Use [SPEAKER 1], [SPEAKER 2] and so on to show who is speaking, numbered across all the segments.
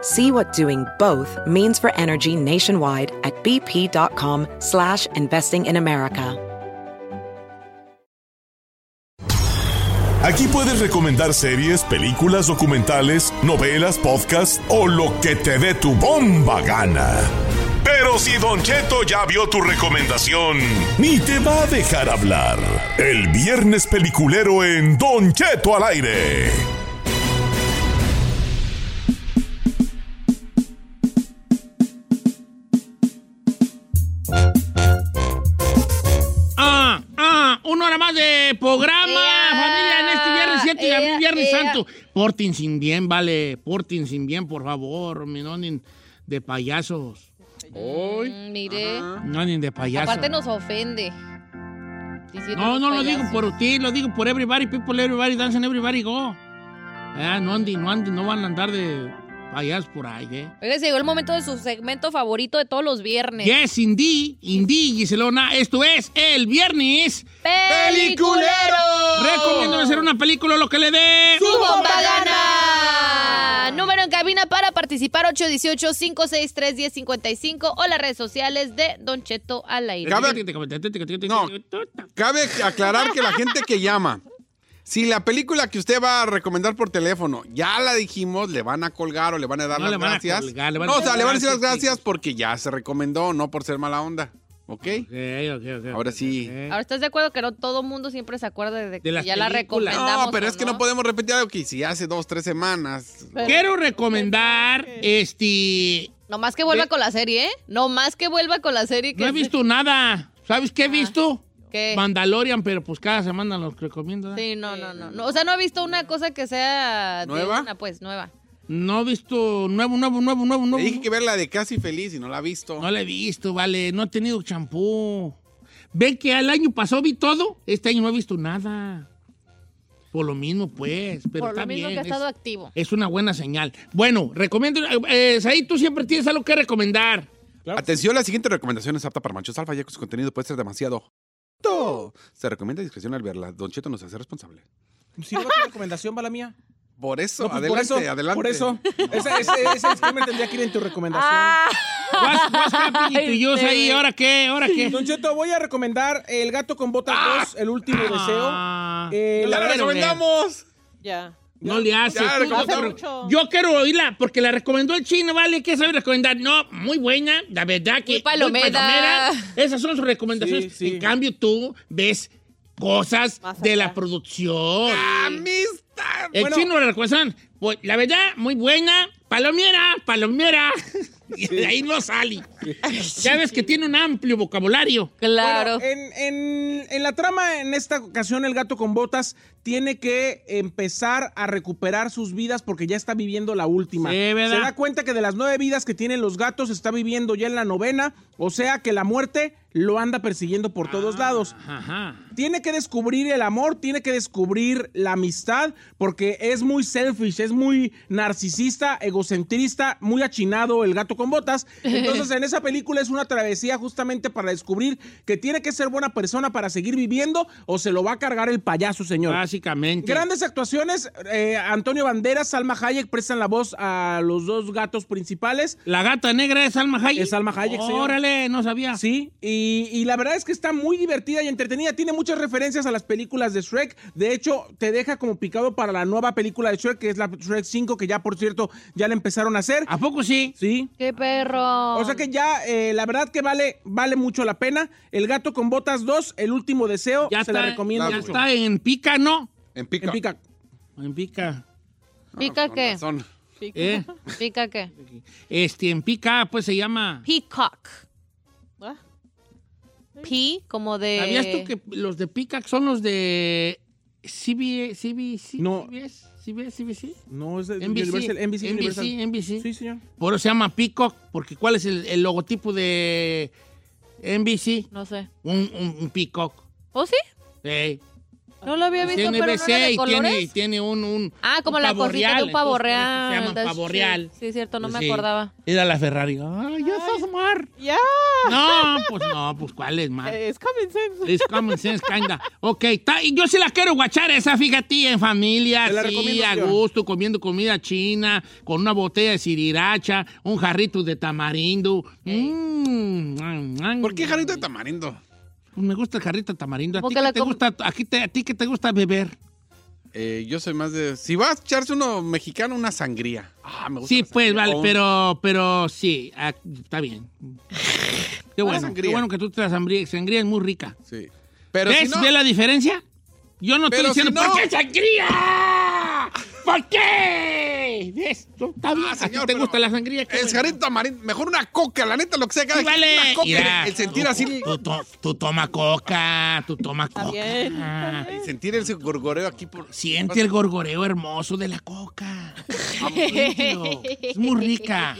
[SPEAKER 1] See what doing both means for energy nationwide at bp.com slash investing in America.
[SPEAKER 2] Aquí puedes recomendar series, películas, documentales, novelas, podcasts o lo que te dé tu bomba gana. Pero si Don Cheto ya vio tu recomendación, ni te va a dejar hablar. El viernes peliculero en Don Cheto al aire.
[SPEAKER 3] Ah, ah, una hora más de programa, familia, en este viernes 7 y
[SPEAKER 4] ea,
[SPEAKER 3] viernes
[SPEAKER 4] ea.
[SPEAKER 3] santo. Portin sin bien, vale, portin sin bien, por favor, mi no anden de payasos. Hoy,
[SPEAKER 4] Mm, Mire,
[SPEAKER 3] no anden de payasos.
[SPEAKER 4] aparte nos ofende. Diciendo
[SPEAKER 3] no, no lo
[SPEAKER 4] payasos.
[SPEAKER 3] digo por usted, lo digo por everybody, people, everybody, dance and everybody go. Ah, no anden, no anden, no van a andar de payasos por ahí, eh.
[SPEAKER 4] Oiga, se llegó el momento de su segmento favorito de todos los viernes.
[SPEAKER 3] Yes, Indy, Indy, Giselona, esto es el viernes.
[SPEAKER 4] ¡Peliculero!
[SPEAKER 3] Recomiendo hacer una película lo que le dé.
[SPEAKER 4] bomba gana! Número en cabina para participar 818-563-1055 o las redes sociales de Don Cheto al aire.
[SPEAKER 5] No. Cabe aclarar que la gente que llama, si la película que usted va a recomendar por teléfono, ya la dijimos, le van a colgar o le van a dar
[SPEAKER 3] No,
[SPEAKER 5] las
[SPEAKER 3] le van a
[SPEAKER 5] gracias.
[SPEAKER 3] colgar, le van a
[SPEAKER 5] no, o sea,
[SPEAKER 3] dar
[SPEAKER 5] le van a decir las
[SPEAKER 3] gracias,
[SPEAKER 5] gracias porque ya se recomendó, no por ser mala onda. ¿Ok?
[SPEAKER 3] Ok, ok, ok,
[SPEAKER 5] Ahora
[SPEAKER 3] ok,
[SPEAKER 5] sí.
[SPEAKER 3] ok.
[SPEAKER 4] Ahora, ¿estás de acuerdo que no todo mundo siempre se acuerda de que
[SPEAKER 3] las
[SPEAKER 4] ya la
[SPEAKER 3] películas.
[SPEAKER 4] recomendamos?
[SPEAKER 5] No, pero
[SPEAKER 4] o
[SPEAKER 5] es que no podemos repetir algo que si hace dos, tres semanas.
[SPEAKER 3] Quiero recomendar, este,
[SPEAKER 4] No más que vuelva con la serie, ¿eh? No más que vuelva con la serie. Que
[SPEAKER 3] no he
[SPEAKER 4] es-
[SPEAKER 3] visto nada. ¿Sabes qué he visto?
[SPEAKER 4] Ah, ¿Qué?
[SPEAKER 3] Mandalorian, pero pues cada semana los recomiendo. ¿eh?
[SPEAKER 4] Sí, no, no, no, no. O sea, no he visto una cosa que sea... de
[SPEAKER 5] ¿Nueva?
[SPEAKER 4] una, pues, nueva.
[SPEAKER 3] No he visto nuevo, nuevo, nuevo, nuevo,
[SPEAKER 5] Le
[SPEAKER 3] nuevo.
[SPEAKER 5] dije que ver la de Casi Feliz y no la ha visto.
[SPEAKER 3] No la he visto, vale. No he tenido champú. Ven que el año pasado vi todo. Este año no he visto nada. Por lo mismo, pues. Pero
[SPEAKER 4] Por lo
[SPEAKER 3] está
[SPEAKER 4] mismo
[SPEAKER 3] bien,
[SPEAKER 4] que ha
[SPEAKER 3] es-
[SPEAKER 4] estado activo.
[SPEAKER 3] Es una buena señal. Bueno, recomiendo. Eh, Said, tú siempre tienes algo que recomendar.
[SPEAKER 5] Atención, la siguiente recomendación es apta para machos alfa, ya que su contenido puede ser demasiado. ¡Todo! Se recomienda discreción al verla. Don Cheto nos hace responsable.
[SPEAKER 6] Pues Si no va tu recomendación, va la mía.
[SPEAKER 5] Por eso,
[SPEAKER 6] No, pues,
[SPEAKER 5] adelante,
[SPEAKER 6] por eso,
[SPEAKER 5] adelante.
[SPEAKER 6] Por eso. Ese, ese, ese disclaimer tendría que ir en tu recomendación.
[SPEAKER 3] What's, what's happening to you,
[SPEAKER 4] Ay,
[SPEAKER 3] Said?
[SPEAKER 4] sí.
[SPEAKER 3] ¿Ahora qué? ¿Ahora qué?
[SPEAKER 6] Don Cheto, voy a recomendar El gato con botas 2, El último
[SPEAKER 3] Ah.
[SPEAKER 6] deseo. Eh,
[SPEAKER 5] ¡La
[SPEAKER 6] verdad-
[SPEAKER 5] recomendamos!
[SPEAKER 7] Ya.
[SPEAKER 3] No le hace.
[SPEAKER 5] Ya,
[SPEAKER 3] Tú,
[SPEAKER 5] reconoce
[SPEAKER 3] pero
[SPEAKER 7] mucho.
[SPEAKER 3] yo quiero oírla porque la recomendó el chino, ¿vale? ¿Qué sabe recomendar? No, muy buena, la verdad que.
[SPEAKER 4] Muy palomera.
[SPEAKER 3] Esas son sus recomendaciones.
[SPEAKER 6] Sí, sí.
[SPEAKER 3] En cambio, tú ves cosas
[SPEAKER 7] Más
[SPEAKER 3] de
[SPEAKER 7] allá.
[SPEAKER 3] la producción.
[SPEAKER 5] ¡Amistad!
[SPEAKER 3] el
[SPEAKER 6] bueno.
[SPEAKER 3] chino la recomendación, pues, la verdad, muy buena, palomera, palomera. Y de ahí no sale. Sabes que tiene un amplio vocabulario.
[SPEAKER 4] Claro.
[SPEAKER 6] En, en- en la trama, en esta ocasión, el gato con botas tiene que empezar a recuperar sus vidas porque ya está viviendo la última.
[SPEAKER 3] Sí, ¿verdad?
[SPEAKER 6] Se da cuenta que de las nueve vidas que tienen los gatos, está viviendo ya en la novena. O sea que la muerte lo anda persiguiendo por todos
[SPEAKER 3] Ah.
[SPEAKER 6] lados.
[SPEAKER 3] Ajá.
[SPEAKER 6] Tiene que descubrir el amor, tiene que descubrir la amistad, porque es muy selfish, es muy narcisista, egocentrista, muy achinado el gato con botas. Entonces, en esa película es una travesía justamente para descubrir que tiene que ser buena persona para seguir viviendo o se lo va a cargar el payaso, señor.
[SPEAKER 3] Ah, Básicamente.
[SPEAKER 6] Grandes actuaciones, eh, Antonio Banderas, Salma Hayek prestan la voz a los dos gatos principales.
[SPEAKER 3] La gata negra es Alma Hayek.
[SPEAKER 6] Es Salma Hayek, señor.
[SPEAKER 3] Órale, no sabía.
[SPEAKER 6] Sí, y, y la verdad es que está muy divertida y entretenida, tiene muchas referencias a las películas de Shrek. De hecho, te deja como picado para la nueva película de Shrek, que es la Shrek 5, que ya, por cierto, ya la empezaron a hacer.
[SPEAKER 3] ¿A poco sí?
[SPEAKER 6] Sí.
[SPEAKER 4] ¡Qué perro!
[SPEAKER 6] O sea que ya, eh, la verdad que vale, vale mucho la pena. El gato con botas 2, el último deseo,
[SPEAKER 3] Ya
[SPEAKER 6] se
[SPEAKER 3] está,
[SPEAKER 6] la recomiendo
[SPEAKER 3] ya
[SPEAKER 6] mucho.
[SPEAKER 3] está en pica, ¿no?
[SPEAKER 5] En pica.
[SPEAKER 6] En pica.
[SPEAKER 3] En pica.
[SPEAKER 4] ¿Pica
[SPEAKER 5] Con
[SPEAKER 4] qué?
[SPEAKER 5] razón.
[SPEAKER 4] ¿Pica?
[SPEAKER 3] ¿Eh?
[SPEAKER 4] ¿Pica qué?
[SPEAKER 3] Este, en pica, pues se llama.
[SPEAKER 4] Peacock. ¿Ah? P como de...
[SPEAKER 3] ¿Sabías tú que los de pica son los de CB, CBC?
[SPEAKER 6] No.
[SPEAKER 3] CBS, CBS, CBC?
[SPEAKER 6] No, es de
[SPEAKER 3] NBC,
[SPEAKER 6] Universal, NBC, Universal.
[SPEAKER 3] NBC, NBC.
[SPEAKER 6] Sí, señor.
[SPEAKER 3] Por eso se llama Peacock, porque ¿cuál es el, el logotipo de NBC?
[SPEAKER 4] No sé.
[SPEAKER 3] Un, un, un peacock.
[SPEAKER 4] ¿Oh, sí?
[SPEAKER 3] Sí.
[SPEAKER 4] No lo había visto,
[SPEAKER 3] Es
[SPEAKER 4] pero no era
[SPEAKER 3] NBC
[SPEAKER 4] de
[SPEAKER 3] y tiene, y
[SPEAKER 4] colores.
[SPEAKER 3] tiene un, un-
[SPEAKER 4] Ah, como
[SPEAKER 3] un
[SPEAKER 4] la
[SPEAKER 3] pavo
[SPEAKER 4] cosita
[SPEAKER 3] real,
[SPEAKER 4] de un pavo
[SPEAKER 3] entonces, por eso
[SPEAKER 4] real.
[SPEAKER 3] Se llaman
[SPEAKER 4] that's
[SPEAKER 3] pavo
[SPEAKER 4] true.
[SPEAKER 3] real.
[SPEAKER 4] Sí, es cierto, no
[SPEAKER 3] Pues
[SPEAKER 4] me
[SPEAKER 3] sí.
[SPEAKER 4] acordaba.
[SPEAKER 3] Era la Ferrari.
[SPEAKER 6] Ah.
[SPEAKER 3] ¡Ay, Ah, ya estás mar!
[SPEAKER 4] ¡Ya!
[SPEAKER 3] No, pues no, pues ¿cuál es mar?
[SPEAKER 4] Es common sense.
[SPEAKER 3] Es common sense, kinda. Ok, ta- y yo sí la quiero guachar esa, fíjate, en familia,
[SPEAKER 6] Te la
[SPEAKER 3] así,
[SPEAKER 6] recomiendo,
[SPEAKER 3] a
[SPEAKER 6] señor.
[SPEAKER 3] gusto, comiendo comida china, con una botella de siriracha, un jarrito de tamarindo. Mm, mm, mm.
[SPEAKER 5] ¿Por qué jarrito de tamarindo?
[SPEAKER 3] Pues me gusta el jarrito de tamarindo. ¿A
[SPEAKER 4] Como
[SPEAKER 3] ti
[SPEAKER 4] que
[SPEAKER 3] qué
[SPEAKER 4] la
[SPEAKER 3] te
[SPEAKER 4] com-
[SPEAKER 3] gusta? Aquí te- ¿A ti qué te gusta beber?
[SPEAKER 5] Eh, yo soy más de. Si vas a echarse uno mexicano, una sangría. Ah, me gusta.
[SPEAKER 3] Sí,
[SPEAKER 5] la
[SPEAKER 3] pues,
[SPEAKER 5] sangría.
[SPEAKER 3] vale,
[SPEAKER 5] O un-
[SPEAKER 3] pero, pero sí, ah, está bien. Qué bueno, qué
[SPEAKER 5] sangría.
[SPEAKER 3] bueno que tú te la sangría, sangría es muy rica.
[SPEAKER 5] Sí. Pero si
[SPEAKER 3] ¿Ves?
[SPEAKER 5] no,
[SPEAKER 3] ¿Ves la diferencia? Yo no
[SPEAKER 5] Pero
[SPEAKER 3] estoy diciendo,
[SPEAKER 5] si no-
[SPEAKER 3] ¿por qué sangría? ¿Por qué? ¿Ves? Tú, Está bien,
[SPEAKER 5] Ah,
[SPEAKER 3] ¿A ti
[SPEAKER 5] señor,
[SPEAKER 3] te
[SPEAKER 5] pero
[SPEAKER 3] gusta la sangría. qué
[SPEAKER 5] el
[SPEAKER 3] bueno.
[SPEAKER 5] jarrito de tamarindo. Mejor una coca, la neta, lo que sea. Cada
[SPEAKER 3] Sí,
[SPEAKER 5] quien
[SPEAKER 3] vale.
[SPEAKER 5] Una coca.
[SPEAKER 3] Mira,
[SPEAKER 5] el sentir
[SPEAKER 3] tú-
[SPEAKER 5] así.
[SPEAKER 3] Tú, tú- tú toma coca, tú toma coca.
[SPEAKER 4] bien,
[SPEAKER 5] El sentir el gorgoreo aquí por.
[SPEAKER 3] Siente el gorgoreo hermoso de la coca. Siéntelo. es muy rica.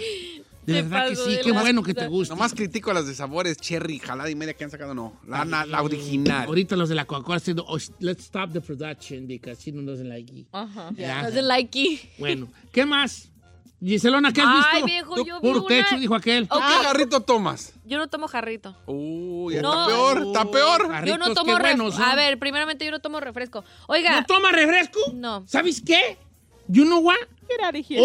[SPEAKER 3] De
[SPEAKER 4] Me
[SPEAKER 3] verdad que
[SPEAKER 4] paso
[SPEAKER 3] sí,
[SPEAKER 4] de
[SPEAKER 3] qué
[SPEAKER 4] lanza.
[SPEAKER 3] bueno que te gusta.
[SPEAKER 5] Nomás critico las de sabores cherry, jalada y media que han sacado, no. La, na- la original.
[SPEAKER 3] Ahorita los de la Coca-Cola haciendo, "Oh, let's stop the production because she doesn't like it.
[SPEAKER 4] Ajá.
[SPEAKER 3] Ya.
[SPEAKER 4] No es likey.
[SPEAKER 3] Bueno, ¿qué más? Giselona, ¿qué has visto?
[SPEAKER 4] Ay, viejo, yo vi
[SPEAKER 3] Puro techo,
[SPEAKER 4] una-
[SPEAKER 3] dijo aquel.
[SPEAKER 4] Ok.
[SPEAKER 5] ¿Qué jarrito tomas?
[SPEAKER 4] Yo no tomo jarrito.
[SPEAKER 5] Ah, Uy,
[SPEAKER 4] No.
[SPEAKER 5] está peor, está peor.
[SPEAKER 3] Uh, Jarritos,
[SPEAKER 4] Yo no
[SPEAKER 3] qué
[SPEAKER 4] tomo
[SPEAKER 3] buenos
[SPEAKER 4] refresco.
[SPEAKER 3] son.
[SPEAKER 4] A ver, primeramente yo no tomo refresco.
[SPEAKER 3] ¿No
[SPEAKER 4] Oiga,
[SPEAKER 3] toma refresco?
[SPEAKER 4] No.
[SPEAKER 3] ¿Sabes qué? You know what?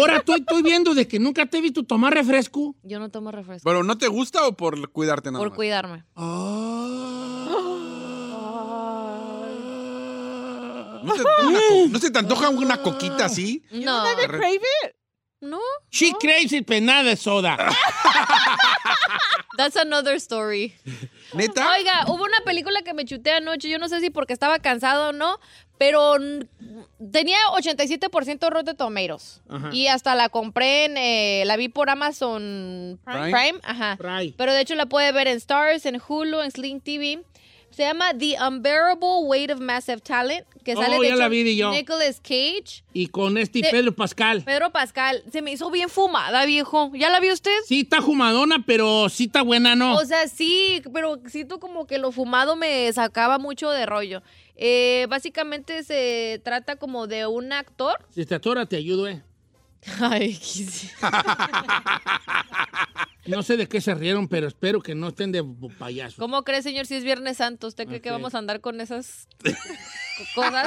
[SPEAKER 3] Ahora estoy, estoy viendo de que nunca te he visto tomar refresco.
[SPEAKER 4] yo no tomo refresco.
[SPEAKER 5] Pero no te gusta o por cuidarte nada
[SPEAKER 4] Por
[SPEAKER 5] más?
[SPEAKER 4] cuidarme.
[SPEAKER 5] ¿No se, te antoja una co- ¿no se te antoja
[SPEAKER 4] Ah.
[SPEAKER 5] una coquita así?
[SPEAKER 4] No. No.
[SPEAKER 3] She craves it penada soda.
[SPEAKER 4] Ah. That's another story.
[SPEAKER 5] ¿Neta?
[SPEAKER 4] Oiga, hubo una película que me chuté anoche. Yo no sé si porque estaba cansado o no, pero mm, tenía 87% Rotten Tomatoes. Y hasta la compré en. eh, la vi por Amazon Prime.
[SPEAKER 5] Prime.
[SPEAKER 4] Ajá.
[SPEAKER 3] Prime.
[SPEAKER 4] Pero de hecho la puede ver en Stars, en Hulu, en Sling TV. Se llama The Unbearable Weight of Massive Talent, que
[SPEAKER 3] Oh,
[SPEAKER 4] sale de
[SPEAKER 3] ya la
[SPEAKER 4] hecho,
[SPEAKER 3] vi yo.
[SPEAKER 4] Nicolas Cage,
[SPEAKER 3] Y con este y
[SPEAKER 4] Sí.
[SPEAKER 3] Pedro Pascal.
[SPEAKER 4] Pedro Pascal. Se me hizo bien fumada, viejo. ¿Ya la vio usted?
[SPEAKER 3] Sí, está jumadona, pero sí está buena, ¿no?
[SPEAKER 4] O sea, sí, pero siento como que lo fumado me sacaba mucho de rollo. Eh, básicamente se trata como de un actor.
[SPEAKER 3] si te atora, te ayudo, eh.
[SPEAKER 4] Ay, quise.
[SPEAKER 3] No sé de qué se rieron, pero espero que no estén de payaso.
[SPEAKER 4] ¿Cómo cree, señor, si es Viernes Santo? ¿Usted cree que
[SPEAKER 3] Ok.
[SPEAKER 4] vamos a andar con esas cosas?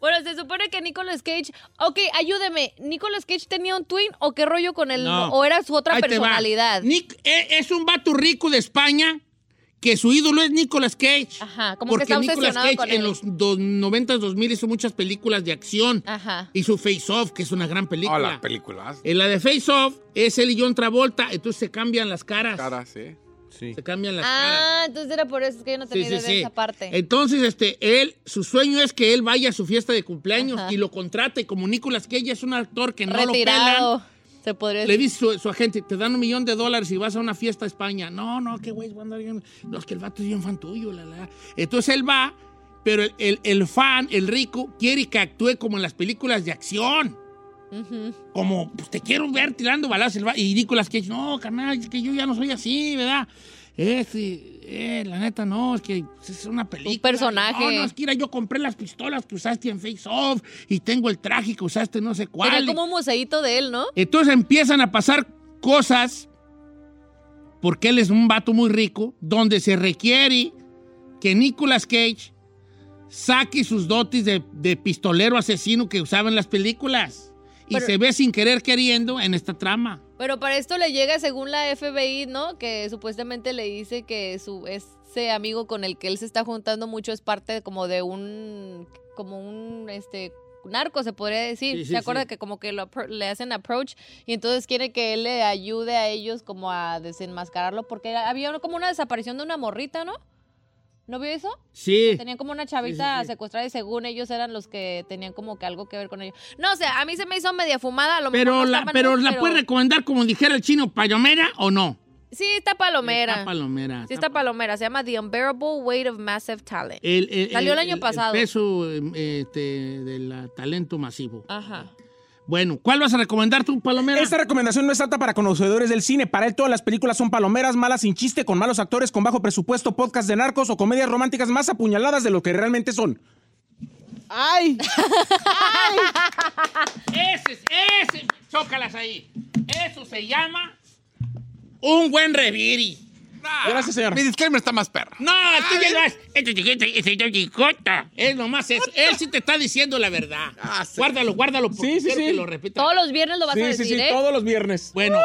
[SPEAKER 4] Bueno, se supone que Nicolas Cage. Ok, ayúdeme. ¿Nicolas Cage tenía un twin o qué rollo con él?
[SPEAKER 3] No.
[SPEAKER 4] ¿O era su otra
[SPEAKER 3] Ahí te va.
[SPEAKER 4] personalidad?
[SPEAKER 3] Nic- e- es un vato rico de España que su ídolo es Nicolas Cage.
[SPEAKER 4] Ajá, Ah, como que
[SPEAKER 3] porque
[SPEAKER 4] está
[SPEAKER 3] Nicolas
[SPEAKER 4] obsesionado
[SPEAKER 3] Cage
[SPEAKER 4] con
[SPEAKER 3] en
[SPEAKER 4] él.
[SPEAKER 3] los dos- 90s, 2000 hizo muchas películas de acción.
[SPEAKER 4] Ajá.
[SPEAKER 3] Hizo Face Off, que es una gran película.
[SPEAKER 5] Hola, películas.
[SPEAKER 3] en la de Face Off es él y John Travolta, entonces se cambian las caras.
[SPEAKER 5] Caras, ¿eh?
[SPEAKER 3] Se cambian las caras.
[SPEAKER 4] Ah, entonces era por eso es que yo no tenía
[SPEAKER 3] Sí, sí,
[SPEAKER 4] idea de
[SPEAKER 3] sí.
[SPEAKER 4] esa parte.
[SPEAKER 3] Entonces, este, él, su sueño es que él vaya a su fiesta de cumpleaños
[SPEAKER 4] Ajá.
[SPEAKER 3] y lo contrata. Y como Nicolas Cage es un actor que no lo
[SPEAKER 4] Retirado.
[SPEAKER 3] pelan,
[SPEAKER 4] se podría
[SPEAKER 3] le dice su, su agente, te dan un millón de dólares y vas a una fiesta a España. No, no, qué güey, voy a andar bien. No, es que el vato es bien fan tuyo, la, la. Entonces él va, pero el, el- el fan, el rico, quiere que actúe como en las películas de acción. Como, pues te quiero ver tirando balas y Nicolas Cage, no, carnal, es que yo ya no soy así, ¿verdad? Este, eh, la neta, no, es que pues, es una película.
[SPEAKER 4] personaje.
[SPEAKER 3] No, no, es que mira, yo compré las pistolas que usaste en Face Off y tengo el traje que usaste no sé cuál.
[SPEAKER 4] Tenía
[SPEAKER 3] y-
[SPEAKER 4] como un museíto de él, ¿no?
[SPEAKER 3] entonces empiezan a pasar cosas, porque él es un vato muy rico, donde se requiere que Nicolas Cage saque sus dotes de, de pistolero asesino que usaba en las películas. Y
[SPEAKER 4] Pero-
[SPEAKER 3] se ve sin querer queriendo en esta trama.
[SPEAKER 4] Pero para esto le llega, según la FBI, ¿no? Que supuestamente le dice que su ese amigo con el que él se está juntando mucho es parte como de un como un este narco se podría decir.
[SPEAKER 3] Sí, sí,
[SPEAKER 4] ¿Se acuerda
[SPEAKER 3] sí.
[SPEAKER 4] que como que lo appro- le hacen approach y entonces quiere que él le ayude a ellos como a desenmascararlo porque había como una desaparición de una morrita, ¿no? ¿No vio eso?
[SPEAKER 3] Sí.
[SPEAKER 4] Tenían como una chavita
[SPEAKER 3] sí, sí.
[SPEAKER 4] secuestrada y según ellos eran los que tenían como que algo que ver con ellos. No, o sea, a mí se me hizo media fumada. A lo mejor
[SPEAKER 3] Pero
[SPEAKER 4] no
[SPEAKER 3] la,
[SPEAKER 4] estaban
[SPEAKER 3] pero
[SPEAKER 4] locos,
[SPEAKER 3] la puede recomendar, como dijera el chino, payomera o no.
[SPEAKER 4] Sí, está palomera.
[SPEAKER 3] Está palomera.
[SPEAKER 4] Ah, sí, está palomera. Se llama The Unbearable Weight of Massive Talent.
[SPEAKER 3] El, el-
[SPEAKER 4] Salió el año pasado.
[SPEAKER 3] El peso eh, este, del ah, talento masivo.
[SPEAKER 4] Ajá.
[SPEAKER 3] Bueno, ¿cuál vas a recomendar tú, palomera?
[SPEAKER 6] Esta recomendación no es apta para conocedores del cine. Para él todas las películas son palomeras, malas sin chiste, con malos actores, con bajo presupuesto, podcast de narcos o comedias románticas más apuñaladas de lo que realmente son.
[SPEAKER 7] ¡Ay!
[SPEAKER 3] Ese, es- ese, chócalas ahí. Eso se llama un buen reviri.
[SPEAKER 6] Gracias, señor.
[SPEAKER 5] Mi disclaimer está más perra.
[SPEAKER 3] No, tú llegas. Este chiquito, este chiquita. Es nomás eso. Él sí te está diciendo la verdad.
[SPEAKER 5] Ah, sí.
[SPEAKER 3] Guárdalo, guárdalo. porque
[SPEAKER 6] Sí, sí,
[SPEAKER 3] quiero
[SPEAKER 6] sí.
[SPEAKER 3] que lo repita.
[SPEAKER 4] Todos los viernes lo vas a
[SPEAKER 6] Sí, sí,
[SPEAKER 4] decir,
[SPEAKER 6] sí,
[SPEAKER 4] ¿eh?
[SPEAKER 6] todos los viernes.
[SPEAKER 3] Bueno,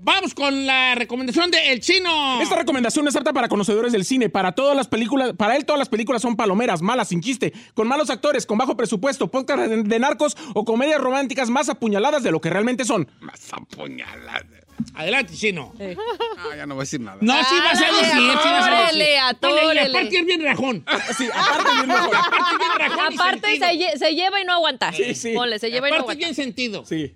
[SPEAKER 3] vamos con la recomendación de El Chino.
[SPEAKER 6] Esta recomendación es apta para conocedores del cine. Para todas las películas, para él todas las películas son palomeras, malas, sin chiste, con malos actores, con bajo presupuesto, podcast de, de narcos o comedias románticas más apuñaladas de lo que realmente son.
[SPEAKER 5] Más apuñalada.
[SPEAKER 3] Adelante, Chino.
[SPEAKER 5] No, ya no voy a decir nada.
[SPEAKER 3] No, sí vas a
[SPEAKER 4] Ándale,
[SPEAKER 3] decir, sí vas a decir.
[SPEAKER 4] atórele,
[SPEAKER 3] Ponle, Y
[SPEAKER 4] atórele.
[SPEAKER 3] aparte es bien rajón.
[SPEAKER 6] Sí, aparte bien mejor.
[SPEAKER 3] Aparte es bien rajón y
[SPEAKER 4] Aparte,
[SPEAKER 3] sentido.
[SPEAKER 4] se, lle- se lleva y no aguanta.
[SPEAKER 6] Sí, sí.
[SPEAKER 4] Ponle, se lleva y no
[SPEAKER 3] Aparte
[SPEAKER 4] aguanta.
[SPEAKER 3] es bien sentido.
[SPEAKER 6] Sí.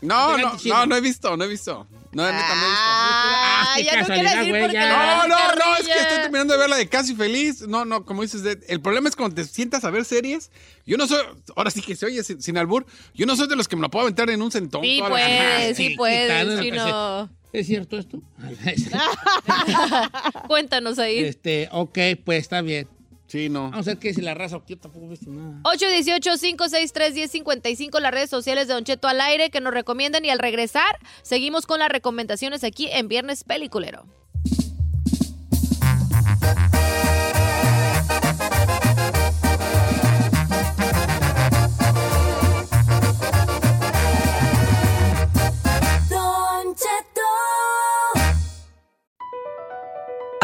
[SPEAKER 5] No, no,
[SPEAKER 3] Adelante, Chino.
[SPEAKER 5] no, no he visto, no he visto. No, neta, no he visto.
[SPEAKER 4] Ah,
[SPEAKER 3] qué
[SPEAKER 4] ya no quiere
[SPEAKER 3] casualidad,
[SPEAKER 4] decir
[SPEAKER 3] güey,
[SPEAKER 4] porque
[SPEAKER 3] ya.
[SPEAKER 4] le da la
[SPEAKER 5] No, no, no, es que
[SPEAKER 4] carrilla.
[SPEAKER 5] estoy terminando de ver la de Casi Feliz. No, no, como dices, de- el problema es cuando te sientas a ver series. Yo no soy, ahora sí que se oye sin, sin albur, yo no soy de los que me lo puedo aventar en un centón.
[SPEAKER 4] Sí,
[SPEAKER 5] toda la-
[SPEAKER 3] Ah,
[SPEAKER 4] pues,
[SPEAKER 3] sí,
[SPEAKER 4] sí, puedes,
[SPEAKER 3] quitaron la
[SPEAKER 4] chino.
[SPEAKER 3] ¿Es cierto esto?
[SPEAKER 4] Cuéntanos ahí.
[SPEAKER 3] este, ok, pues está bien.
[SPEAKER 5] Sí, no.
[SPEAKER 3] Vamos a ver qué dice la raza, porque yo tampoco he visto nada.
[SPEAKER 4] 818-563-1055, las redes sociales de Don Cheto al aire que nos recomiendan y al regresar seguimos con las recomendaciones aquí en Viernes Peliculero.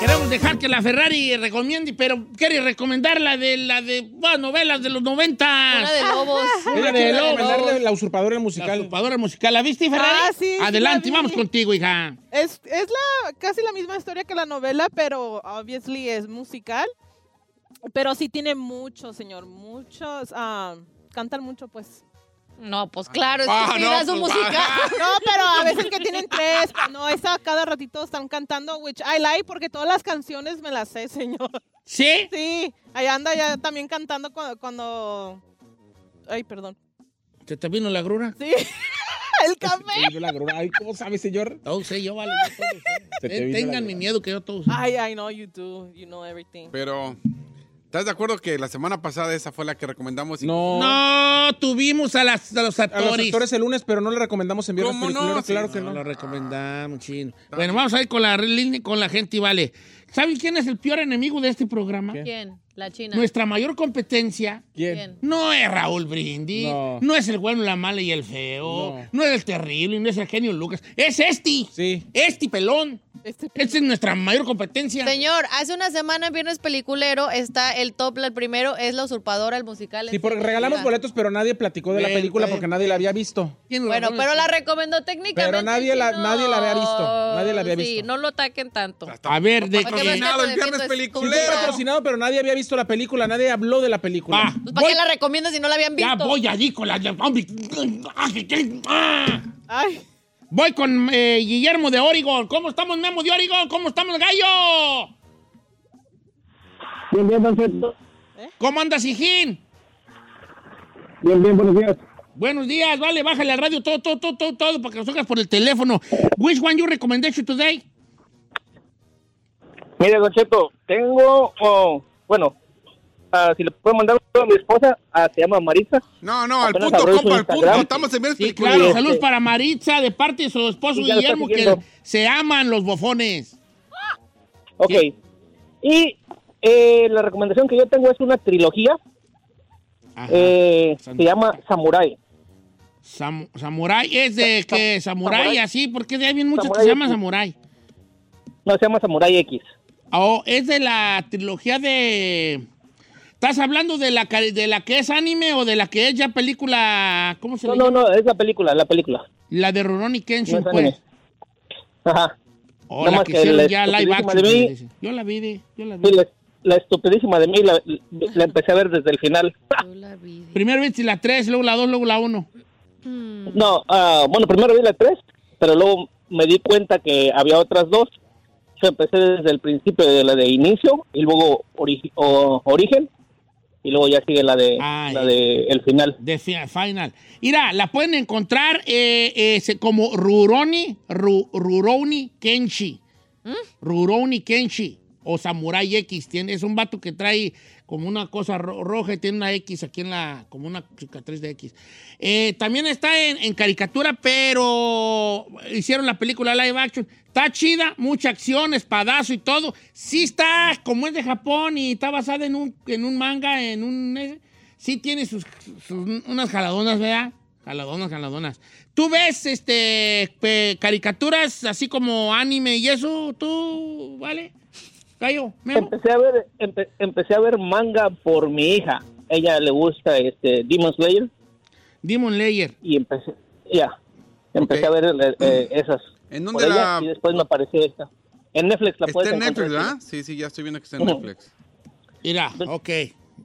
[SPEAKER 3] Queremos dejar que la Ferrari recomiende, pero quiere recomendar la de la de bueno, novelas de los
[SPEAKER 4] Una
[SPEAKER 3] noventas.
[SPEAKER 4] de lobos.
[SPEAKER 6] Ella
[SPEAKER 3] de
[SPEAKER 6] quiere
[SPEAKER 3] Lobos.
[SPEAKER 6] recomendarle la usurpadora
[SPEAKER 3] La
[SPEAKER 6] musical.
[SPEAKER 3] usurpadora musical. ¿La viste, Ferrari?
[SPEAKER 7] Ah, sí, sí la
[SPEAKER 3] Adelante,
[SPEAKER 7] vi.
[SPEAKER 3] vamos contigo, hija.
[SPEAKER 7] Es, es la, casi la misma historia que la novela, pero obviously es musical. Pero sí tiene mucho, señor, muchos. ah, cantan mucho, pues.
[SPEAKER 4] No, pues claro, es
[SPEAKER 5] Ah,
[SPEAKER 4] que
[SPEAKER 5] no,
[SPEAKER 4] era su
[SPEAKER 5] pues,
[SPEAKER 4] música.
[SPEAKER 7] No, pero a veces que tienen tres. pues, No, esa cada ratito están cantando, which I like, porque todas las canciones me las sé, señor.
[SPEAKER 3] ¿Sí?
[SPEAKER 7] Sí, ahí anda ya también cantando cuando. cuando... Ay, perdón.
[SPEAKER 3] ¿Se te vino la grura?
[SPEAKER 7] Sí, el café.
[SPEAKER 6] Yo la grura. Ay, ¿Cómo sabe, señor?
[SPEAKER 3] No sé, yo vale. yo todo sé.
[SPEAKER 6] Se te
[SPEAKER 3] Eh,
[SPEAKER 6] vino la
[SPEAKER 3] Tengan mi
[SPEAKER 6] grura.
[SPEAKER 3] miedo que yo todo sé.
[SPEAKER 7] Ay, I know you do. You know everything.
[SPEAKER 5] Pero ¿Estás de acuerdo que la semana pasada esa fue la que recomendamos? y-
[SPEAKER 6] No.
[SPEAKER 3] No, tuvimos a, las- a los
[SPEAKER 6] A los
[SPEAKER 3] actores.
[SPEAKER 6] actores el lunes, pero no le recomendamos enviar
[SPEAKER 5] ¿Cómo no?
[SPEAKER 6] películas. Claro
[SPEAKER 5] Sí,
[SPEAKER 6] que
[SPEAKER 3] No
[SPEAKER 6] no. Ah.
[SPEAKER 3] lo recomendamos, chino. Bueno, vamos a ir con la línea- con la gente y vale. ¿Saben quién es el peor enemigo de este programa?
[SPEAKER 4] ¿Quién? La China.
[SPEAKER 3] Nuestra mayor competencia
[SPEAKER 6] ¿Quién?
[SPEAKER 4] ¿Quién?
[SPEAKER 3] no es Raúl Brindis, no.
[SPEAKER 6] No.
[SPEAKER 3] es el bueno, la mala y el feo, no,
[SPEAKER 6] No.
[SPEAKER 3] es el terrible, no es el genio Lucas, es este,
[SPEAKER 6] Sí.
[SPEAKER 3] este pelón.
[SPEAKER 7] Este-
[SPEAKER 3] Esta es nuestra mayor competencia.
[SPEAKER 4] Señor, hace una semana en Viernes Peliculero está el top, el primero es La Usurpadora, el musical.
[SPEAKER 6] Sí,
[SPEAKER 4] en
[SPEAKER 6] porque
[SPEAKER 4] serio,
[SPEAKER 6] regalamos
[SPEAKER 4] mira.
[SPEAKER 6] boletos, pero nadie platicó de la
[SPEAKER 3] Ven,
[SPEAKER 6] película
[SPEAKER 3] ven.
[SPEAKER 6] porque nadie la había visto.
[SPEAKER 3] Tiene
[SPEAKER 4] Bueno,
[SPEAKER 3] razón.
[SPEAKER 4] pero la recomendó técnicamente.
[SPEAKER 6] Pero nadie la-
[SPEAKER 4] sí,
[SPEAKER 6] nadie la había visto, nadie la había
[SPEAKER 4] Sí,
[SPEAKER 6] visto.
[SPEAKER 4] no lo ataquen tanto.
[SPEAKER 3] A ver, de
[SPEAKER 4] ¿Para qué ves
[SPEAKER 3] qué.
[SPEAKER 4] que
[SPEAKER 5] Patrocinado
[SPEAKER 4] te
[SPEAKER 5] el viernes
[SPEAKER 4] defiendes?
[SPEAKER 5] peliculero.
[SPEAKER 4] Tú, tú, tú.
[SPEAKER 6] Patrocinado, pero nadie había visto la película, nadie habló de la película.
[SPEAKER 3] Va,
[SPEAKER 4] Pues, ¿Para
[SPEAKER 3] voy-
[SPEAKER 4] qué la recomiendas si no la habían visto?
[SPEAKER 3] ya voy allí con la. la- hombre, ah, que- que- ah.
[SPEAKER 7] Ay,
[SPEAKER 3] Voy con eh, Guillermo de Oregon. ¿Cómo estamos, Memo de Oregon? ¿Cómo estamos, Gallo?
[SPEAKER 8] Bien, bien, don Cheto.
[SPEAKER 3] ¿Cómo andas, hijín?
[SPEAKER 8] Bien, bien, buenos días.
[SPEAKER 3] Buenos días, vale, bájale al radio todo, todo, todo, todo, todo, para que nos oigas por el teléfono. Which one you recommendation today?
[SPEAKER 8] Mire, don Cheto, tengo, oh, bueno, ah, si le puedo mandar un saludo a mi esposa, ah, se llama Marisa.
[SPEAKER 5] No, no, al
[SPEAKER 8] Apenas
[SPEAKER 5] punto,
[SPEAKER 8] abrió su
[SPEAKER 5] compa, al punto.
[SPEAKER 8] Instagram.
[SPEAKER 5] Estamos en viernes
[SPEAKER 3] Sí,
[SPEAKER 5] peliculero.
[SPEAKER 3] claro,
[SPEAKER 8] este-
[SPEAKER 3] salud para Maritza de parte de su esposo
[SPEAKER 8] Sí, ya lo está
[SPEAKER 3] Guillermo, que
[SPEAKER 8] siguiendo.
[SPEAKER 3] se aman los bofones.
[SPEAKER 8] Ok.
[SPEAKER 3] Sí.
[SPEAKER 8] Y eh, la recomendación que yo tengo es una trilogía,
[SPEAKER 3] Ajá.
[SPEAKER 8] eh, se
[SPEAKER 3] Santo.
[SPEAKER 8] llama Samurai.
[SPEAKER 3] Sam- samurai, es de
[SPEAKER 8] Sa-
[SPEAKER 3] que samurai,
[SPEAKER 8] Samurai.
[SPEAKER 3] así, porque hay bien muchos que
[SPEAKER 8] Samurai
[SPEAKER 3] se llaman
[SPEAKER 8] X.
[SPEAKER 3] samurai.
[SPEAKER 8] No, se llama Samurai X.
[SPEAKER 3] Oh, es de la trilogía de. ¿Estás hablando de la, cari- de la que es anime o de la que es ya película. ¿Cómo se
[SPEAKER 8] No,
[SPEAKER 3] le
[SPEAKER 8] no,
[SPEAKER 3] llama?
[SPEAKER 8] no, es la película, la película.
[SPEAKER 3] La de Rurouni
[SPEAKER 8] No
[SPEAKER 3] Kenshin,
[SPEAKER 8] es anime.
[SPEAKER 3] pues.
[SPEAKER 8] Ajá.
[SPEAKER 3] O
[SPEAKER 8] Nada
[SPEAKER 3] la
[SPEAKER 8] más
[SPEAKER 3] que
[SPEAKER 8] que
[SPEAKER 3] hicieron
[SPEAKER 8] la
[SPEAKER 3] ya live
[SPEAKER 8] estupidísima
[SPEAKER 3] action.
[SPEAKER 8] de
[SPEAKER 3] que
[SPEAKER 8] mí.
[SPEAKER 3] le dicen. Yo la vi, de- yo la vi.
[SPEAKER 8] Sí, la, la estupidísima de mí la, la empecé a ver desde el final.
[SPEAKER 4] Yo la vi.
[SPEAKER 3] Primero viste la 3, luego la 2, luego la 1.
[SPEAKER 8] No, ah, bueno, primero vi la 3, pero luego me di cuenta que había otras dos. Yo empecé desde el principio de la de inicio y luego ori- o- origen y luego ya sigue la de
[SPEAKER 3] Ah,
[SPEAKER 8] la
[SPEAKER 3] ya.
[SPEAKER 8] de el final.
[SPEAKER 3] De fi- final. Mira, la pueden encontrar eh, eh, se- como Ruroni, Ru- Rurouni Kenshi. Rurouni Kenshi. O Samurai X. Tiene, es un vato que trae como una cosa ro- roja y tiene una X aquí en la. como una cicatriz de X. Eh, también está en, en caricatura, pero hicieron la película live action. Está chida, mucha acción, espadazo y todo. Sí está, como es de Japón y está basada en un, en un manga, en un. eh, sí tiene sus, sus- unas jaladonas, ¿verdad? Jaladonas, jaladonas. ¿Tú ves este pe- caricaturas así como anime y eso? ¿Tú, vale? Gallo, Memo.
[SPEAKER 8] Empecé a ver empe- empecé a ver manga por mi hija. Ella le gusta este Demon Slayer
[SPEAKER 3] Demon Layer.
[SPEAKER 8] y empecé ya empecé
[SPEAKER 5] Ok. Mm.
[SPEAKER 8] a ver eh, eh, esas
[SPEAKER 5] ¿En
[SPEAKER 8] por
[SPEAKER 5] dónde
[SPEAKER 8] ella
[SPEAKER 5] la-
[SPEAKER 8] y después me apareció esta. En Netflix la puedes
[SPEAKER 5] Está en Netflix,
[SPEAKER 8] encontrar.
[SPEAKER 5] ¿verdad? Sí, sí, ya estoy viendo que está en
[SPEAKER 8] Ujú.
[SPEAKER 5] Netflix.
[SPEAKER 3] Mira, ok.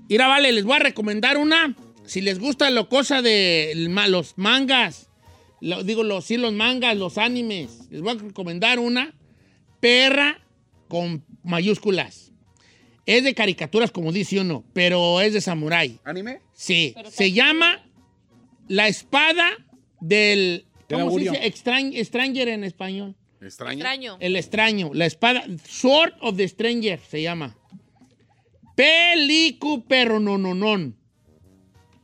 [SPEAKER 3] Mira, vale, les voy a recomendar una. Si les gusta la cosa de ma- los mangas, lo- digo, los, sí, los mangas, los animes, les voy a recomendar una perra con mayúsculas. Es de caricaturas, como dice uno, pero es de samurái.
[SPEAKER 5] ¿Anime?
[SPEAKER 3] Sí, se llama La Espada del... ¿Cómo
[SPEAKER 6] Del
[SPEAKER 3] se
[SPEAKER 6] augurio.
[SPEAKER 3] dice? Extrañ- Stranger en español.
[SPEAKER 5] Extraño.
[SPEAKER 4] Extraño.
[SPEAKER 3] El extraño. La espada. Sword of the Stranger se llama. Pelicu perro no no non.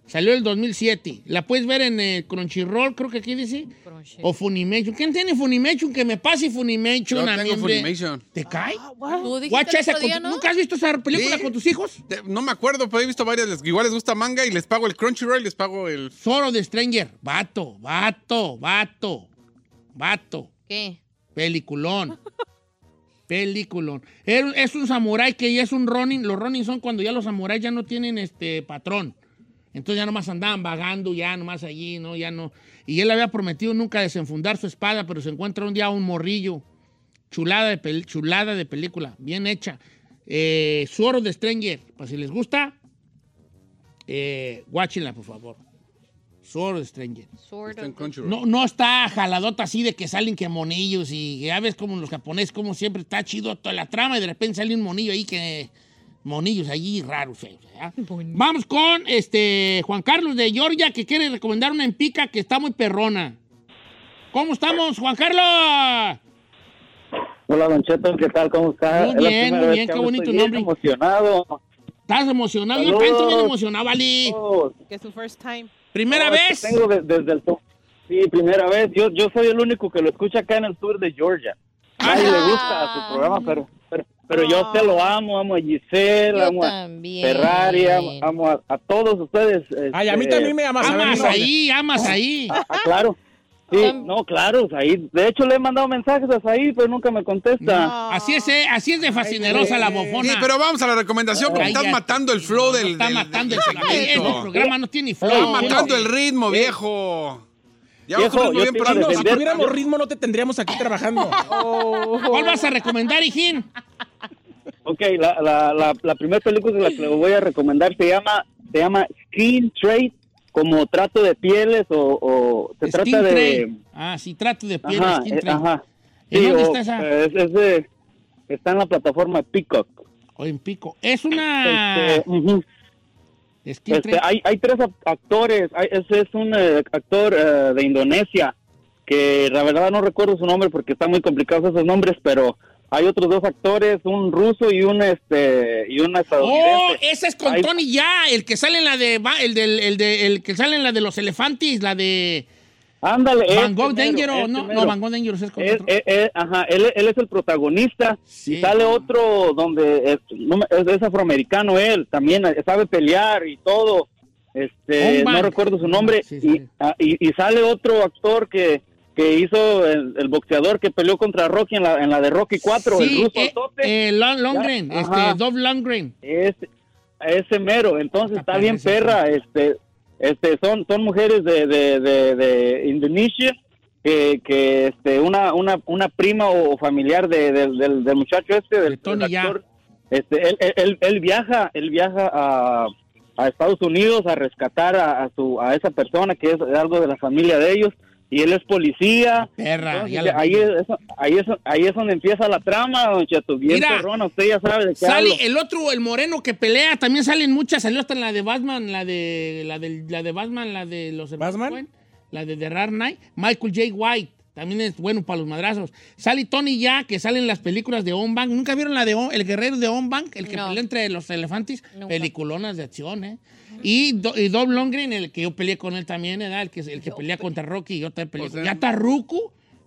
[SPEAKER 3] Salió el 2007. La puedes ver en eh, Crunchyroll, creo que aquí dice.
[SPEAKER 4] Crunchy.
[SPEAKER 3] O Funimation. ¿Quién tiene Funimation? Que me pase Funimation
[SPEAKER 5] Yo
[SPEAKER 3] a mí,
[SPEAKER 5] tengo
[SPEAKER 3] hombre.
[SPEAKER 5] Funimation.
[SPEAKER 3] ¿Te cae?
[SPEAKER 4] Ah, Tú dijiste
[SPEAKER 3] Guacha
[SPEAKER 4] el
[SPEAKER 3] esa.
[SPEAKER 4] otro
[SPEAKER 3] con-
[SPEAKER 4] día, ¿no?
[SPEAKER 3] ¿Nunca has visto esa película
[SPEAKER 5] Sí.
[SPEAKER 3] con tus hijos?
[SPEAKER 5] Te- No me acuerdo, pero he visto varias. les- Igual les gusta manga y les pago el Crunchyroll y les pago el...
[SPEAKER 3] Sword of the Stranger. Vato, vato, vato. Vato.
[SPEAKER 4] ¿Qué?
[SPEAKER 3] Peliculón. Peliculón. Era- Es un samurái que ya es un Ronin. Los Ronin son cuando ya los samuráis ya no tienen este patrón. Entonces ya nomás andaban vagando, ya nomás allí, ¿no? Ya no. Y él había prometido nunca desenfundar su espada, pero se encuentra un día un morrillo. Chulada de, pel- chulada de película, bien hecha. Eh, Suoro de Stranger, para si les gusta, eh, guáchenla, por favor. Suoro de Stranger.
[SPEAKER 4] Sword
[SPEAKER 5] Está en
[SPEAKER 4] of-
[SPEAKER 5] Crunchyroll.
[SPEAKER 3] No, no está jaladota así de que salen que monillos y ya ves como los japoneses, como siempre está chido toda la trama y de repente sale un monillo ahí que... Monillos allí raros, feos, ¿verdad? Vamos con este Juan Carlos de Georgia que quiere recomendar una empica que está muy perrona. ¿Cómo estamos, Juan Carlos?
[SPEAKER 8] Hola, Don Cheto, ¿qué tal? ¿Cómo está?
[SPEAKER 3] Muy
[SPEAKER 8] Es la
[SPEAKER 3] bien,
[SPEAKER 8] primera
[SPEAKER 3] muy
[SPEAKER 8] vez
[SPEAKER 3] bien,
[SPEAKER 8] que
[SPEAKER 3] qué
[SPEAKER 8] hablo,
[SPEAKER 3] bonito
[SPEAKER 8] estoy bien
[SPEAKER 3] nombre.
[SPEAKER 8] emocionado.
[SPEAKER 3] Estás emocionado. Yo
[SPEAKER 8] Saludos.
[SPEAKER 3] también estoy bien emocionado, Ali.
[SPEAKER 8] Oh,
[SPEAKER 7] Que es su first time.
[SPEAKER 3] Primera
[SPEAKER 8] no,
[SPEAKER 3] vez.
[SPEAKER 8] Tengo de- desde el to- Sí, primera vez. Yo, yo soy el único que lo escucha acá en el sur de Georgia. Nadie le gusta
[SPEAKER 4] Ah.
[SPEAKER 8] su programa, pero, pero, pero yo te lo amo, amo a Giselle,
[SPEAKER 4] Yo
[SPEAKER 8] amo a
[SPEAKER 4] también.
[SPEAKER 8] Ferrari, amo, amo a, a todos ustedes.
[SPEAKER 6] Ay, a mí
[SPEAKER 8] este,
[SPEAKER 6] también me llamas a ver,
[SPEAKER 3] Amas
[SPEAKER 6] no.
[SPEAKER 3] ahí, amas ahí.
[SPEAKER 8] Ah, claro. Sí,
[SPEAKER 4] Tam-
[SPEAKER 8] no, claro, ahí. De hecho, le he mandado mensajes a Said, pero nunca me contesta.
[SPEAKER 3] Así es, eh, así es de fascinerosa la bofona.
[SPEAKER 5] Sí, pero vamos a la recomendación porque
[SPEAKER 3] Cállate.
[SPEAKER 5] estás matando el flow del.
[SPEAKER 3] está
[SPEAKER 5] del-
[SPEAKER 3] matando el
[SPEAKER 5] del
[SPEAKER 3] Ey, ese
[SPEAKER 5] segmento.
[SPEAKER 3] este programa, no tiene flow.
[SPEAKER 5] Está
[SPEAKER 8] Sí,
[SPEAKER 5] matando
[SPEAKER 8] sí.
[SPEAKER 5] el ritmo, viejo. Ya
[SPEAKER 8] Viejo,
[SPEAKER 5] vamos
[SPEAKER 8] yo
[SPEAKER 5] bien
[SPEAKER 8] te
[SPEAKER 5] por
[SPEAKER 8] iba a
[SPEAKER 5] algo.
[SPEAKER 6] No, si
[SPEAKER 8] defender.
[SPEAKER 6] tuviéramos ritmo no te tendríamos aquí trabajando.
[SPEAKER 3] ¿Cuál vas a recomendar, hijín?
[SPEAKER 8] Ok, la, la, la, la primera película de la que le voy a recomendar se llama, se llama Skin Trade, como trato de pieles o, o
[SPEAKER 3] Skin
[SPEAKER 8] se trata de...
[SPEAKER 3] Trade. Ah, sí, trato de piel,
[SPEAKER 8] Ajá,
[SPEAKER 3] Skin
[SPEAKER 8] eh,
[SPEAKER 3] Trade.
[SPEAKER 8] ajá.
[SPEAKER 3] ¿En
[SPEAKER 8] Sí,
[SPEAKER 3] dónde
[SPEAKER 8] o,
[SPEAKER 3] está esa?
[SPEAKER 8] eh, es- es de- está en la plataforma Peacock.
[SPEAKER 3] O Oh, en pico. Es una...
[SPEAKER 8] Este, ujú.
[SPEAKER 3] Skin
[SPEAKER 8] Este,
[SPEAKER 3] Trade.
[SPEAKER 8] hay, hay tres act- actores. Hay- ese es un eh, actor eh, de Indonesia que la verdad no recuerdo su nombre porque están muy complicados esos nombres, pero hay otros dos actores, un ruso y un este y un
[SPEAKER 3] Oh,
[SPEAKER 8] estadounidense.
[SPEAKER 3] esa es con
[SPEAKER 8] Ay.
[SPEAKER 3] Tony ya, el que sale en la de va- el del el de el que sale en la de los elefantes, la de
[SPEAKER 8] Ándale.
[SPEAKER 3] Van
[SPEAKER 8] este
[SPEAKER 3] Gogh
[SPEAKER 8] mero,
[SPEAKER 3] Danger o
[SPEAKER 8] este
[SPEAKER 3] no, no
[SPEAKER 8] mero.
[SPEAKER 3] Van Gogh Danger es con
[SPEAKER 8] Él-
[SPEAKER 3] otro.
[SPEAKER 8] él- él- ajá, él, él es el protagonista
[SPEAKER 3] Sí.
[SPEAKER 8] y sale otro donde es, no me- es- es afroamericano él, también eh, sabe pelear y todo. Este,
[SPEAKER 3] Homban.
[SPEAKER 8] no recuerdo su nombre
[SPEAKER 3] Sí,
[SPEAKER 8] y,
[SPEAKER 3] sí.
[SPEAKER 8] ah, y- y sale otro actor que, que hizo el, el boxeador que peleó contra Rocky en la, en la de Rocky 4, el
[SPEAKER 3] Sí,
[SPEAKER 8] ruso
[SPEAKER 3] eh,
[SPEAKER 8] altote.
[SPEAKER 3] eh, Lon- Longren,
[SPEAKER 8] Ya,
[SPEAKER 3] este
[SPEAKER 8] ajá.
[SPEAKER 3] Dove Longren.
[SPEAKER 8] Ese- ese mero, entonces
[SPEAKER 3] Está
[SPEAKER 8] está bien
[SPEAKER 3] perra
[SPEAKER 8] perra, este, este, son, son mujeres de, de, de, de Indonesia, que, que este, una, una, una prima o familiar de, del- del- del muchacho este, del,
[SPEAKER 3] De Tony
[SPEAKER 8] del
[SPEAKER 3] Ya.
[SPEAKER 8] actor, este, él, él- él- él viaja, él viaja a, a Estados Unidos a rescatar a, a su, a esa persona que es algo de la familia de ellos, y él es policía,
[SPEAKER 3] Perra,
[SPEAKER 8] entonces,
[SPEAKER 3] Ah, ya la-
[SPEAKER 8] ahí, es, ahí, es, ahí es donde empieza la trama, don Cheto, bien
[SPEAKER 3] Mira,
[SPEAKER 8] perrona, usted ya sabe de qué hablo.
[SPEAKER 3] Sale el otro, el moreno que pelea, también salen muchas, salió hasta en la de Batman, la de la de, la de Batman, la de los hermanos
[SPEAKER 6] ¿Batman?
[SPEAKER 3] Coen, la de The Rare Night, Michael J. White, también es bueno para los madrazos. Sale Tony Ya, que sale en las películas de On Bank. ¿Nunca vieron la de On- El Guerrero de On Bank? El que
[SPEAKER 4] No.
[SPEAKER 3] peleó entre los elefantes,
[SPEAKER 4] Nunca.
[SPEAKER 3] peliculonas de acción, ¿eh? Y, Do, y Dolph Lundgren, el que yo peleé con él también, ¿eh? El que, el que pelea contra Rocky y yo también peleé.
[SPEAKER 5] O sea,
[SPEAKER 3] ya está Ruku,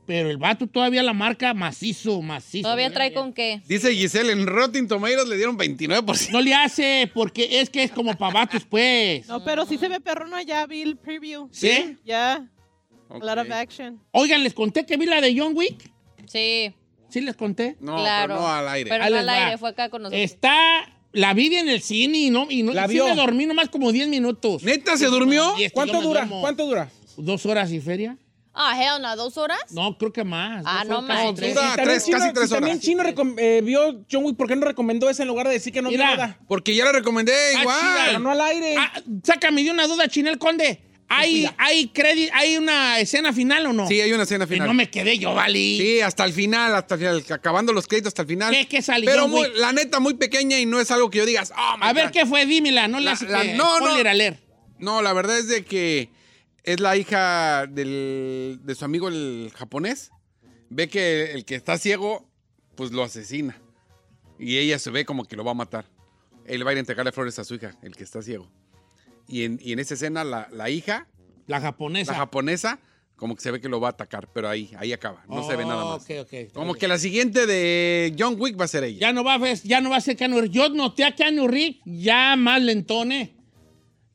[SPEAKER 3] pero el vato todavía la marca macizo, macizo.
[SPEAKER 4] Todavía
[SPEAKER 3] ¿eh?
[SPEAKER 4] trae con qué.
[SPEAKER 5] Dice Giselle, en Rotten Tomatoes le dieron 29%.
[SPEAKER 3] No le hace, porque es que es como pavatos, pues.
[SPEAKER 7] No, pero sí se ve perrona, ya vi el preview.
[SPEAKER 3] ¿Sí?
[SPEAKER 7] Ya, a lot of
[SPEAKER 5] Ok.
[SPEAKER 7] action.
[SPEAKER 3] Oigan, les conté que vi la de John Wick.
[SPEAKER 4] Sí,
[SPEAKER 3] Sí, les conté.
[SPEAKER 5] No,
[SPEAKER 4] claro.
[SPEAKER 5] pero no al aire.
[SPEAKER 4] Pero
[SPEAKER 3] Ahí
[SPEAKER 4] no al
[SPEAKER 3] les va.
[SPEAKER 4] aire, fue acá con nosotros.
[SPEAKER 3] Está. La vi en el cine y no. Y no
[SPEAKER 6] La
[SPEAKER 3] y sí
[SPEAKER 6] vio.
[SPEAKER 3] me dormí nomás como 10 minutos.
[SPEAKER 5] ¿Neta se durmió?
[SPEAKER 3] Y este, yo
[SPEAKER 6] ¿Cuánto
[SPEAKER 3] me
[SPEAKER 6] dura?
[SPEAKER 3] duermo
[SPEAKER 6] ¿Cuánto dura?
[SPEAKER 3] Dos horas y feria.
[SPEAKER 4] Ah, hell no, ¿dos horas?
[SPEAKER 3] No, creo que más.
[SPEAKER 4] Ah,
[SPEAKER 3] Dos horas,
[SPEAKER 4] no
[SPEAKER 3] casi
[SPEAKER 4] manches.
[SPEAKER 3] tres.
[SPEAKER 5] Dura
[SPEAKER 6] Y
[SPEAKER 5] tres,
[SPEAKER 6] Chino-
[SPEAKER 5] casi tres
[SPEAKER 6] si También
[SPEAKER 5] horas.
[SPEAKER 6] Chino recom- eh, vio John Wick, ¿por qué no recomendó esa en lugar de decir que no vio
[SPEAKER 3] Mira.
[SPEAKER 6] nada?
[SPEAKER 5] Porque ya le recomendé
[SPEAKER 3] Ah,
[SPEAKER 6] Pero
[SPEAKER 5] igual.
[SPEAKER 6] no al aire.
[SPEAKER 3] Ah, sácame de una duda, Chinel Conde. ¿Hay, hay, credi- ¿Hay una escena final o no?
[SPEAKER 5] Sí, hay una escena
[SPEAKER 3] Que
[SPEAKER 5] final.
[SPEAKER 3] no me quedé yo, Vali.
[SPEAKER 5] Sí, hasta el final, hasta el final, acabando los créditos hasta el final.
[SPEAKER 3] ¿Qué- qué sale,
[SPEAKER 5] Pero
[SPEAKER 3] John
[SPEAKER 5] muy-
[SPEAKER 3] Wick?
[SPEAKER 5] la neta, muy pequeña y no es algo que yo digas, oh, my
[SPEAKER 3] A ver
[SPEAKER 5] God.
[SPEAKER 3] qué fue, dímela. No le
[SPEAKER 5] La-
[SPEAKER 3] hace
[SPEAKER 5] la-
[SPEAKER 3] que-
[SPEAKER 5] no, no.
[SPEAKER 3] ponle a leer.
[SPEAKER 5] No, la verdad es de que es la hija del- de su amigo el japonés. Ve que el que está ciego, pues lo asesina. Y ella se ve como que lo va a matar. Él va a ir a entregarle flores a su hija, el que está ciego. Y en, y en esa escena, la, la hija,
[SPEAKER 3] La japonesa.
[SPEAKER 5] la japonesa, como que se ve que lo va a atacar, pero ahí, ahí acaba. No se ve nada
[SPEAKER 3] Oh,
[SPEAKER 5] más.
[SPEAKER 3] ok, ok, está
[SPEAKER 5] Como
[SPEAKER 3] bien.
[SPEAKER 5] que la siguiente de John Wick va a ser ella.
[SPEAKER 3] Ya no va a, ver- ya no va a ser Keanu Reeves. Yo noté a Keanu Reeves ya más lentone.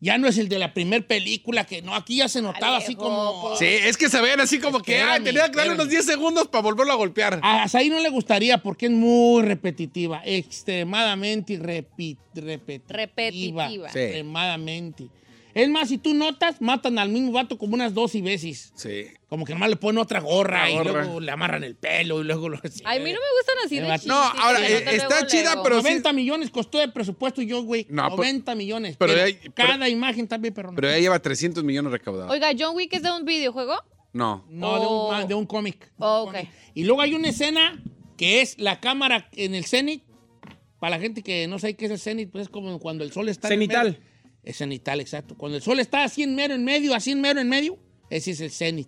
[SPEAKER 3] Ya no es el de la primer película que no, aquí ya se notaba así
[SPEAKER 4] Alejo,
[SPEAKER 3] como...
[SPEAKER 5] Sí, es que se ven así como que ah,
[SPEAKER 3] Espérame,
[SPEAKER 5] tenía que darle
[SPEAKER 3] espérame.
[SPEAKER 5] unos 10 segundos para volverlo a golpear.
[SPEAKER 3] A ahí no le gustaría porque es muy repetitiva, extremadamente repi- repetitiva.
[SPEAKER 4] Repetitiva.
[SPEAKER 5] Sí.
[SPEAKER 3] Extremadamente. Es más, si tú notas, matan al mismo vato como unas dos y veces.
[SPEAKER 5] Sí.
[SPEAKER 3] Como que nomás le ponen otra gorra,
[SPEAKER 5] Otra
[SPEAKER 3] y
[SPEAKER 5] gorra.
[SPEAKER 3] luego le amarran el pelo y luego lo...
[SPEAKER 4] A mí no me gustan así
[SPEAKER 3] Eh,
[SPEAKER 4] de
[SPEAKER 3] no,
[SPEAKER 4] chistes.
[SPEAKER 5] ahora,
[SPEAKER 4] que
[SPEAKER 5] eh,
[SPEAKER 4] notan
[SPEAKER 5] está
[SPEAKER 4] luego,
[SPEAKER 5] chida,
[SPEAKER 4] luego.
[SPEAKER 5] pero sí-
[SPEAKER 3] 90 millones costó de presupuesto yo, güey.
[SPEAKER 5] No, pero-
[SPEAKER 3] 90 millones.
[SPEAKER 5] pero
[SPEAKER 3] Pero,
[SPEAKER 5] hay- pero-
[SPEAKER 3] cada imagen también, pero no.
[SPEAKER 5] Pero ella lleva 300 millones recaudados.
[SPEAKER 4] Oiga, ¿John Wick es de un videojuego?
[SPEAKER 5] No.
[SPEAKER 3] No, de
[SPEAKER 4] Oh.
[SPEAKER 3] un, ma- de un cómic.
[SPEAKER 4] Oh, ok.
[SPEAKER 3] Y luego hay una escena que es la cámara en el cenit. Para la gente que no sabe qué es el cenit, pues es como cuando el sol está... en
[SPEAKER 6] Cenital.
[SPEAKER 3] medio. Es cenital, exacto. Cuando el sol está así en mero en medio, así en mero en medio, ese es el cenit.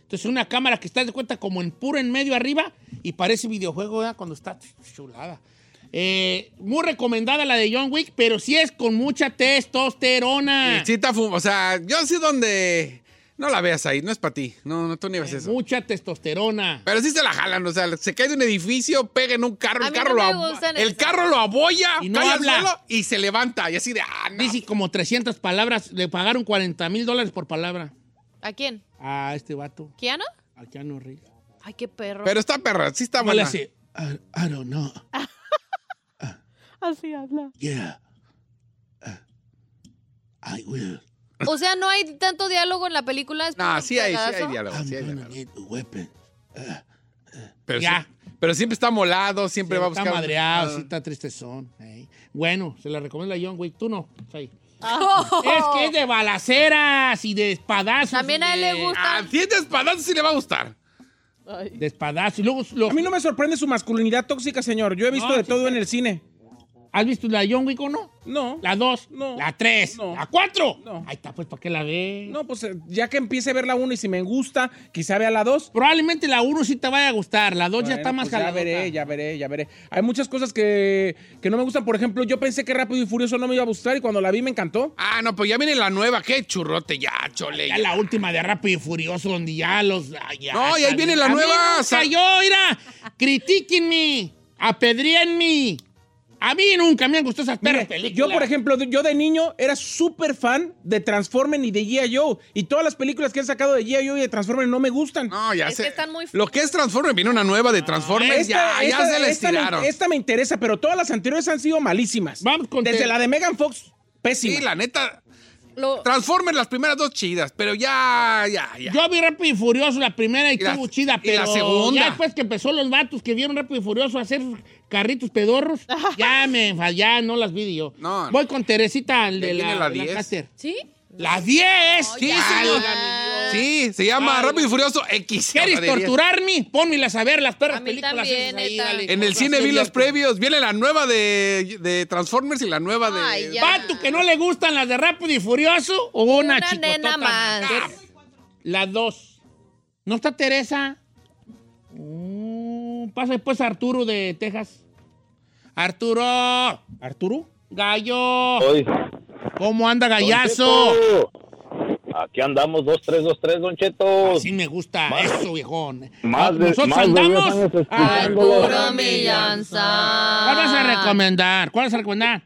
[SPEAKER 3] Entonces una cámara que está de cuenta como en puro en medio arriba y parece videojuego ¿verdad? cuando está chulada. Eh, muy recomendada la de John Wick, pero sí es con mucha testosterona.
[SPEAKER 5] Y sí está fu- O sea, yo sí donde. No la veas ahí, no es para ti. No, no, tú ni ves
[SPEAKER 3] Eh,
[SPEAKER 5] eso.
[SPEAKER 3] Mucha testosterona.
[SPEAKER 5] Pero sí se la jalan, o sea, se cae de un edificio, pega en un carro,
[SPEAKER 4] A
[SPEAKER 5] el
[SPEAKER 4] mí
[SPEAKER 5] carro,
[SPEAKER 4] no me
[SPEAKER 5] lo, abo-
[SPEAKER 4] gustan
[SPEAKER 5] el
[SPEAKER 4] esas.
[SPEAKER 5] carro lo aboya,
[SPEAKER 3] Y no
[SPEAKER 5] cae al
[SPEAKER 3] habla.
[SPEAKER 5] suelo y se levanta. Y así de, ah, no.
[SPEAKER 3] Dice como 300 palabras. Le pagaron 40 mil dólares por palabra
[SPEAKER 4] ¿A quién?
[SPEAKER 3] a este vato,
[SPEAKER 4] ¿Kiana?
[SPEAKER 3] a Keanu Reeves.
[SPEAKER 4] Ay, qué perro.
[SPEAKER 5] Pero está perra, sí está
[SPEAKER 3] No le
[SPEAKER 5] buena.
[SPEAKER 3] hace, I, I don't know.
[SPEAKER 9] Así habla.
[SPEAKER 3] Yeah. Uh, I will.
[SPEAKER 4] O sea, no hay tanto diálogo en la película. es
[SPEAKER 5] No,
[SPEAKER 4] puro
[SPEAKER 5] sí hay, sí hay
[SPEAKER 4] cagadazo.
[SPEAKER 5] diálogo,
[SPEAKER 3] I'm
[SPEAKER 5] sí hay
[SPEAKER 3] gonna
[SPEAKER 5] diálogo.
[SPEAKER 3] need a weapon.
[SPEAKER 5] Pero,
[SPEAKER 3] Ya.
[SPEAKER 5] sí- pero siempre está molado, siempre
[SPEAKER 3] Sí,
[SPEAKER 5] va a
[SPEAKER 3] está
[SPEAKER 5] buscar.
[SPEAKER 3] madreado,
[SPEAKER 5] Ah.
[SPEAKER 3] sí está tristezón. ey. Bueno, se la recomiendo a John Wick. Tú no. sí.
[SPEAKER 4] Oh.
[SPEAKER 3] Es que es de balaceras y de espadazos.
[SPEAKER 4] También
[SPEAKER 3] y
[SPEAKER 4] a él
[SPEAKER 3] de-
[SPEAKER 4] le gusta.
[SPEAKER 5] Ah, tiene espadazos sí le va a gustar.
[SPEAKER 9] Ay.
[SPEAKER 3] De espadazos. Y luego, lo-
[SPEAKER 6] A mí no me sorprende su masculinidad tóxica, señor. Yo he visto
[SPEAKER 3] No,
[SPEAKER 6] de
[SPEAKER 3] sí
[SPEAKER 6] todo
[SPEAKER 3] está-
[SPEAKER 6] en el cine.
[SPEAKER 3] ¿has visto la de John Wick o no?
[SPEAKER 6] No.
[SPEAKER 3] La 2.
[SPEAKER 6] No.
[SPEAKER 3] La 3.
[SPEAKER 6] No.
[SPEAKER 3] La 4.
[SPEAKER 6] No.
[SPEAKER 3] Ahí está, pues, ¿para qué la ves?
[SPEAKER 6] No, pues eh, ya que empiece a ver la 1 y si me gusta, quizá vea la 2.
[SPEAKER 3] Probablemente la 1 sí te vaya a gustar. La 2 ya está más
[SPEAKER 6] Ya
[SPEAKER 3] jaladota.
[SPEAKER 6] veré, ya veré, ya veré. Hay muchas cosas que, que no me gustan. Por ejemplo, yo pensé que Rápido y Furioso no me iba a gustar y cuando la vi me encantó.
[SPEAKER 5] Ah, no, pues ya viene la nueva, qué churrote, ya, chole.
[SPEAKER 3] Ya
[SPEAKER 5] ya.
[SPEAKER 3] la última de Rápido y Furioso, donde ya los. ay, ya,
[SPEAKER 5] No, y ahí
[SPEAKER 3] sal-
[SPEAKER 5] viene la
[SPEAKER 3] A mí
[SPEAKER 5] nueva,
[SPEAKER 3] nunca
[SPEAKER 5] sal-
[SPEAKER 3] yo, mira, critíquenme, apedríenme. A mí nunca me han gustado esas perras
[SPEAKER 6] Mire,
[SPEAKER 3] películas.
[SPEAKER 6] yo, por ejemplo, de- yo de niño era súper fan de Transformen y de G.I. Joe. Y todas las películas que han sacado de G.I. Joe y de Transformen no me gustan.
[SPEAKER 5] No, ya
[SPEAKER 4] Es
[SPEAKER 5] sé.
[SPEAKER 4] que están muy-
[SPEAKER 5] Lo que es Transformers, viene una nueva de Transformers, ya, ya se la
[SPEAKER 6] esta me-
[SPEAKER 5] estiraron.
[SPEAKER 6] Esta, me interesa, pero todas las anteriores han sido malísimas.
[SPEAKER 3] Vamos con
[SPEAKER 6] Desde
[SPEAKER 3] te-
[SPEAKER 6] la de Megan Fox, pésima.
[SPEAKER 5] sí, la neta.
[SPEAKER 4] Lo-
[SPEAKER 5] Transformers, las primeras dos chidas, pero ya, ya, ya.
[SPEAKER 3] Yo vi Rápido y Furioso la primera y,
[SPEAKER 5] Y la-
[SPEAKER 3] estuvo chida,
[SPEAKER 5] y
[SPEAKER 3] pero
[SPEAKER 5] la segunda.
[SPEAKER 3] ya después que empezó los vatos que vieron Rápido y Furioso a hacer sus carritos pedorros, ya me enfad- ya no las vi yo.
[SPEAKER 5] No, no.
[SPEAKER 3] Voy con Teresita, el
[SPEAKER 5] Ya
[SPEAKER 3] de
[SPEAKER 5] viene
[SPEAKER 3] la,
[SPEAKER 5] la
[SPEAKER 3] de
[SPEAKER 5] 10.
[SPEAKER 3] Lancaster.
[SPEAKER 4] ¿Sí?
[SPEAKER 3] ¡La 10!
[SPEAKER 4] No,
[SPEAKER 3] sí,
[SPEAKER 4] Oh, ya.
[SPEAKER 3] señor.
[SPEAKER 5] Sí, se llama
[SPEAKER 3] Ay.
[SPEAKER 5] Rápido y Furioso X.
[SPEAKER 3] ¿Quieres
[SPEAKER 5] Ahora diría.
[SPEAKER 3] torturarme? Pónmelas a ver las perras
[SPEAKER 4] A mí
[SPEAKER 3] películas.
[SPEAKER 4] también,
[SPEAKER 3] esas ahí,
[SPEAKER 4] neta.
[SPEAKER 3] dale.
[SPEAKER 5] En el cine vi los previos. Viene la nueva de, de Transformers y la nueva de.
[SPEAKER 4] Ay, ya.
[SPEAKER 3] Pato que no le gustan las de Rápido y Furioso o una,
[SPEAKER 4] Una
[SPEAKER 3] chicotota
[SPEAKER 4] nena más.
[SPEAKER 3] Ah, las dos. ¿No está Teresa? Mm, pasa después a Arturo de Texas. Arturo,
[SPEAKER 6] ¿Arturo?
[SPEAKER 3] gallo,
[SPEAKER 10] Hoy,
[SPEAKER 3] ¿cómo anda
[SPEAKER 10] Don
[SPEAKER 3] gallazo?
[SPEAKER 10] Cheto, Aquí andamos, dos, tres, dos, tres, Don Cheto.
[SPEAKER 3] Así me gusta eso, viejón.
[SPEAKER 10] Más de,
[SPEAKER 3] Nosotros
[SPEAKER 10] más de diez
[SPEAKER 3] andamos.
[SPEAKER 10] años escuchándolo.
[SPEAKER 4] Arturo Millanza.
[SPEAKER 3] ¿Cuál vas a recomendar? ¿Cuál vas a recomendar?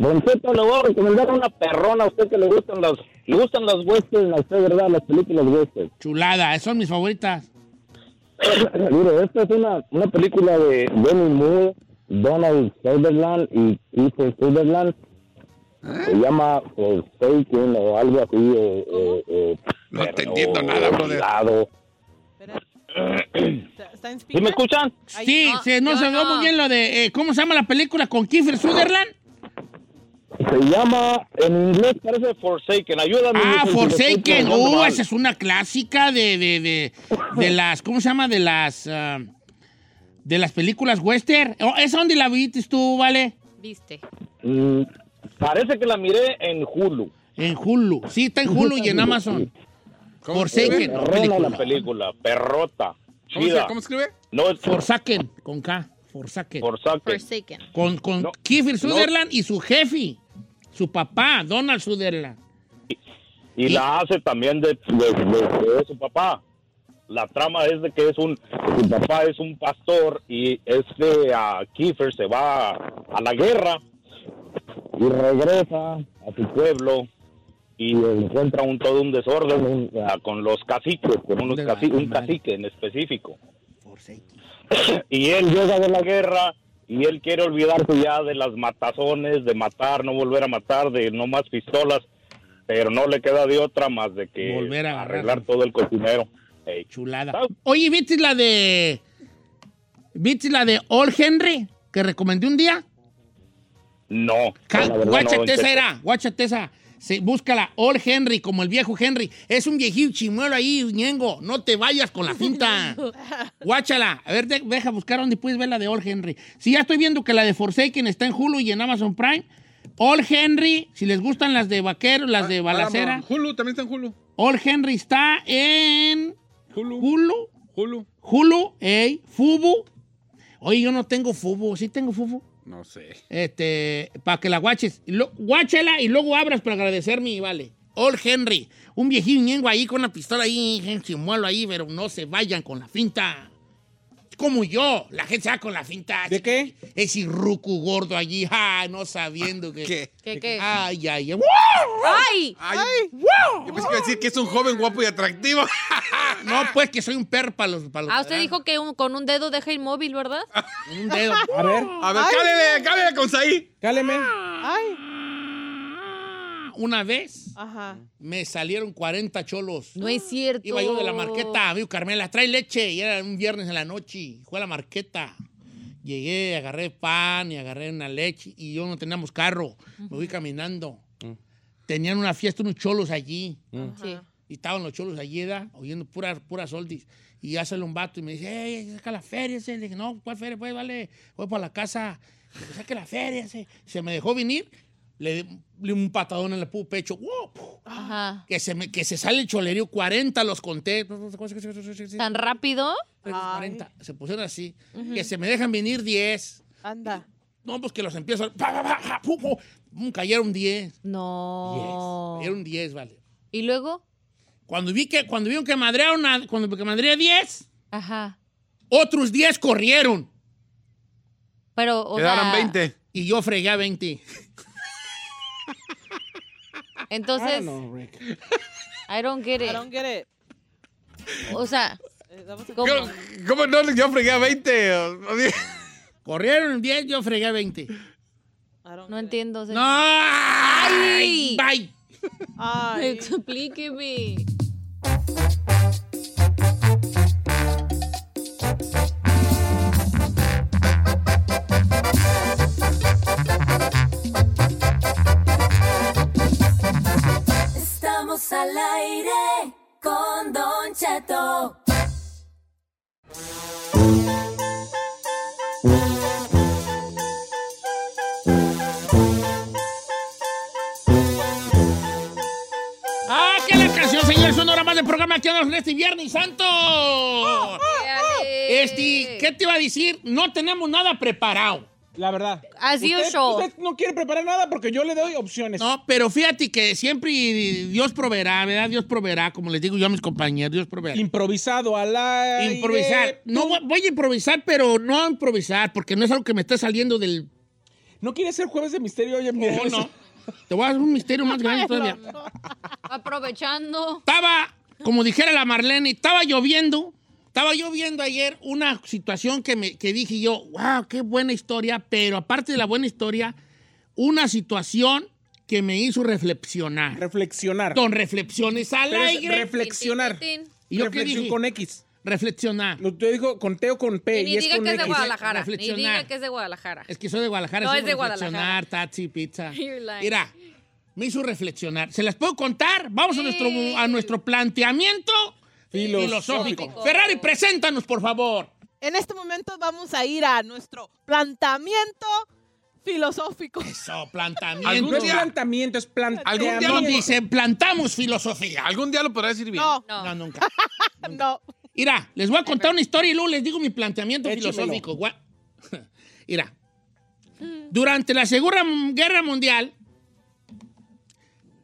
[SPEAKER 10] Don Cheto, le voy a recomendar una perrona a usted que le gustan las, le gustan las westerns, a usted, ¿verdad? Las películas westerns.
[SPEAKER 3] Chulada, esas son mis favoritas.
[SPEAKER 10] Mire, esta es una, una película de Demi Moore, Donald Sutherland y Ethan Sutherland. Se llama eh, Taken o algo así. eh, eh, eh,
[SPEAKER 5] No te
[SPEAKER 10] perro,
[SPEAKER 5] entiendo nada, brother.
[SPEAKER 10] cuidado.
[SPEAKER 9] Espera. ¿Está- ¿Está en
[SPEAKER 10] ¿Sí me
[SPEAKER 9] speaker?
[SPEAKER 10] escuchan?
[SPEAKER 9] Ay,
[SPEAKER 3] Sí,
[SPEAKER 4] no,
[SPEAKER 3] se, no
[SPEAKER 4] yo
[SPEAKER 3] se vio
[SPEAKER 4] no.
[SPEAKER 3] muy bien lo de. eh, ¿Cómo se llama la película con Kiefer Sutherland?
[SPEAKER 10] Se llama, en inglés parece Forsaken. Ayúdame.
[SPEAKER 3] Ah,
[SPEAKER 10] Vicente, que estoy
[SPEAKER 3] Forsaken.
[SPEAKER 10] pronunciando
[SPEAKER 3] Uh,
[SPEAKER 10] mal.
[SPEAKER 3] esa es una clásica de, de, de, de las. ¿Cómo se llama? De las. ah, de las películas western. Oh, ¿Esa dónde la viste tú, vale?
[SPEAKER 4] Viste.
[SPEAKER 10] Mm, parece que la miré en Hulu.
[SPEAKER 3] En Hulu. Sí, está en Hulu y en Amazon.
[SPEAKER 5] ¿Cómo
[SPEAKER 3] Forsaken.
[SPEAKER 5] escribe?
[SPEAKER 3] No,
[SPEAKER 10] Perrona
[SPEAKER 3] película.
[SPEAKER 10] la película, perrota.
[SPEAKER 5] ¿Cómo, se-
[SPEAKER 10] Chida.
[SPEAKER 5] cómo escribe?
[SPEAKER 10] No es
[SPEAKER 3] Forsaken, con K. Forsaken.
[SPEAKER 10] Forsaken.
[SPEAKER 4] Forsaken.
[SPEAKER 3] Con, con
[SPEAKER 10] No,
[SPEAKER 3] Kiefer Sutherland y su jefe, su papá, Donald Sutherland.
[SPEAKER 10] Y la hace también de, de- de- de su papá. La trama es de que es un, su papá es un pastor y este ah, Kiefer se va a la guerra y regresa a su pueblo y encuentra un todo un desorden un- ah, con los caciques, con unos
[SPEAKER 3] De
[SPEAKER 10] caci-
[SPEAKER 3] la
[SPEAKER 10] un
[SPEAKER 3] madre.
[SPEAKER 10] cacique en específico.
[SPEAKER 3] Forsaken.
[SPEAKER 10] y él llega de la guerra y él quiere olvidarse ya de las matazones, de matar, no volver a matar, de no más pistolas, pero no le queda de otra más de que
[SPEAKER 3] Volver a agarrar.
[SPEAKER 10] arreglar todo el cocinero. Ey.
[SPEAKER 3] Chulada.
[SPEAKER 10] Ah.
[SPEAKER 3] Oye, ¿viste la de. ¿Viste la de All Henry? Que recomendé un día.
[SPEAKER 10] No,
[SPEAKER 3] Ca-
[SPEAKER 10] la verdad no, don
[SPEAKER 3] Guáchate esa
[SPEAKER 10] Cheto.
[SPEAKER 3] era, guáchate esa. Se, búscala, All Henry, como el viejo Henry. Es un viejillo chimuelo ahí, ñengo. No te vayas con la finta. Guáchala. A ver, de- deja buscar dónde puedes ver la de All Henry. Si ya estoy viendo que la de Forsaken está en Hulu y en Amazon Prime. All Henry, si les gustan las de vaquero, las de
[SPEAKER 5] Ah,
[SPEAKER 3] balacera.
[SPEAKER 5] Paramount. Hulu, también está en Hulu.
[SPEAKER 3] All Henry está en
[SPEAKER 5] Hulu.
[SPEAKER 3] Hulu,
[SPEAKER 5] Hulu.
[SPEAKER 3] Hulu, ey, Fubu, Oye, yo no tengo fútbol. ¿Sí tengo fútbol?
[SPEAKER 5] No sé.
[SPEAKER 3] Este, para que la guaches. Y lo- guáchela y luego abras para agradecerme y vale. All Henry, un viejito ñengo ahí con una pistola ahí, gente muelo ahí, pero no se vayan con la finta. Como yo, la gente se va con la finta.
[SPEAKER 6] ¿De qué?
[SPEAKER 3] Ese rucu gordo allí, ah, no sabiendo que...
[SPEAKER 5] ¿Qué?
[SPEAKER 4] ¿Qué, qué?
[SPEAKER 3] Ay, ay, ay. ¡Wow!
[SPEAKER 4] ¡Ay!
[SPEAKER 5] Ay, Yo pensé que iba a decir que es un joven guapo y atractivo.
[SPEAKER 3] No, pues que soy un perro para los... pa' los-
[SPEAKER 4] Ah, usted dijo que un- con un dedo deja inmóvil, ¿verdad?
[SPEAKER 3] Un dedo.
[SPEAKER 6] A ver,
[SPEAKER 5] A ver, cálele, cálele con Saí.
[SPEAKER 6] cáleme.
[SPEAKER 7] Ay,
[SPEAKER 3] Una vez
[SPEAKER 7] ajá.
[SPEAKER 3] me salieron 40 cholos.
[SPEAKER 4] No es cierto.
[SPEAKER 3] Iba yo de la marqueta, amigo Carmela, trae leche. Y era un viernes en la noche. Fue a la marqueta. Llegué, agarré pan y agarré una leche. Y yo no teníamos carro. Me fui caminando. Tenían una fiesta, unos cholos allí.
[SPEAKER 5] Mm.
[SPEAKER 4] Sí.
[SPEAKER 3] Y estaban los cholos allí, ¿da? oyendo puras pura soldis. Y ya sale un vato y me dice, hey, saca la feria. ese". Le dije, no, ¿cuál feria? Pues vale, voy para la casa. Pues, Saque la feria. ese". Se me dejó venir. Le di un patadón en el pu- pecho. ¡Wow!
[SPEAKER 4] Ajá.
[SPEAKER 3] Que se, me, que se sale el cholerío, 40 los conté.
[SPEAKER 4] ¿Tan rápido?
[SPEAKER 3] pues, 40, se pusieron así. Que se me dejan venir 10.
[SPEAKER 7] Anda.
[SPEAKER 3] No, pues que los empiezo. a- pa, pa, pa, ja, pu, pu. Mm, Cayeron 10.
[SPEAKER 4] No.
[SPEAKER 3] 10. Cayeron 10, vale.
[SPEAKER 4] ¿Y luego?
[SPEAKER 3] Cuando vi que, cuando vieron que madrearon, a- cuando que madreé 10,
[SPEAKER 4] Ajá.
[SPEAKER 3] otros 10 corrieron.
[SPEAKER 4] Pero, o
[SPEAKER 5] Quedaron
[SPEAKER 4] sea,
[SPEAKER 5] 20.
[SPEAKER 3] Y yo fregué a 20.
[SPEAKER 4] Entonces,
[SPEAKER 5] Ah,
[SPEAKER 6] I don't know, Rick.
[SPEAKER 4] I don't get it.
[SPEAKER 7] I don't get it.
[SPEAKER 4] O sea,
[SPEAKER 7] Eh, vamos a-
[SPEAKER 4] ¿cómo?
[SPEAKER 5] ¿Cómo, cómo no? Yo fregué a 20.
[SPEAKER 3] Corrieron 10, yo fregué a 20.
[SPEAKER 7] I don't get
[SPEAKER 4] No
[SPEAKER 7] it.
[SPEAKER 4] entiendo.
[SPEAKER 3] ¡No!
[SPEAKER 4] señor.
[SPEAKER 3] ¡Ay! ¡Bye!
[SPEAKER 7] Ay.
[SPEAKER 4] Explíqueme.
[SPEAKER 11] Estamos al aire con Don Cheto.
[SPEAKER 3] ¡Ah, qué la canción, señores! Una hora más del programa que en este Viernes Santo.
[SPEAKER 4] Dale.
[SPEAKER 3] Este, ¿qué te iba a decir? No tenemos nada preparado.
[SPEAKER 6] La verdad.
[SPEAKER 4] As
[SPEAKER 6] usted,
[SPEAKER 4] usual.
[SPEAKER 6] usted no quiere preparar nada porque yo le doy opciones.
[SPEAKER 3] No, pero fíjate que siempre Dios proveerá, ¿verdad? Dios proveerá, como les digo yo a mis compañeros, Dios proveerá.
[SPEAKER 6] Improvisado a la.
[SPEAKER 3] Improvisar. No voy- voy a improvisar, pero no a improvisar, porque no es algo que me está saliendo del.
[SPEAKER 6] ¿No quiere ser jueves de misterio hoy en
[SPEAKER 3] Oh, no. Te voy a hacer un misterio más grande todavía.
[SPEAKER 4] Aprovechando.
[SPEAKER 3] Estaba, como dijera la Marlene, estaba lloviendo. Estaba lloviendo ayer una situación que, me, que dije yo, wow, qué buena historia, pero aparte de la buena historia, una situación que me hizo reflexionar.
[SPEAKER 6] Reflexionar.
[SPEAKER 3] Con reflexiones al
[SPEAKER 6] Pero es
[SPEAKER 3] aire.
[SPEAKER 6] reflexionar.
[SPEAKER 4] Tin, tin, tin.
[SPEAKER 3] ¿Y yo qué
[SPEAKER 6] Reflexión
[SPEAKER 3] dije?
[SPEAKER 6] con X.
[SPEAKER 3] reflexionar.
[SPEAKER 6] No, Yo digo con T o con P.
[SPEAKER 4] Y
[SPEAKER 6] Y,
[SPEAKER 4] ni
[SPEAKER 6] es
[SPEAKER 4] diga
[SPEAKER 6] con
[SPEAKER 4] que es de
[SPEAKER 6] X.
[SPEAKER 4] Guadalajara. Ni
[SPEAKER 3] Reflexionar.
[SPEAKER 4] diga que es de Guadalajara.
[SPEAKER 3] Es que soy de Guadalajara.
[SPEAKER 4] No,
[SPEAKER 3] soy
[SPEAKER 4] es de Guadalajara.
[SPEAKER 3] reflexionar, Taxi, pizza.
[SPEAKER 4] You're lying.
[SPEAKER 3] Mira, me hizo reflexionar. ¿Se las puedo contar? Vamos a, nuestro,
[SPEAKER 4] Sí.
[SPEAKER 3] a nuestro planteamiento
[SPEAKER 6] Filosófico.
[SPEAKER 3] filosófico. Ferrari, preséntanos, por favor.
[SPEAKER 7] En este momento vamos a ir a nuestro planteamiento filosófico.
[SPEAKER 3] Eso,
[SPEAKER 6] No
[SPEAKER 3] planteamiento.
[SPEAKER 5] Algún
[SPEAKER 6] es planteamiento, es planteamiento.
[SPEAKER 5] Algún día
[SPEAKER 3] No
[SPEAKER 5] lo dice.
[SPEAKER 3] dice, plantamos filosofía.
[SPEAKER 5] Algún día lo podrás decir bien.
[SPEAKER 7] No,
[SPEAKER 4] No.
[SPEAKER 3] No, nunca.
[SPEAKER 7] no.
[SPEAKER 3] Mira, les voy a contar una historia y luego les digo mi planteamiento
[SPEAKER 6] Échemelo.
[SPEAKER 3] filosófico. Gua- Mira, durante la Segunda Guerra Mundial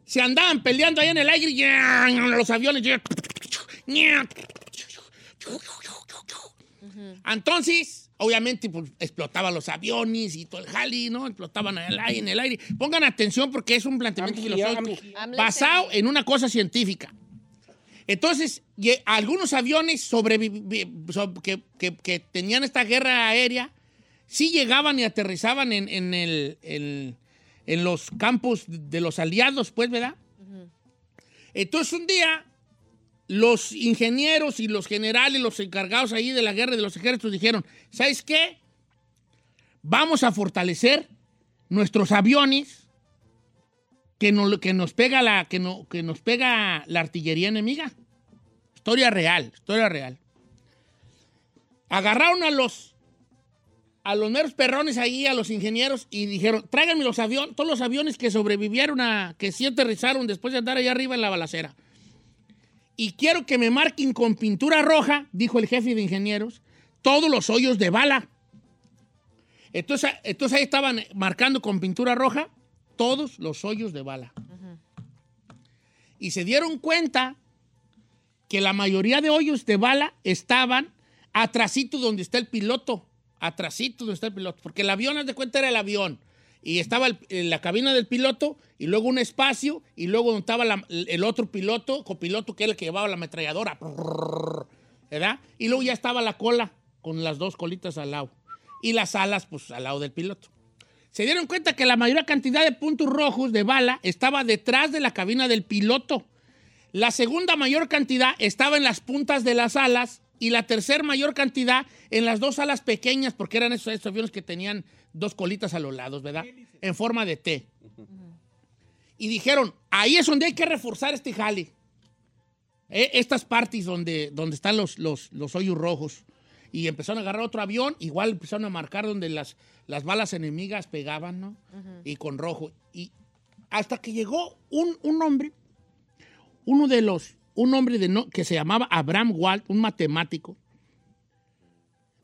[SPEAKER 3] se andaban peleando allá en el aire, ya, los aviones. ya, ya. Entonces, obviamente, pues, explotaban los aviones y todo el jali, ¿no? Explotaban en el aire. en el aire. Pongan atención porque es un planteamiento
[SPEAKER 6] I'm here,
[SPEAKER 3] filosófico
[SPEAKER 6] I'm
[SPEAKER 4] here.
[SPEAKER 3] basado en una cosa científica. Entonces, ye- algunos aviones sobrevivi- so- que, que- que tenían esta guerra aérea sí llegaban y aterrizaban en, en el- en- en los campos de los aliados, pues, ¿verdad? Entonces, un día, los ingenieros y los generales, los encargados ahí de la guerra y de los ejércitos dijeron, ¿sabes qué? Vamos a fortalecer nuestros aviones que nos, que nos, pega, la, que no- que nos pega la artillería enemiga. Historia real, historia real. Agarraron a los, a los meros perrones ahí, a los ingenieros, y dijeron, tráiganme los aviones, todos los aviones que sobrevivieron a, que sí aterrizaron después de andar allá arriba en la balacera y quiero que me marquen con pintura roja, dijo el jefe de ingenieros, todos los hoyos de bala Entonces, entonces ahí estaban marcando con pintura roja todos los hoyos de bala. Y se dieron cuenta que la mayoría de hoyos de bala estaban atrasito donde está el piloto. Atrasito donde está el piloto. Porque el avión, haz de cuenta, era el avión. Y estaba el- en la cabina del piloto y luego un espacio y luego donde estaba la- el otro piloto, copiloto, que era el que llevaba la ametralladora. ¿Verdad? Y luego ya estaba la cola con las dos colitas al lado. Y las alas, pues, al lado del piloto. Se dieron cuenta que la mayor cantidad de puntos rojos de bala estaba detrás de la cabina del piloto. La segunda mayor cantidad estaba en las puntas de las alas y la tercera mayor cantidad en las dos alas pequeñas, porque eran esos, esos aviones que tenían dos colitas a los lados, ¿verdad? En forma de T. Y dijeron, ahí es donde hay que reforzar este jale. Eh, estas partes donde, donde están los, los, los hoyos rojos. Y empezaron a agarrar otro avión, igual empezaron a marcar donde las, las balas enemigas pegaban, ¿no? Y con rojo. Y hasta que llegó un, un hombre uno de los, un hombre de no- que se llamaba Abraham Walt, un matemático,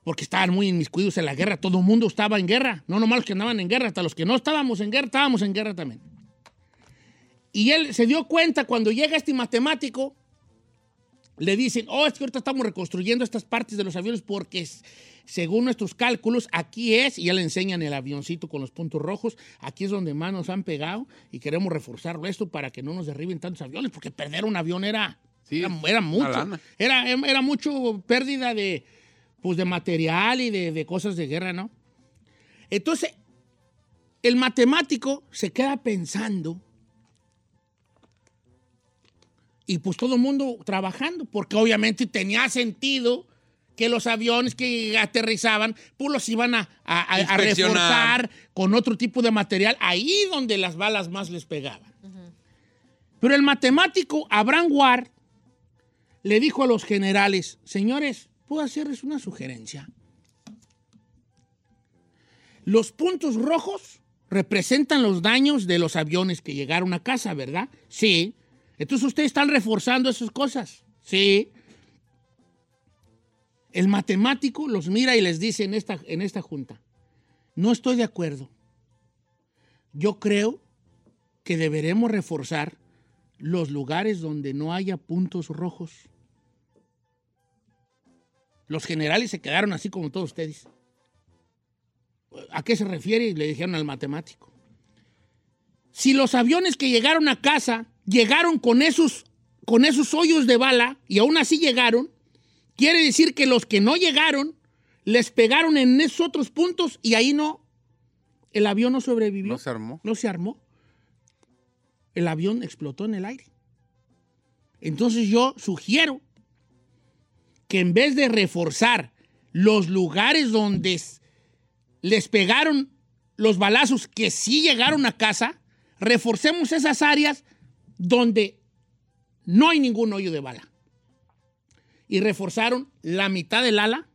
[SPEAKER 3] porque estaban muy inmiscuidos en la guerra, todo el mundo estaba en guerra, no nomás los que andaban en guerra, hasta los que no estábamos en guerra, estábamos en guerra también. Y él se dio cuenta cuando llega este matemático, le dicen, oh, es que ahorita estamos reconstruyendo estas partes de los aviones porque s- según nuestros cálculos, aquí es, y ya le enseñan el avioncito con los puntos rojos, aquí es donde más nos han pegado y queremos reforzarlo esto para que no nos derriben tantos aviones, porque perder un avión era,
[SPEAKER 5] Sí,
[SPEAKER 3] era, era
[SPEAKER 5] una
[SPEAKER 3] mucho.
[SPEAKER 5] lana.
[SPEAKER 3] Era, em, era mucho pérdida de, pues, de material y de, de cosas de guerra, ¿no? Entonces, el matemático se queda pensando y pues todo el mundo trabajando, porque obviamente tenía sentido que los aviones que aterrizaban, pues los iban a, a- a- a
[SPEAKER 5] Inspeccionar.
[SPEAKER 3] reforzar con otro tipo de material, ahí donde las balas más les pegaban. Pero el matemático Abraham Ward le dijo a los generales, señores, puedo hacerles una sugerencia. Los puntos rojos representan los daños de los aviones que llegaron a casa, ¿verdad? Sí. Entonces ustedes están reforzando esas cosas. Sí. El matemático los mira y les dice en esta, en esta junta, no estoy de acuerdo. Yo creo que deberemos reforzar los lugares donde no haya puntos rojos. Los generales se quedaron así como todos ustedes. ¿A qué se refiere? Y Le dijeron al matemático. Si los aviones que llegaron a casa llegaron con esos, con esos hoyos de bala y aún así llegaron, quiere decir que los que no llegaron les pegaron en esos otros puntos y ahí no, el avión no sobrevivió
[SPEAKER 5] No se armó.
[SPEAKER 3] no se armó. El avión explotó en el aire. Entonces yo sugiero que en vez de reforzar los lugares donde s- les pegaron los balazos que sí llegaron a casa, reforcemos esas áreas donde no hay ningún hoyo de bala. Y reforzaron la mitad del ala,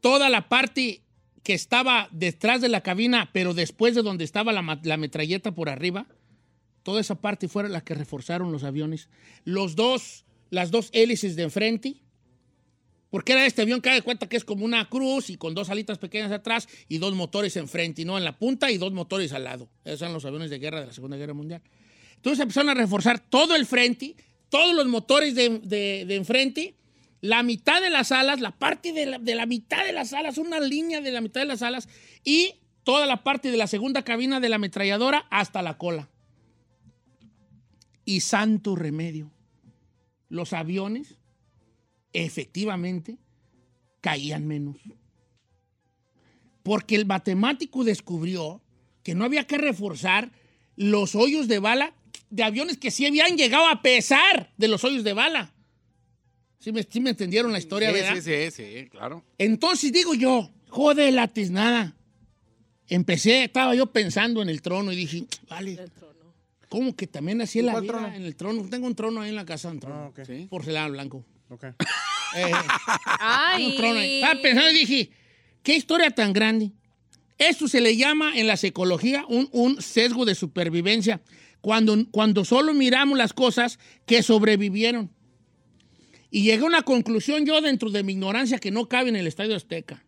[SPEAKER 3] toda la parte que estaba detrás de la cabina, pero después de donde estaba la, ma- la metralleta por arriba, toda esa parte fueron las que reforzaron los aviones. Los dos, las dos hélices de enfrente, porque era este avión que haga de cuenta que es como una cruz y con dos alitas pequeñas atrás y dos motores enfrente, y no en la punta y dos motores al lado. Esos eran los aviones de guerra de la Segunda Guerra Mundial. Entonces empezaron a reforzar todo el frente, todos los motores de, de- de enfrente, la mitad de las alas, la parte de la, de la mitad de las alas, una línea de la mitad de las alas y toda la parte de la segunda cabina de la ametralladora hasta la cola. Y santo remedio, los aviones efectivamente caían menos. Porque el matemático descubrió que no había que reforzar los hoyos de bala de aviones que sí habían llegado a pesar de los hoyos de bala. ¿Sí me, sí me entendieron la historia,
[SPEAKER 5] sí,
[SPEAKER 3] verdad?
[SPEAKER 5] sí, sí, sí, claro.
[SPEAKER 3] Entonces digo yo, joder, la tiznada. Empecé, estaba yo pensando en el trono y dije, vale, ¿cómo que también hacía la
[SPEAKER 6] ¿Cuál
[SPEAKER 3] vida
[SPEAKER 6] trono?
[SPEAKER 3] en el trono? Tengo un trono ahí en la casa, un trono.
[SPEAKER 6] Ah, ok.
[SPEAKER 5] Sí.
[SPEAKER 3] Porcelana blanco.
[SPEAKER 6] Ok.
[SPEAKER 3] Eh,
[SPEAKER 4] Ay.
[SPEAKER 3] un trono ahí. Estaba pensando y dije, qué historia tan grande. Esto se le llama en la psicología un, un sesgo de supervivencia. Cuando, cuando solo miramos las cosas que sobrevivieron. Y llegué a una conclusión yo dentro de mi ignorancia que no cabe en el Estadio Azteca.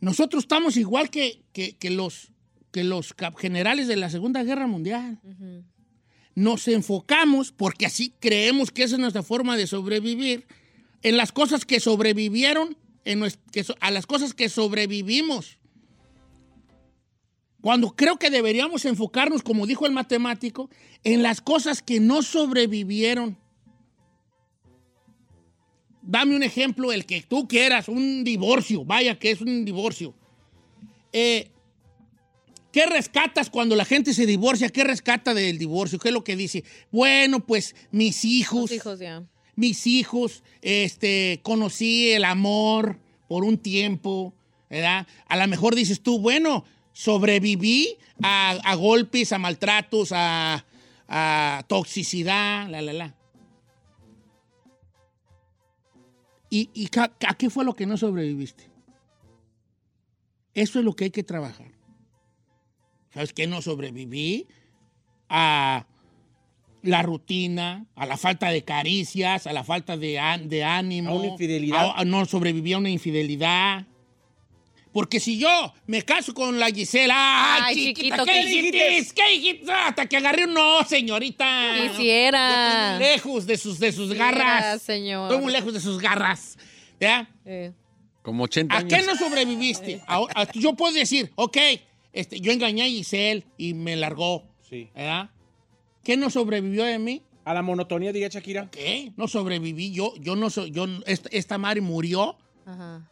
[SPEAKER 3] Nosotros estamos igual que, que- que los, que los cap- generales de la Segunda Guerra Mundial. Nos enfocamos, porque así creemos que esa es nuestra forma de sobrevivir, en las cosas que sobrevivieron, en nues- que so- a las cosas que sobrevivimos. Cuando creo que deberíamos enfocarnos, como dijo el matemático, en las cosas que no sobrevivieron. Dame un ejemplo, el que tú quieras, un divorcio, vaya que es un divorcio. Eh, ¿Qué rescatas cuando la gente se divorcia? ¿Qué rescata del divorcio? ¿Qué es lo que dice? Bueno, pues mis hijos,
[SPEAKER 4] Los hijos, ya.
[SPEAKER 3] mis hijos, este, conocí el amor por un tiempo, ¿verdad? A lo mejor dices tú, bueno, sobreviví a, a golpes, a maltratos, a, a toxicidad, la, la, la. ¿Y, y ca- a qué fue lo que no sobreviviste? Eso es lo que hay que trabajar. ¿Sabes qué? No sobreviví a la rutina, a la falta de caricias, a la falta de, á- de ánimo.
[SPEAKER 6] A una infidelidad.
[SPEAKER 3] a- a- no sobreviví a una infidelidad. Porque si yo me caso con la Gisela, ¡ay,
[SPEAKER 4] Ay,
[SPEAKER 3] chiquita!
[SPEAKER 4] chiquito,
[SPEAKER 3] ¿Qué
[SPEAKER 4] ¿qué
[SPEAKER 3] dijiste? ¿Qué dijiste? Hasta que agarré un no, señorita.
[SPEAKER 4] Quisiera.
[SPEAKER 3] Estoy muy lejos de sus, de sus
[SPEAKER 4] Quisiera,
[SPEAKER 3] garras.
[SPEAKER 4] señor.
[SPEAKER 3] Estoy muy lejos de sus garras. ¿Ya?
[SPEAKER 4] Eh,
[SPEAKER 5] Como 80
[SPEAKER 3] ¿A
[SPEAKER 5] años.
[SPEAKER 3] qué no sobreviviste? Ahora, a- yo puedo decir, ok, este, yo engañé a Giselle y me largó.
[SPEAKER 6] Sí.
[SPEAKER 3] ¿Verdad? ¿Qué no sobrevivió de mí?
[SPEAKER 6] A la monotonía, diría Shakira.
[SPEAKER 3] ¿Qué? No sobreviví. Yo, yo no soy, yo, no- esta, esta madre murió
[SPEAKER 4] Ajá.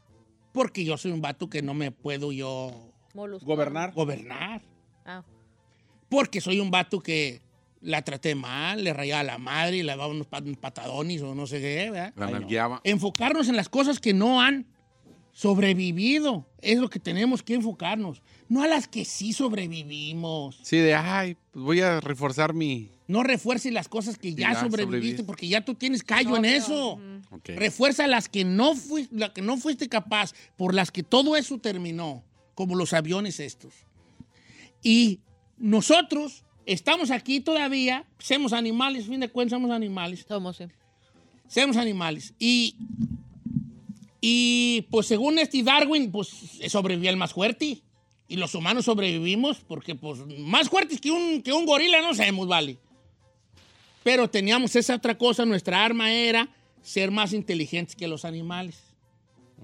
[SPEAKER 3] porque yo soy un vato que no me puedo yo
[SPEAKER 4] Molusco.
[SPEAKER 6] Gobernar.
[SPEAKER 3] gobernar.
[SPEAKER 4] Ah.
[SPEAKER 3] Porque soy un vato que la traté mal, le rayaba la madre y le daba unos pat- patadones o no sé qué, ¿verdad?
[SPEAKER 5] La nalgueaba.
[SPEAKER 3] enfocarnos en las cosas que no han sobrevivido. Es lo que tenemos que enfocarnos. No a las que sí sobrevivimos.
[SPEAKER 5] Sí, de, ay, pues voy a reforzar mi...
[SPEAKER 3] No refuerces las cosas que ya,
[SPEAKER 5] ya
[SPEAKER 3] sobreviviste
[SPEAKER 5] sobreviví.
[SPEAKER 3] porque ya tú tienes callo en eso.
[SPEAKER 5] Ok.
[SPEAKER 3] Refuerza las que, no fui- la que no fuiste capaz, por las que todo eso terminó, como los aviones estos. Y nosotros estamos aquí todavía, somos animales, a fin de cuentas somos animales,
[SPEAKER 4] Somos, sí.
[SPEAKER 3] seamos animales. Y, y pues según este Darwin, pues sobrevivió el más fuerte. Y los humanos sobrevivimos porque pues más fuertes que un, que un gorila no somos, vale. Pero teníamos esa otra cosa, nuestra arma era ser más inteligentes que los animales.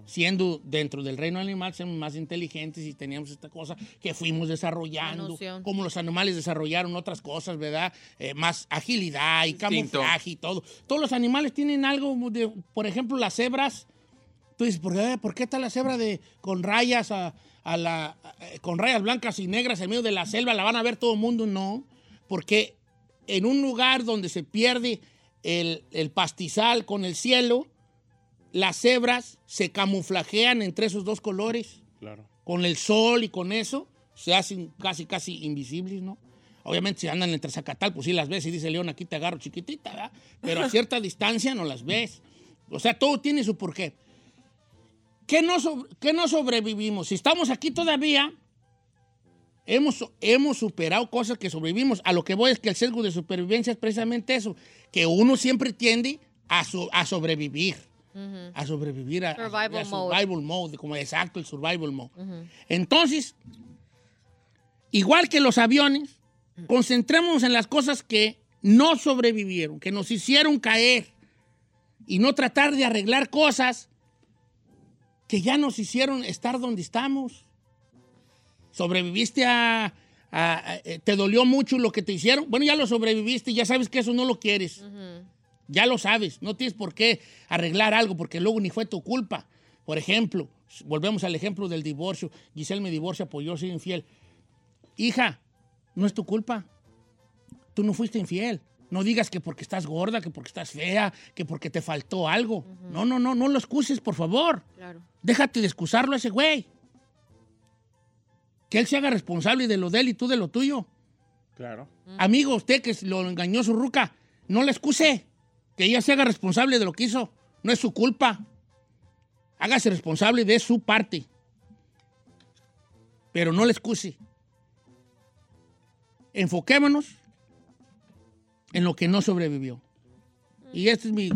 [SPEAKER 3] Siendo dentro del reino animal, somos más inteligentes y teníamos esta cosa que fuimos
[SPEAKER 4] La
[SPEAKER 3] desarrollando,
[SPEAKER 4] noción.
[SPEAKER 3] como los animales desarrollaron otras cosas, ¿verdad? Eh, más agilidad y
[SPEAKER 5] Instinto.
[SPEAKER 3] camuflaje y todo. Todos los animales tienen algo, de- por ejemplo, las cebras. Tú dices, ¿por qué, por qué está la cebra de, con rayas a, a la, eh, con rayas blancas y negras en medio de la selva? ¿La van a ver todo el mundo? No, porque en un lugar donde se pierde el, el pastizal con el cielo, las cebras se camuflajean entre esos dos colores
[SPEAKER 6] Claro.
[SPEAKER 3] con el sol y con eso, se hacen casi, casi invisibles, ¿no? Obviamente, si andan entre Zacatal, pues sí las ves y dice León, aquí te agarro chiquitita, ¿verdad? Pero a cierta distancia no las ves. O sea, todo tiene su porqué. ¿Qué no, sobre- qué no sobrevivimos? Si estamos aquí todavía, hemos, hemos superado cosas que sobrevivimos. A lo que voy es que el sesgo de supervivencia es precisamente eso, que uno siempre tiende a, so- a sobrevivir. A sobrevivir a, a-
[SPEAKER 4] Survival
[SPEAKER 3] a
[SPEAKER 4] mode.
[SPEAKER 3] survival mode, como exacto, el survival mode. Entonces, igual que los aviones, concentrémonos en las cosas que no sobrevivieron, que nos hicieron caer y no tratar de arreglar cosas que ya nos hicieron estar donde estamos. Sobreviviste a... a- a- eh, ¿Te dolió mucho lo que te hicieron? Bueno, ya lo sobreviviste, ya sabes que eso no lo quieres. Ya lo sabes, no tienes por qué arreglar algo porque luego ni fue tu culpa. Por ejemplo, Pues, volvemos al ejemplo del divorcio. Giselle me divorcia por yo soy infiel. Hija, no es tu culpa. Tú no fuiste infiel. No digas que porque estás gorda, que porque estás fea, que porque te faltó algo. No, no, no, no lo excuses, por favor.
[SPEAKER 4] Claro.
[SPEAKER 3] Déjate de excusarlo a ese güey. Que él se haga responsable de lo de él y tú de lo tuyo.
[SPEAKER 6] Claro.
[SPEAKER 3] Amigo, usted que lo engañó su ruca, no la excuse. Que ella se haga responsable de lo que hizo. No es su culpa. Hágase responsable de su parte. Pero no la excuse. Enfoquémonos en lo que no sobrevivió. Y este es mi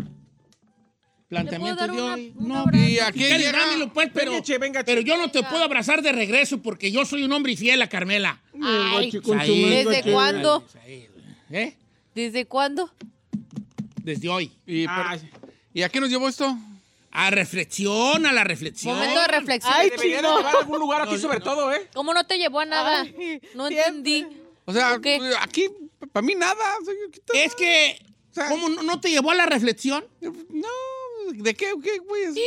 [SPEAKER 3] planteamiento
[SPEAKER 4] ¿Le puedo
[SPEAKER 3] de
[SPEAKER 4] dar
[SPEAKER 3] hoy.
[SPEAKER 4] una- un
[SPEAKER 3] No,
[SPEAKER 4] abrazo?
[SPEAKER 3] si
[SPEAKER 5] ¿Y a qué
[SPEAKER 3] quieres,
[SPEAKER 5] llega?
[SPEAKER 3] dámelo, pues, pero,
[SPEAKER 6] Venga, che, venga, che.
[SPEAKER 3] pero yo no te puedo abrazar de regreso porque yo soy un hombre fiel a Carmela.
[SPEAKER 4] Ay,
[SPEAKER 6] Guachi, con su
[SPEAKER 3] Saí,
[SPEAKER 6] mango,
[SPEAKER 4] ¿desde
[SPEAKER 6] che.
[SPEAKER 4] cuándo?
[SPEAKER 3] ¿Eh?
[SPEAKER 4] ¿Desde cuándo?
[SPEAKER 3] Desde hoy.
[SPEAKER 5] Y,
[SPEAKER 6] Ah,
[SPEAKER 5] per- ¿Y a qué nos llevó esto?
[SPEAKER 3] A reflexión, a la reflexión.
[SPEAKER 4] Momento de reflexión.
[SPEAKER 7] Ay,
[SPEAKER 6] te deberían de
[SPEAKER 7] chino.
[SPEAKER 6] llevar a algún lugar aquí, sobre todo, ¿eh?
[SPEAKER 4] ¿Cómo no te llevó a nada?
[SPEAKER 7] Ay,
[SPEAKER 4] no
[SPEAKER 7] siempre.
[SPEAKER 4] entendí.
[SPEAKER 5] O sea,
[SPEAKER 4] ¿Qué?
[SPEAKER 5] aquí, para mí nada. o sea, ¿qué tal?
[SPEAKER 3] Es que, ¿cómo no, no te llevó a la reflexión?
[SPEAKER 5] No, ¿de qué, qué, güey? O sea,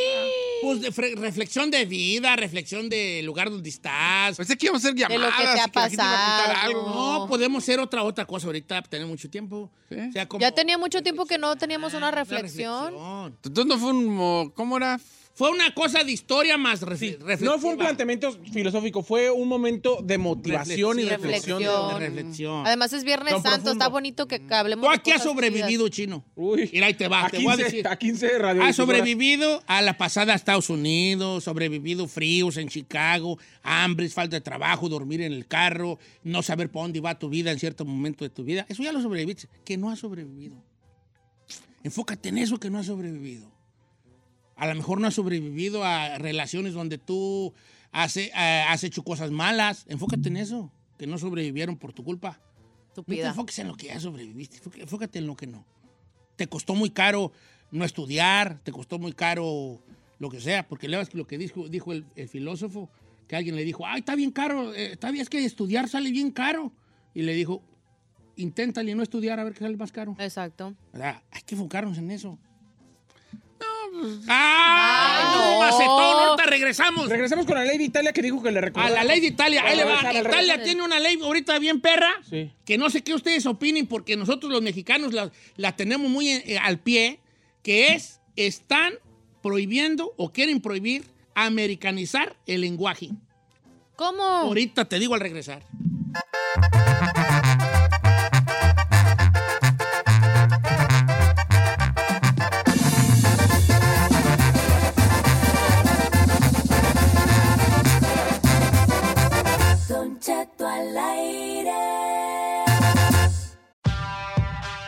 [SPEAKER 3] Pues de fre- reflexión de vida, reflexión del lugar donde estás.
[SPEAKER 5] Pensé que íbamos a hacer
[SPEAKER 4] que te
[SPEAKER 5] llamadas.
[SPEAKER 4] ha
[SPEAKER 5] y que la gente iba a apuntar
[SPEAKER 4] pasado.
[SPEAKER 5] algo.
[SPEAKER 3] No, podemos ser otra otra cosa ahorita, tenemos mucho tiempo. O sea, como-
[SPEAKER 4] Ya tenía mucho tiempo que no teníamos una
[SPEAKER 3] Ah,
[SPEAKER 4] reflexión.
[SPEAKER 3] reflexión.
[SPEAKER 5] Entonces no fue un... mo- ¿Cómo era?
[SPEAKER 3] Fue una cosa de historia más ref- reflexiva.
[SPEAKER 6] No fue un planteamiento filosófico, fue un momento de motivación y reflexión.
[SPEAKER 4] Reflexión.
[SPEAKER 3] De reflexión.
[SPEAKER 4] Además es Viernes
[SPEAKER 6] Don
[SPEAKER 4] Santo,
[SPEAKER 6] Profundo.
[SPEAKER 4] está bonito que hablemos
[SPEAKER 3] ¿Tú
[SPEAKER 4] de
[SPEAKER 3] a qué has
[SPEAKER 4] cosas
[SPEAKER 3] sobrevivido, chino?
[SPEAKER 6] Uy.
[SPEAKER 3] Mira, ahí te va,
[SPEAKER 6] A
[SPEAKER 3] te voy a
[SPEAKER 6] 15,
[SPEAKER 3] decir. Ah,
[SPEAKER 6] a 15 radio.
[SPEAKER 3] Ha sobrevivido a la pasada a Estados Unidos, sobrevivido fríos en Chicago, hambres, falta de trabajo, dormir en el carro, no saber para dónde va tu vida en cierto momento de tu vida. Eso ya lo sobreviviste, que no has sobrevivido. Enfócate en eso que no has sobrevivido. A lo mejor no has sobrevivido a relaciones donde tú has, eh, has hecho cosas malas. Enfócate en eso, que no sobrevivieron por tu culpa. No te
[SPEAKER 4] estúpidas.
[SPEAKER 3] enfoques en lo que ya sobreviviste, enfóca- enfócate en lo que no. Te costó muy caro no estudiar, te costó muy caro lo que sea, porque leas lo que dijo, dijo el, el filósofo, que alguien le dijo, ay, está bien caro, eh, está bien, es que estudiar sale bien caro. Y le dijo, inténtale no estudiar a ver qué sale más caro.
[SPEAKER 4] Exacto.
[SPEAKER 3] O sea, hay que enfocarnos en eso. ¡Ah!
[SPEAKER 4] pues, Ay,
[SPEAKER 3] no,
[SPEAKER 4] no.
[SPEAKER 3] macetón! Ahorita regresamos.
[SPEAKER 6] Regresamos con la ley de Italia que dijo que le
[SPEAKER 3] A
[SPEAKER 6] recomendaba.
[SPEAKER 3] la ley de Italia, ahí le va.
[SPEAKER 6] Regresar, al
[SPEAKER 3] Italia
[SPEAKER 6] regresar.
[SPEAKER 3] tiene una ley ahorita bien perra,
[SPEAKER 6] Sí.
[SPEAKER 3] que no sé qué ustedes opinen, porque nosotros los mexicanos la, la tenemos muy eh, al pie, que es, están prohibiendo o quieren prohibir americanizar el lenguaje.
[SPEAKER 4] ¿Cómo?
[SPEAKER 3] Ahorita te digo al regresar.
[SPEAKER 11] Don Cheto al aire.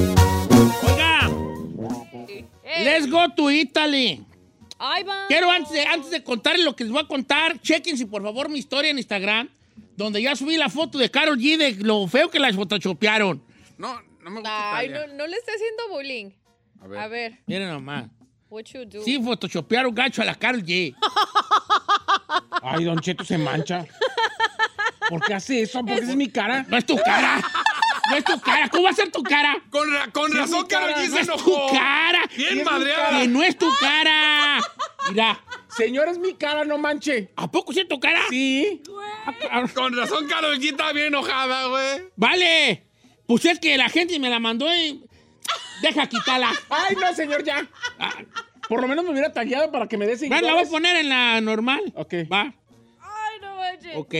[SPEAKER 3] Oiga, let's go to Italy.
[SPEAKER 4] Ay, Eh, va.
[SPEAKER 3] Quiero antes de, antes de contarles lo que les voy a contar, chequense por favor mi historia en Instagram, donde ya subí la foto de Carol G de lo feo que las photoshopearon.
[SPEAKER 5] No, no me gusta
[SPEAKER 4] Ay, no,
[SPEAKER 5] Italia.
[SPEAKER 4] no le esté haciendo bullying.
[SPEAKER 5] A ver.
[SPEAKER 4] A ver,
[SPEAKER 3] Miren nomás.
[SPEAKER 4] what you do.
[SPEAKER 3] Sí, photoshopearon gacho a la Carol G.
[SPEAKER 6] Ay, Don Cheto se mancha. ¿Por qué hace eso? ¿Por qué esa es mi cara?
[SPEAKER 3] No es tu cara. No es tu cara. ¿Cómo va a ser tu cara?
[SPEAKER 5] Con, ra- con razón, Carol G
[SPEAKER 3] No
[SPEAKER 5] se
[SPEAKER 3] es tu
[SPEAKER 5] enojó.
[SPEAKER 3] cara.
[SPEAKER 5] Bien
[SPEAKER 3] Que
[SPEAKER 5] madreada.
[SPEAKER 3] no es tu cara. Mira,
[SPEAKER 6] Señor, es mi cara, no manche.
[SPEAKER 3] ¿a poco sí es tu cara?
[SPEAKER 6] Sí.
[SPEAKER 5] Con razón, Carol G está bien enojada, güey.
[SPEAKER 3] Vale. Pues es que la gente me la mandó y... Deja quitarla.
[SPEAKER 6] Ay, no, señor, ya. Ah, Por lo menos me hubiera tagueado para que me dé
[SPEAKER 3] Bueno, la voy a
[SPEAKER 6] seguidores.
[SPEAKER 3] poner en la normal.
[SPEAKER 6] Ok.
[SPEAKER 3] Va.
[SPEAKER 4] Ay, no manches.
[SPEAKER 3] Ok.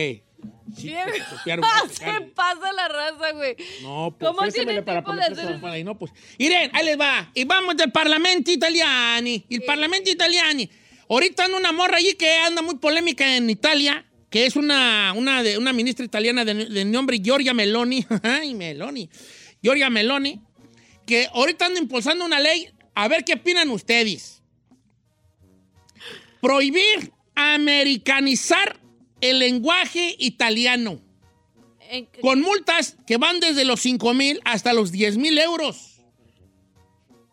[SPEAKER 3] Sí,
[SPEAKER 4] Bien. Ah,
[SPEAKER 3] photoshopearon gacho,
[SPEAKER 4] Se
[SPEAKER 3] Carol.
[SPEAKER 4] pasa la raza, güey.
[SPEAKER 3] No, pues.
[SPEAKER 4] ¿Cómo
[SPEAKER 6] ofrécemele
[SPEAKER 4] tiene
[SPEAKER 6] para
[SPEAKER 4] tiempo de
[SPEAKER 6] ponérselo.
[SPEAKER 4] hacer
[SPEAKER 3] Guarda, no, pues. Irene, ahí les va. Y vamos del Parlamento Italiani. El Parlamento Italiani. Ahorita anda una morra allí que anda muy polémica en Italia, que es una, una, de, una ministra italiana de, de nombre Giorgia Meloni. Ay, Meloni. Giorgia Meloni. Que ahorita anda impulsando una ley. A ver qué opinan ustedes. Prohibir americanizar el lenguaje italiano.
[SPEAKER 4] en-
[SPEAKER 3] Con multas que van desde los 5 mil hasta los 10 mil euros.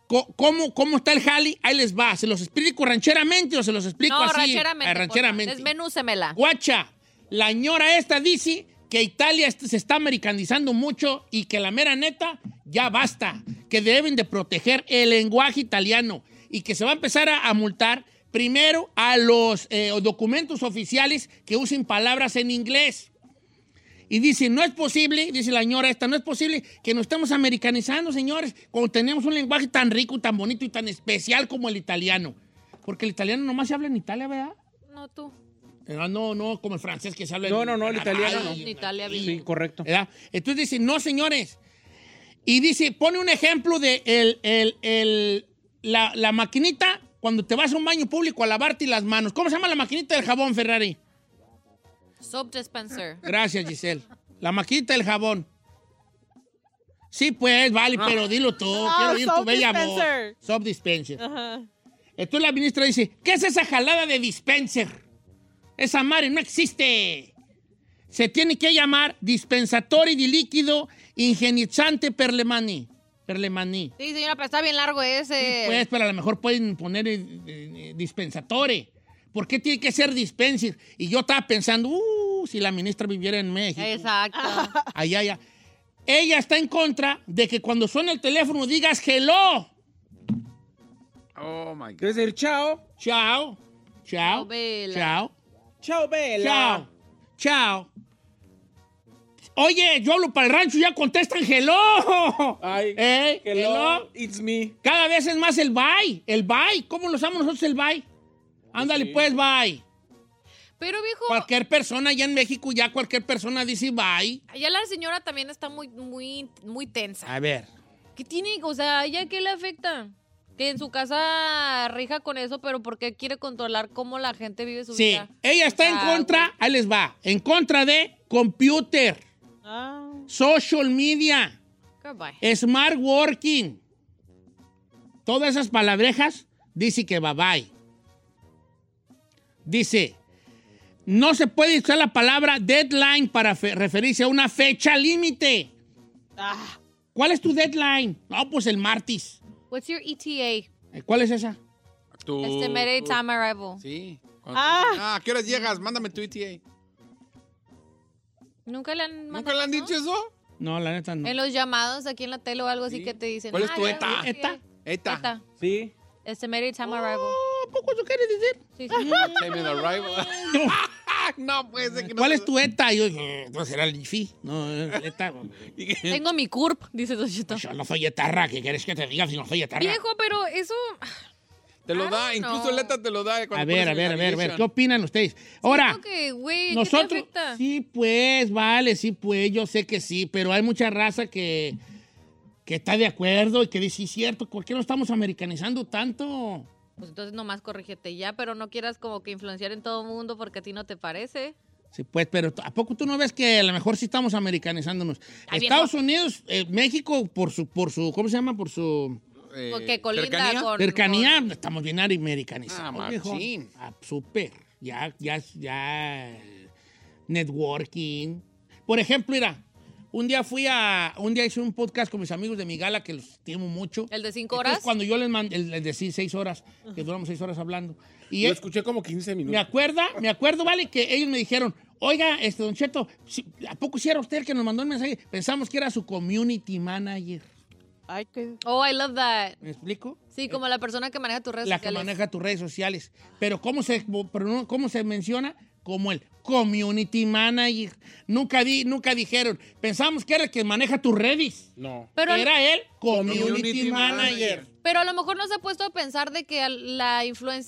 [SPEAKER 3] Co- ¿Cómo, ¿Cómo está el jali? Ahí les va. ¿Se los explico rancheramente o se los explico
[SPEAKER 4] no,
[SPEAKER 3] así?
[SPEAKER 4] rancheramente.
[SPEAKER 3] Ah,
[SPEAKER 4] porfa.
[SPEAKER 3] rancheramente.
[SPEAKER 4] Desmenúcemela.
[SPEAKER 3] Guacha, la ñora esta dice que Italia est- se está americanizando mucho y que la mera neta ya basta, que deben de proteger el lenguaje italiano y que se va a empezar a, a multar primero a los eh, documentos oficiales que usen palabras en inglés. Y dice, no es posible, dice la señora esta, no es posible que nos estamos americanizando, señores, cuando tenemos un lenguaje tan rico, tan bonito y tan especial como el italiano. Porque el italiano nomás se habla en Italia, ¿verdad?
[SPEAKER 4] No, tú.
[SPEAKER 3] No, no, no, como el francés que se habla.
[SPEAKER 6] No,
[SPEAKER 3] en-
[SPEAKER 6] no, no, el
[SPEAKER 3] en-
[SPEAKER 6] italiano
[SPEAKER 3] Ay,
[SPEAKER 6] no.
[SPEAKER 4] En Italia, bien.
[SPEAKER 6] Sí, correcto.
[SPEAKER 3] ¿verdad? Entonces dice, no, señores. Y dice, pone un ejemplo de el, el- el- la, la maquinita cuando te vas a un baño público a lavarte las manos. ¿Cómo se llama la maquinita del jabón, Ferrari?
[SPEAKER 4] Soap dispenser.
[SPEAKER 3] Gracias, Giselle. La maquinita del jabón. Sí, pues, vale, pero dilo tú.
[SPEAKER 7] Ah,
[SPEAKER 3] Quiero oír tu
[SPEAKER 7] soap
[SPEAKER 3] bella voz.
[SPEAKER 7] dispenser.
[SPEAKER 3] Soap dispenser.
[SPEAKER 7] Ajá.
[SPEAKER 3] Entonces la ministra dice, ¿qué es esa jalada de dispenser? Esa madre no existe. Se tiene que llamar dispensatori di líquido ingenizzante perlemani. Perlemani.
[SPEAKER 4] Sí, señora, pero está bien largo ese.
[SPEAKER 3] Pues, pero a lo mejor pueden poner eh, eh, dispensatore. ¿Por qué tiene que ser dispenser? Y yo estaba pensando, uh, si la ministra viviera en México.
[SPEAKER 4] Exacto.
[SPEAKER 3] Allá, allá. Ella está en contra de que cuando suene el teléfono digas hello.
[SPEAKER 5] Oh, my God.
[SPEAKER 6] Debe ser chao,
[SPEAKER 3] Chao. Chao.
[SPEAKER 4] Novela.
[SPEAKER 3] Chao.
[SPEAKER 6] chao, Bela.
[SPEAKER 3] Chao. Chao. Oye, yo hablo para el rancho y ya contestan hello.
[SPEAKER 6] Ay,
[SPEAKER 3] Eh,
[SPEAKER 6] hello,
[SPEAKER 3] hello.
[SPEAKER 6] it's me.
[SPEAKER 3] Cada vez es más el bye. El bye. ¿Cómo lo usamos nosotros el bye? Ándale, pues, bye.
[SPEAKER 4] Pero, viejo,
[SPEAKER 3] Cualquier persona allá en México, ya cualquier persona dice bye.
[SPEAKER 4] ya la señora también está muy, muy, muy tensa.
[SPEAKER 3] A ver.
[SPEAKER 4] ¿Qué tiene? O sea, ¿ya qué le afecta? Que en su casa rija con eso, pero porque quiere controlar cómo la gente vive su
[SPEAKER 3] Sí,
[SPEAKER 4] vida?
[SPEAKER 3] ella está en
[SPEAKER 4] Ah,
[SPEAKER 3] contra, ahí les va, en contra de computer,
[SPEAKER 7] Ah.
[SPEAKER 3] social media,
[SPEAKER 4] Goodbye.
[SPEAKER 3] smart working. Todas esas palabrejas dice que bye bye. Dice, no se puede usar la palabra deadline para fe- referirse a una fecha límite.
[SPEAKER 7] Ah.
[SPEAKER 3] ¿Cuál es tu deadline? No, pues el martes.
[SPEAKER 4] What's your E ETA?
[SPEAKER 3] Eh, ¿Cuál es esa?
[SPEAKER 5] Tú- uh.
[SPEAKER 4] Estimated Este, time arrival.
[SPEAKER 5] Sí.
[SPEAKER 7] Ah.
[SPEAKER 5] Ah. ¿A qué horas llegas? Mándame tu E ETA.
[SPEAKER 4] ¿Nunca le han
[SPEAKER 5] ¿Nunca
[SPEAKER 4] mandado
[SPEAKER 5] le han
[SPEAKER 4] eso?
[SPEAKER 5] dicho eso?
[SPEAKER 3] No, la neta Ah, no.
[SPEAKER 4] En los llamados aquí en la tele o algo así
[SPEAKER 5] Sí.
[SPEAKER 4] que te dicen. "Ah,
[SPEAKER 5] ¿Cuál es tu
[SPEAKER 4] ya
[SPEAKER 5] ETA?
[SPEAKER 4] vamos, sí,
[SPEAKER 3] ¿ETA?
[SPEAKER 5] ETA.
[SPEAKER 4] ETA.
[SPEAKER 6] Sí.
[SPEAKER 4] Estimated time arrival.
[SPEAKER 5] Ah,
[SPEAKER 3] Oh, ¿Poco eso quiere decir?
[SPEAKER 4] Sí, sí.
[SPEAKER 5] Time and arrival. no,
[SPEAKER 4] pues,
[SPEAKER 5] puede ser que no.
[SPEAKER 3] ¿Cuál es tu ETA? Y Yo, eh, no será el IFI. No, eh, ETA.
[SPEAKER 4] Tengo mi CURP, dice Don Cheto.
[SPEAKER 3] Pues Yo no soy etarra, ¿qué quieres que te diga si no soy etarra?
[SPEAKER 4] Viejo, ah, pero eso. ah,
[SPEAKER 5] Te lo da,
[SPEAKER 4] I don't
[SPEAKER 5] incluso
[SPEAKER 4] know.
[SPEAKER 5] Leta te lo da. cuando
[SPEAKER 3] A ver,
[SPEAKER 5] pones
[SPEAKER 3] a
[SPEAKER 5] el
[SPEAKER 3] ver, a ver, a ver, ¿qué
[SPEAKER 5] navigation.
[SPEAKER 3] opinan ustedes? Ahora,
[SPEAKER 4] Siento que, güey, ¿qué te
[SPEAKER 3] nosotros...
[SPEAKER 4] afecta?
[SPEAKER 3] Sí, pues, vale, sí, pues, yo sé que sí, pero hay mucha raza que, que está de acuerdo y que dice, sí, cierto, ¿por qué no estamos americanizando tanto?
[SPEAKER 4] Pues entonces nomás corrígete ya, pero no quieras como que influenciar en todo el mundo porque a ti no te parece.
[SPEAKER 3] Sí, pues, pero ¿a poco tú no ves que a lo mejor sí estamos americanizándonos?
[SPEAKER 4] Ay, viejo.
[SPEAKER 3] Estados Unidos, eh, México, por su, por su, ¿cómo se llama? Por su
[SPEAKER 5] Eh,
[SPEAKER 4] Porque Pues colinda
[SPEAKER 5] cercanía.
[SPEAKER 4] con.
[SPEAKER 3] cercanía, estamos bien americanizados.
[SPEAKER 5] Ah,
[SPEAKER 3] viejo.
[SPEAKER 5] machín.
[SPEAKER 3] Ah, súper. Ya, ya, ya. eh, Networking. Por ejemplo, mira, un día fui a, un día hice un podcast con mis amigos de mi gala, que los estimo mucho.
[SPEAKER 4] ¿El de cinco
[SPEAKER 3] Entonces,
[SPEAKER 4] horas?
[SPEAKER 3] cuando yo les mandé, el, el de sí, seis horas, que duramos seis horas hablando. Y
[SPEAKER 12] Lo
[SPEAKER 3] él-
[SPEAKER 12] escuché como 15
[SPEAKER 3] me
[SPEAKER 12] minutos.
[SPEAKER 3] acuerda, me acuerdo, vale, que ellos me dijeron, oiga, este, don Cheto, si- ¿a poco si era usted el que nos mandó el mensaje? Pensamos que era su community manager.
[SPEAKER 7] Ay, qué.
[SPEAKER 4] Oh, I love that.
[SPEAKER 3] ¿Me explico?
[SPEAKER 4] Sí, como la persona que maneja tus redes
[SPEAKER 3] la que
[SPEAKER 4] sociales.
[SPEAKER 3] maneja tus redes sociales. Pero ¿cómo se, pronun- cómo se menciona? Como el community manager. Nunca, di, nunca dijeron, pensamos que era el que maneja tus redes.
[SPEAKER 12] No.
[SPEAKER 4] Pero,
[SPEAKER 3] era el community,
[SPEAKER 5] Community
[SPEAKER 3] manager.
[SPEAKER 5] manager.
[SPEAKER 4] pero a lo mejor no se ha puesto a pensar de que al- la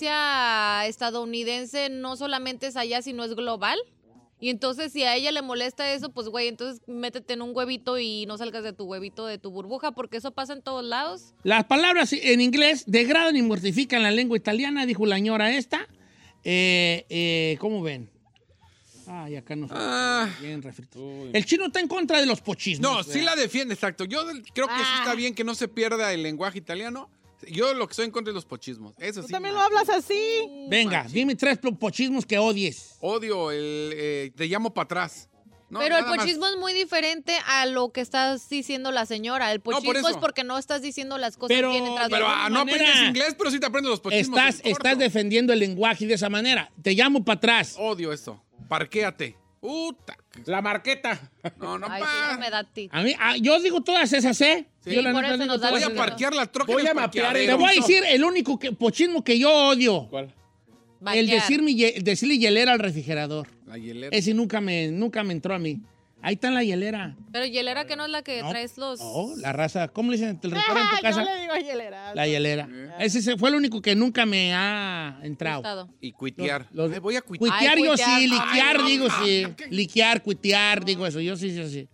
[SPEAKER 4] influencia estadounidense no solamente es allá, sino es global. Y entonces si a ella le molesta eso, pues güey, entonces métete en un huevito y no salgas de tu huevito, de tu burbuja, porque eso pasa en todos lados.
[SPEAKER 3] Las palabras en inglés degradan y mortifican la lengua italiana, dijo la ñora esta. Eh, eh, ¿Cómo ven? Ay, acá no.
[SPEAKER 5] Ah.
[SPEAKER 3] Bien refrito. El chino está en contra de los pochismos.
[SPEAKER 5] No, sí la defiende, exacto. Yo del- creo que sí
[SPEAKER 4] Ah.
[SPEAKER 5] está bien que no se pierda el lenguaje italiano. Yo lo que soy en contra de los pochismos. Eso
[SPEAKER 7] ¿Tú
[SPEAKER 5] sí.
[SPEAKER 7] también lo
[SPEAKER 5] man.
[SPEAKER 7] hablas así?
[SPEAKER 3] Venga, dime tres po- pochismos que odies.
[SPEAKER 5] Odio el eh, te llamo para atrás. No,
[SPEAKER 4] Pero el
[SPEAKER 5] nada más.
[SPEAKER 4] pochismo es muy diferente a lo que estás diciendo la señora. El
[SPEAKER 5] por
[SPEAKER 4] pochismo es
[SPEAKER 5] eso.
[SPEAKER 4] porque no estás diciendo las cosas
[SPEAKER 3] Pero-
[SPEAKER 4] bien traducidas.
[SPEAKER 5] Pero ah, no
[SPEAKER 3] manera.
[SPEAKER 5] aprendes inglés, pero sí te aprendes los pochismos.
[SPEAKER 3] Estás,
[SPEAKER 5] en corto.
[SPEAKER 3] estás defendiendo el lenguaje de esa manera. Te llamo para atrás.
[SPEAKER 5] Odio esto. Parquéate. Puta.
[SPEAKER 6] La marqueta.
[SPEAKER 5] No, no
[SPEAKER 4] Ay, sí,
[SPEAKER 5] pa.
[SPEAKER 4] no me da tic.
[SPEAKER 3] A mí, ah, yo digo todas esas, ¿eh?
[SPEAKER 5] Sí,
[SPEAKER 3] yo la
[SPEAKER 4] por
[SPEAKER 3] neta
[SPEAKER 4] eso
[SPEAKER 3] digo
[SPEAKER 4] nos da
[SPEAKER 3] todas
[SPEAKER 5] Voy
[SPEAKER 4] la
[SPEAKER 5] a
[SPEAKER 3] esas.
[SPEAKER 5] parquear la troca.
[SPEAKER 6] Voy
[SPEAKER 5] en el
[SPEAKER 6] a mapear
[SPEAKER 5] parqueadero.
[SPEAKER 3] Te voy a decir el único que- pochismo que yo odio.
[SPEAKER 6] ¿Cuál?
[SPEAKER 3] El
[SPEAKER 4] Baquear.
[SPEAKER 3] decir mi hie- el decirle hielera al refrigerador.
[SPEAKER 5] La hielera.
[SPEAKER 3] Ese nunca me, nunca me entró a mí. Ahí está la hielera.
[SPEAKER 4] Pero hielera que no es la que
[SPEAKER 3] No.
[SPEAKER 4] traes los...
[SPEAKER 3] Oh, la raza. ¿Cómo le dicen en el restaurante en tu
[SPEAKER 7] Ajá,
[SPEAKER 3] casa?
[SPEAKER 7] Yo le digo hielera.
[SPEAKER 3] La hielera.
[SPEAKER 5] Eh.
[SPEAKER 3] Ese se- fue el único que nunca me ha entrado.
[SPEAKER 4] Estado.
[SPEAKER 5] Y cuitear.
[SPEAKER 3] Los-
[SPEAKER 5] Ay, voy a cuitear.
[SPEAKER 3] Cuitear
[SPEAKER 4] Ay,
[SPEAKER 3] yo
[SPEAKER 4] cuitear.
[SPEAKER 3] sí, liquear
[SPEAKER 5] Ay, no,
[SPEAKER 3] digo
[SPEAKER 5] ma,
[SPEAKER 7] Ah,
[SPEAKER 3] sí.
[SPEAKER 5] ¿qué?
[SPEAKER 3] Liquear, cuitear, digo eso. Yo sí, sí, sí.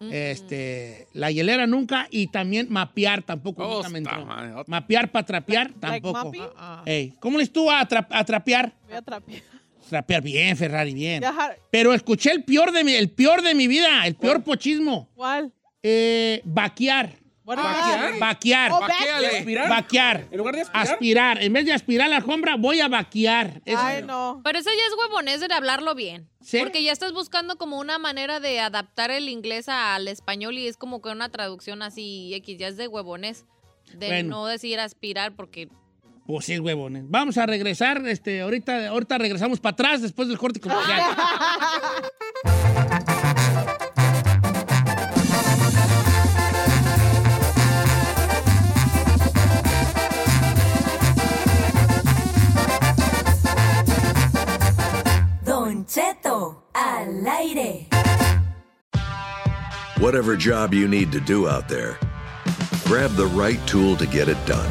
[SPEAKER 7] Mm.
[SPEAKER 3] Este, la hielera nunca y también mapear tampoco.
[SPEAKER 5] Oh,
[SPEAKER 3] nunca me
[SPEAKER 5] está
[SPEAKER 3] entró.
[SPEAKER 5] madre. Ot-
[SPEAKER 3] Mapear para trapear
[SPEAKER 7] Like
[SPEAKER 3] tampoco. Ah,
[SPEAKER 7] mapping?
[SPEAKER 3] Ey, ¿Cómo le estuvo a, tra- a trapear?
[SPEAKER 7] Voy a trapear.
[SPEAKER 3] Trapear bien, Ferrari, bien.
[SPEAKER 7] Viajar.
[SPEAKER 3] Pero escuché el peor de mi, el peor de mi vida, el peor pochismo.
[SPEAKER 7] ¿Cuál?
[SPEAKER 3] Eh, vaquear.
[SPEAKER 7] What is
[SPEAKER 5] Ah,
[SPEAKER 7] that?
[SPEAKER 3] Vaquear.
[SPEAKER 7] Oh,
[SPEAKER 5] Vaquéale.
[SPEAKER 6] ¿Aspirar?
[SPEAKER 3] Vaquear.
[SPEAKER 6] ¿En lugar de aspirar?
[SPEAKER 3] Aspirar. En vez de aspirar la alfombra, voy a vaquear. Eso-
[SPEAKER 7] Ay, no.
[SPEAKER 4] Pero eso ya es huevonés de hablarlo bien.
[SPEAKER 3] ¿Sí?
[SPEAKER 4] Porque ya estás buscando como una manera de adaptar el inglés al español y es como que una traducción así X, ya es de huevones. De
[SPEAKER 3] Bueno.
[SPEAKER 4] no decir aspirar porque...
[SPEAKER 3] Pues sí, huevones. Vamos a regresar. Este, ahorita, ahorita regresamos para atrás después del corte comercial.
[SPEAKER 11] Don Cheto al aire.
[SPEAKER 13] Whatever job you need to do out there, grab the right tool to get it done.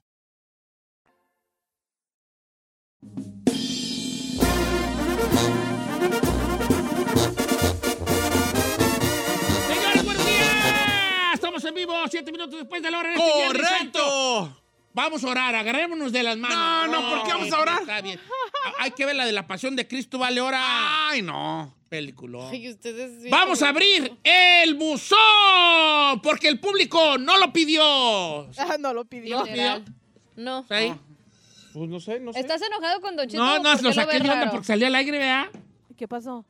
[SPEAKER 3] Señores, buenos días. ¡Ah! Estamos en vivo, siete minutos después de la hora. en este Viernes Santo.
[SPEAKER 5] ¡Correcto!
[SPEAKER 3] Vamos a orar, agarrémonos de las manos.
[SPEAKER 5] No, no, ¿por qué vamos a orar?
[SPEAKER 3] Está bien. Hay que ver la de la pasión de Cristo, vale, ahora.
[SPEAKER 5] Ay, no.
[SPEAKER 3] Película.
[SPEAKER 4] ustedes...
[SPEAKER 3] Vamos a abrir el buzón, porque el público no lo pidió.
[SPEAKER 7] Ah, No lo pidió.
[SPEAKER 4] Literal. No.
[SPEAKER 3] ¿Está ahí?
[SPEAKER 5] Ah.
[SPEAKER 6] Pues no sé, no sé.
[SPEAKER 4] ¿Estás enojado con Don Cheto?
[SPEAKER 3] No, no,
[SPEAKER 4] ¿Por qué
[SPEAKER 3] lo saqué
[SPEAKER 4] ves
[SPEAKER 3] de onda
[SPEAKER 4] raro?
[SPEAKER 3] porque salía al aire, ¿verdad?
[SPEAKER 7] ¿Qué pasó?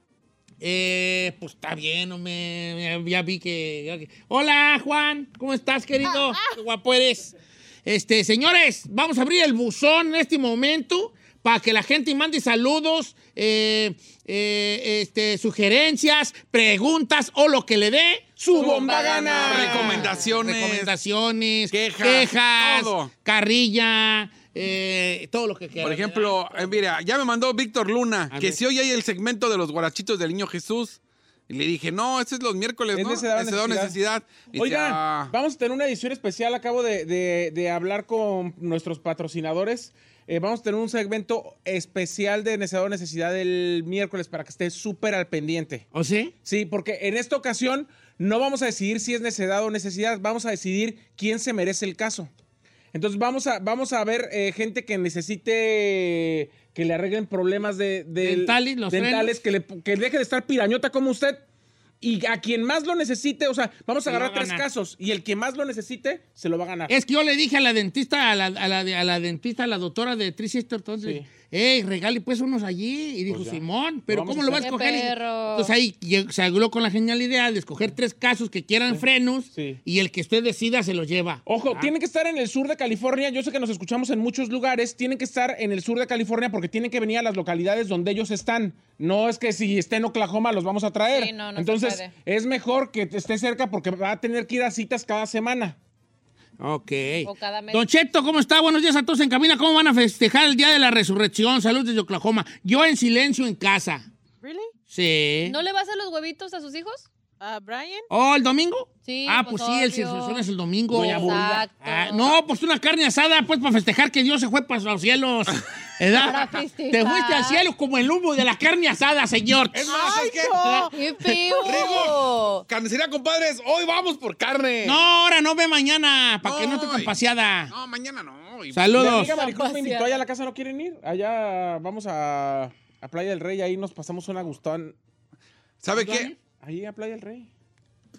[SPEAKER 3] Eh, pues está bien, hombre. Ya, ya vi que, ya que- Hola, Juan. ¿Cómo estás, querido? Qué guapo eres. Este, señores, vamos a abrir el buzón en este momento para que la gente mande saludos, eh, eh, este, sugerencias, preguntas o lo que le dé su bomba gana.
[SPEAKER 5] Recomendaciones.
[SPEAKER 3] Recomendaciones,
[SPEAKER 5] Quejas,
[SPEAKER 3] quejas,
[SPEAKER 5] todo.
[SPEAKER 3] carrilla, eh, todo lo que quieran.
[SPEAKER 5] Por ejemplo, eh, mira, ya me mandó Víctor Luna
[SPEAKER 3] A
[SPEAKER 5] que
[SPEAKER 3] ver.
[SPEAKER 5] si hoy hay el segmento de los guarachitos del niño Jesús. Y le dije, no, este es los miércoles,
[SPEAKER 6] Es
[SPEAKER 5] ¿no?
[SPEAKER 6] de
[SPEAKER 5] Ese
[SPEAKER 6] Sedado
[SPEAKER 5] da necesidad.
[SPEAKER 6] Necesidad.
[SPEAKER 5] Dice,
[SPEAKER 6] Oigan,
[SPEAKER 5] "Ah".
[SPEAKER 6] vamos a tener una edición especial. Acabo de, de- de hablar con nuestros patrocinadores. Eh, vamos a tener un segmento especial de Necesidad o Necesidad el miércoles para que estés súper al pendiente.
[SPEAKER 3] ¿O ¿Oh, sí?
[SPEAKER 6] Sí, porque en esta ocasión no vamos a decidir si es necedad o necesidad, vamos a decidir quién se merece el caso. Entonces vamos a, vamos a ver eh, gente que necesite eh, que le arreglen problemas de, de-
[SPEAKER 3] Dentales, los
[SPEAKER 6] dentales, que, le, que deje de estar pirañota como usted. Y a quien más lo necesite, o sea, vamos
[SPEAKER 3] Se
[SPEAKER 6] a
[SPEAKER 3] lo
[SPEAKER 6] agarrar
[SPEAKER 3] va a
[SPEAKER 6] tres
[SPEAKER 3] ganar.
[SPEAKER 6] casos y el que más lo necesite se lo va a ganar.
[SPEAKER 3] Es que yo le dije a la dentista, a la, a la, a la dentista, a la doctora de Tricester, entonces,
[SPEAKER 6] Sí.
[SPEAKER 3] hey, regale pues unos allí. Y dijo,
[SPEAKER 6] Pues ya.
[SPEAKER 3] Simón, pero
[SPEAKER 6] Lo vamos
[SPEAKER 3] ¿cómo
[SPEAKER 6] a
[SPEAKER 3] lo vas a
[SPEAKER 4] hacer.
[SPEAKER 3] escoger?
[SPEAKER 4] ¡Qué perro!
[SPEAKER 3] Entonces ahí lleg- se habló con la genial idea de escoger tres casos que quieran frenos
[SPEAKER 6] Sí.
[SPEAKER 3] y el que usted decida se los lleva.
[SPEAKER 6] Ojo,
[SPEAKER 3] Ah,
[SPEAKER 6] tienen que estar en el sur de California. Yo sé que nos escuchamos en muchos lugares. Tienen que estar en el sur de California porque tienen que venir a las localidades donde ellos están. No es que si está en Oklahoma los vamos a traer.
[SPEAKER 4] Sí, no, no se
[SPEAKER 6] Entonces,
[SPEAKER 4] puede.
[SPEAKER 6] es mejor que esté cerca porque va a tener que ir a citas cada semana.
[SPEAKER 3] Ok.
[SPEAKER 4] O cada mes.
[SPEAKER 3] eh. Don Cheto, ¿cómo está? Buenos días a todos en cabina. ¿Cómo van a festejar el Día de la Resurrección? Salud desde Oklahoma. Yo en silencio en casa.
[SPEAKER 7] ¿Really?
[SPEAKER 3] Sí.
[SPEAKER 4] ¿No le vas a los huevitos a sus hijos?
[SPEAKER 7] ¿A Brian?
[SPEAKER 3] ¿Oh, el domingo?
[SPEAKER 4] Sí,
[SPEAKER 3] Ah,
[SPEAKER 4] pues,
[SPEAKER 3] pues, sí, el
[SPEAKER 4] obvio.
[SPEAKER 3] resurrección es el domingo. ya voy.
[SPEAKER 4] Exacto.
[SPEAKER 3] Ah, no, pues una carne asada, pues para festejar que Dios se fue para los cielos. ¿Verdad?
[SPEAKER 4] Para
[SPEAKER 3] Te
[SPEAKER 4] festejar.
[SPEAKER 3] fuiste al cielo como el humo de la carne asada, señor.
[SPEAKER 5] Es más, ¿sabes qué?
[SPEAKER 4] ¡Qué feo!
[SPEAKER 5] Rigo, carnicería, compadres, hoy vamos por carne.
[SPEAKER 3] No, ahora no ve mañana, para que no te
[SPEAKER 5] Ay.
[SPEAKER 3] compaseada.
[SPEAKER 5] No, mañana no. Y-
[SPEAKER 6] Mi
[SPEAKER 3] Saludos.
[SPEAKER 6] amiga Maricruz me invitó allá a la casa, ¿no quieren ir? Allá vamos a, a Playa del Rey, ahí nos pasamos una gustón.
[SPEAKER 5] ¿Sabe qué?
[SPEAKER 6] Ahí a Playa del Rey.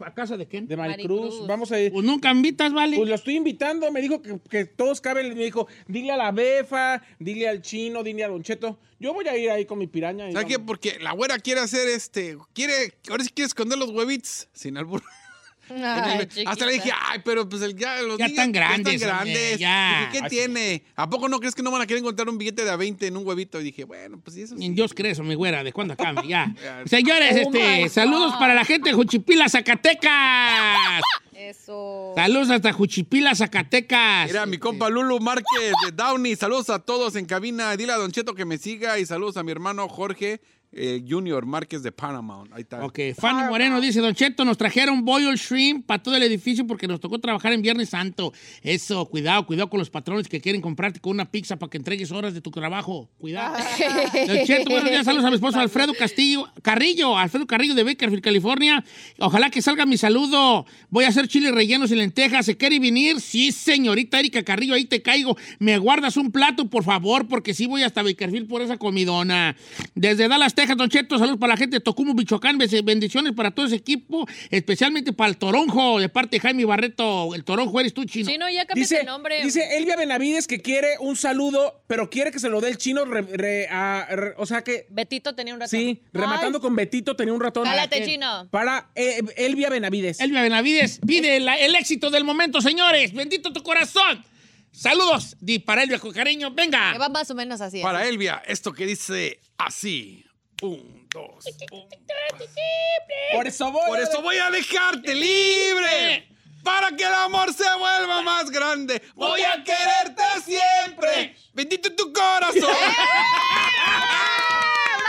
[SPEAKER 3] ¿A casa de quién?
[SPEAKER 6] De Maricruz.
[SPEAKER 4] Maricruz.
[SPEAKER 6] Vamos a ir.
[SPEAKER 3] Pues nunca invitas, vale.
[SPEAKER 6] Pues lo estoy invitando, me dijo que, que todos caben. Me dijo, dile a la befa, dile al chino, dile a Don Cheto. Yo voy a ir ahí con mi piraña. y
[SPEAKER 5] ¿Sabe qué?
[SPEAKER 6] vamos.
[SPEAKER 5] Porque la güera quiere hacer este. Quiere. Ahora sí quiere esconder los huevitos. Sin albur.
[SPEAKER 4] Ay,
[SPEAKER 5] Hasta le dije,
[SPEAKER 4] chiquita.
[SPEAKER 5] ay, pero pues el, ya los
[SPEAKER 3] Ya
[SPEAKER 5] niños
[SPEAKER 3] están grandes,
[SPEAKER 5] están
[SPEAKER 3] hombre,
[SPEAKER 5] grandes.
[SPEAKER 3] ya.
[SPEAKER 5] Dije, ¿qué
[SPEAKER 3] Ay, sí.
[SPEAKER 5] tiene? ¿A poco no crees que no van a querer encontrar un billete de a 20 en un huevito? Y dije, bueno, pues sí, eso
[SPEAKER 3] En
[SPEAKER 5] sí.
[SPEAKER 3] Dios crees, mi güera, ¿de cuándo acá? Ya. Señores,
[SPEAKER 4] Oh my
[SPEAKER 3] este,
[SPEAKER 4] God.
[SPEAKER 3] saludos para la gente de Juchipila, Zacatecas.
[SPEAKER 4] Eso.
[SPEAKER 3] saludos hasta Juchipila, Zacatecas.
[SPEAKER 5] Mira, mi compa Lulu Márquez de Downey. Saludos a todos en cabina. Dile a Don Cheto que me siga y saludos a mi hermano Jorge eh, Junior Márquez de Paramount. Ahí está.
[SPEAKER 3] Ok, Fanny Moreno dice, Don Cheto, nos trajeron boiled shrimp para todo el edificio porque nos tocó trabajar en Viernes Santo. Eso, cuidado, cuidado con los patrones que quieren comprarte con una pizza para que entregues horas de tu trabajo. Cuidado. Don Cheto, buenos días, saludos a mi esposo Alfredo Castillo, Carrillo, Alfredo Carrillo de Bakerfield, California. Ojalá que salga mi saludo. Voy a hacer chiles rellenos y lentejas. ¿Se quiere venir? Sí, señorita Erika Carrillo, ahí te caigo. Me guardas un plato, por favor, porque sí voy hasta Bakerfield por esa comidona. Desde Dallas, Texas, Don Cheto, saludos para la gente de Tocumo, Michoacán. Bes- Bendiciones para todo ese equipo, especialmente para el Toronjo, de parte de Jaime Barreto. El Toronjo eres tú, chino.
[SPEAKER 4] Chino, ya cambiaste
[SPEAKER 6] Dice,
[SPEAKER 4] el nombre.
[SPEAKER 3] eh,
[SPEAKER 6] dice Elvia Benavides que quiere un saludo, pero quiere que se lo dé el chino. re- re- a- re- o sea que,
[SPEAKER 4] Betito tenía un ratón.
[SPEAKER 6] sí, rematando con Betito tenía un ratón.
[SPEAKER 4] Cálate, chino.
[SPEAKER 6] Para eh, Elvia Benavides.
[SPEAKER 3] Elvia Benavides pide la- el éxito del momento, señores. Bendito tu corazón. Saludos, di para Elvia con cariño.
[SPEAKER 4] Que
[SPEAKER 3] Venga.
[SPEAKER 4] va más o menos así. ¿eh? así.
[SPEAKER 5] Para Elvia, esto que dice así. Un, dos, un.
[SPEAKER 6] Por eso voy.
[SPEAKER 5] Por eso voy a dejarte libre. Para que el amor se vuelva más grande. Voy a quererte siempre. Bendito tu corazón.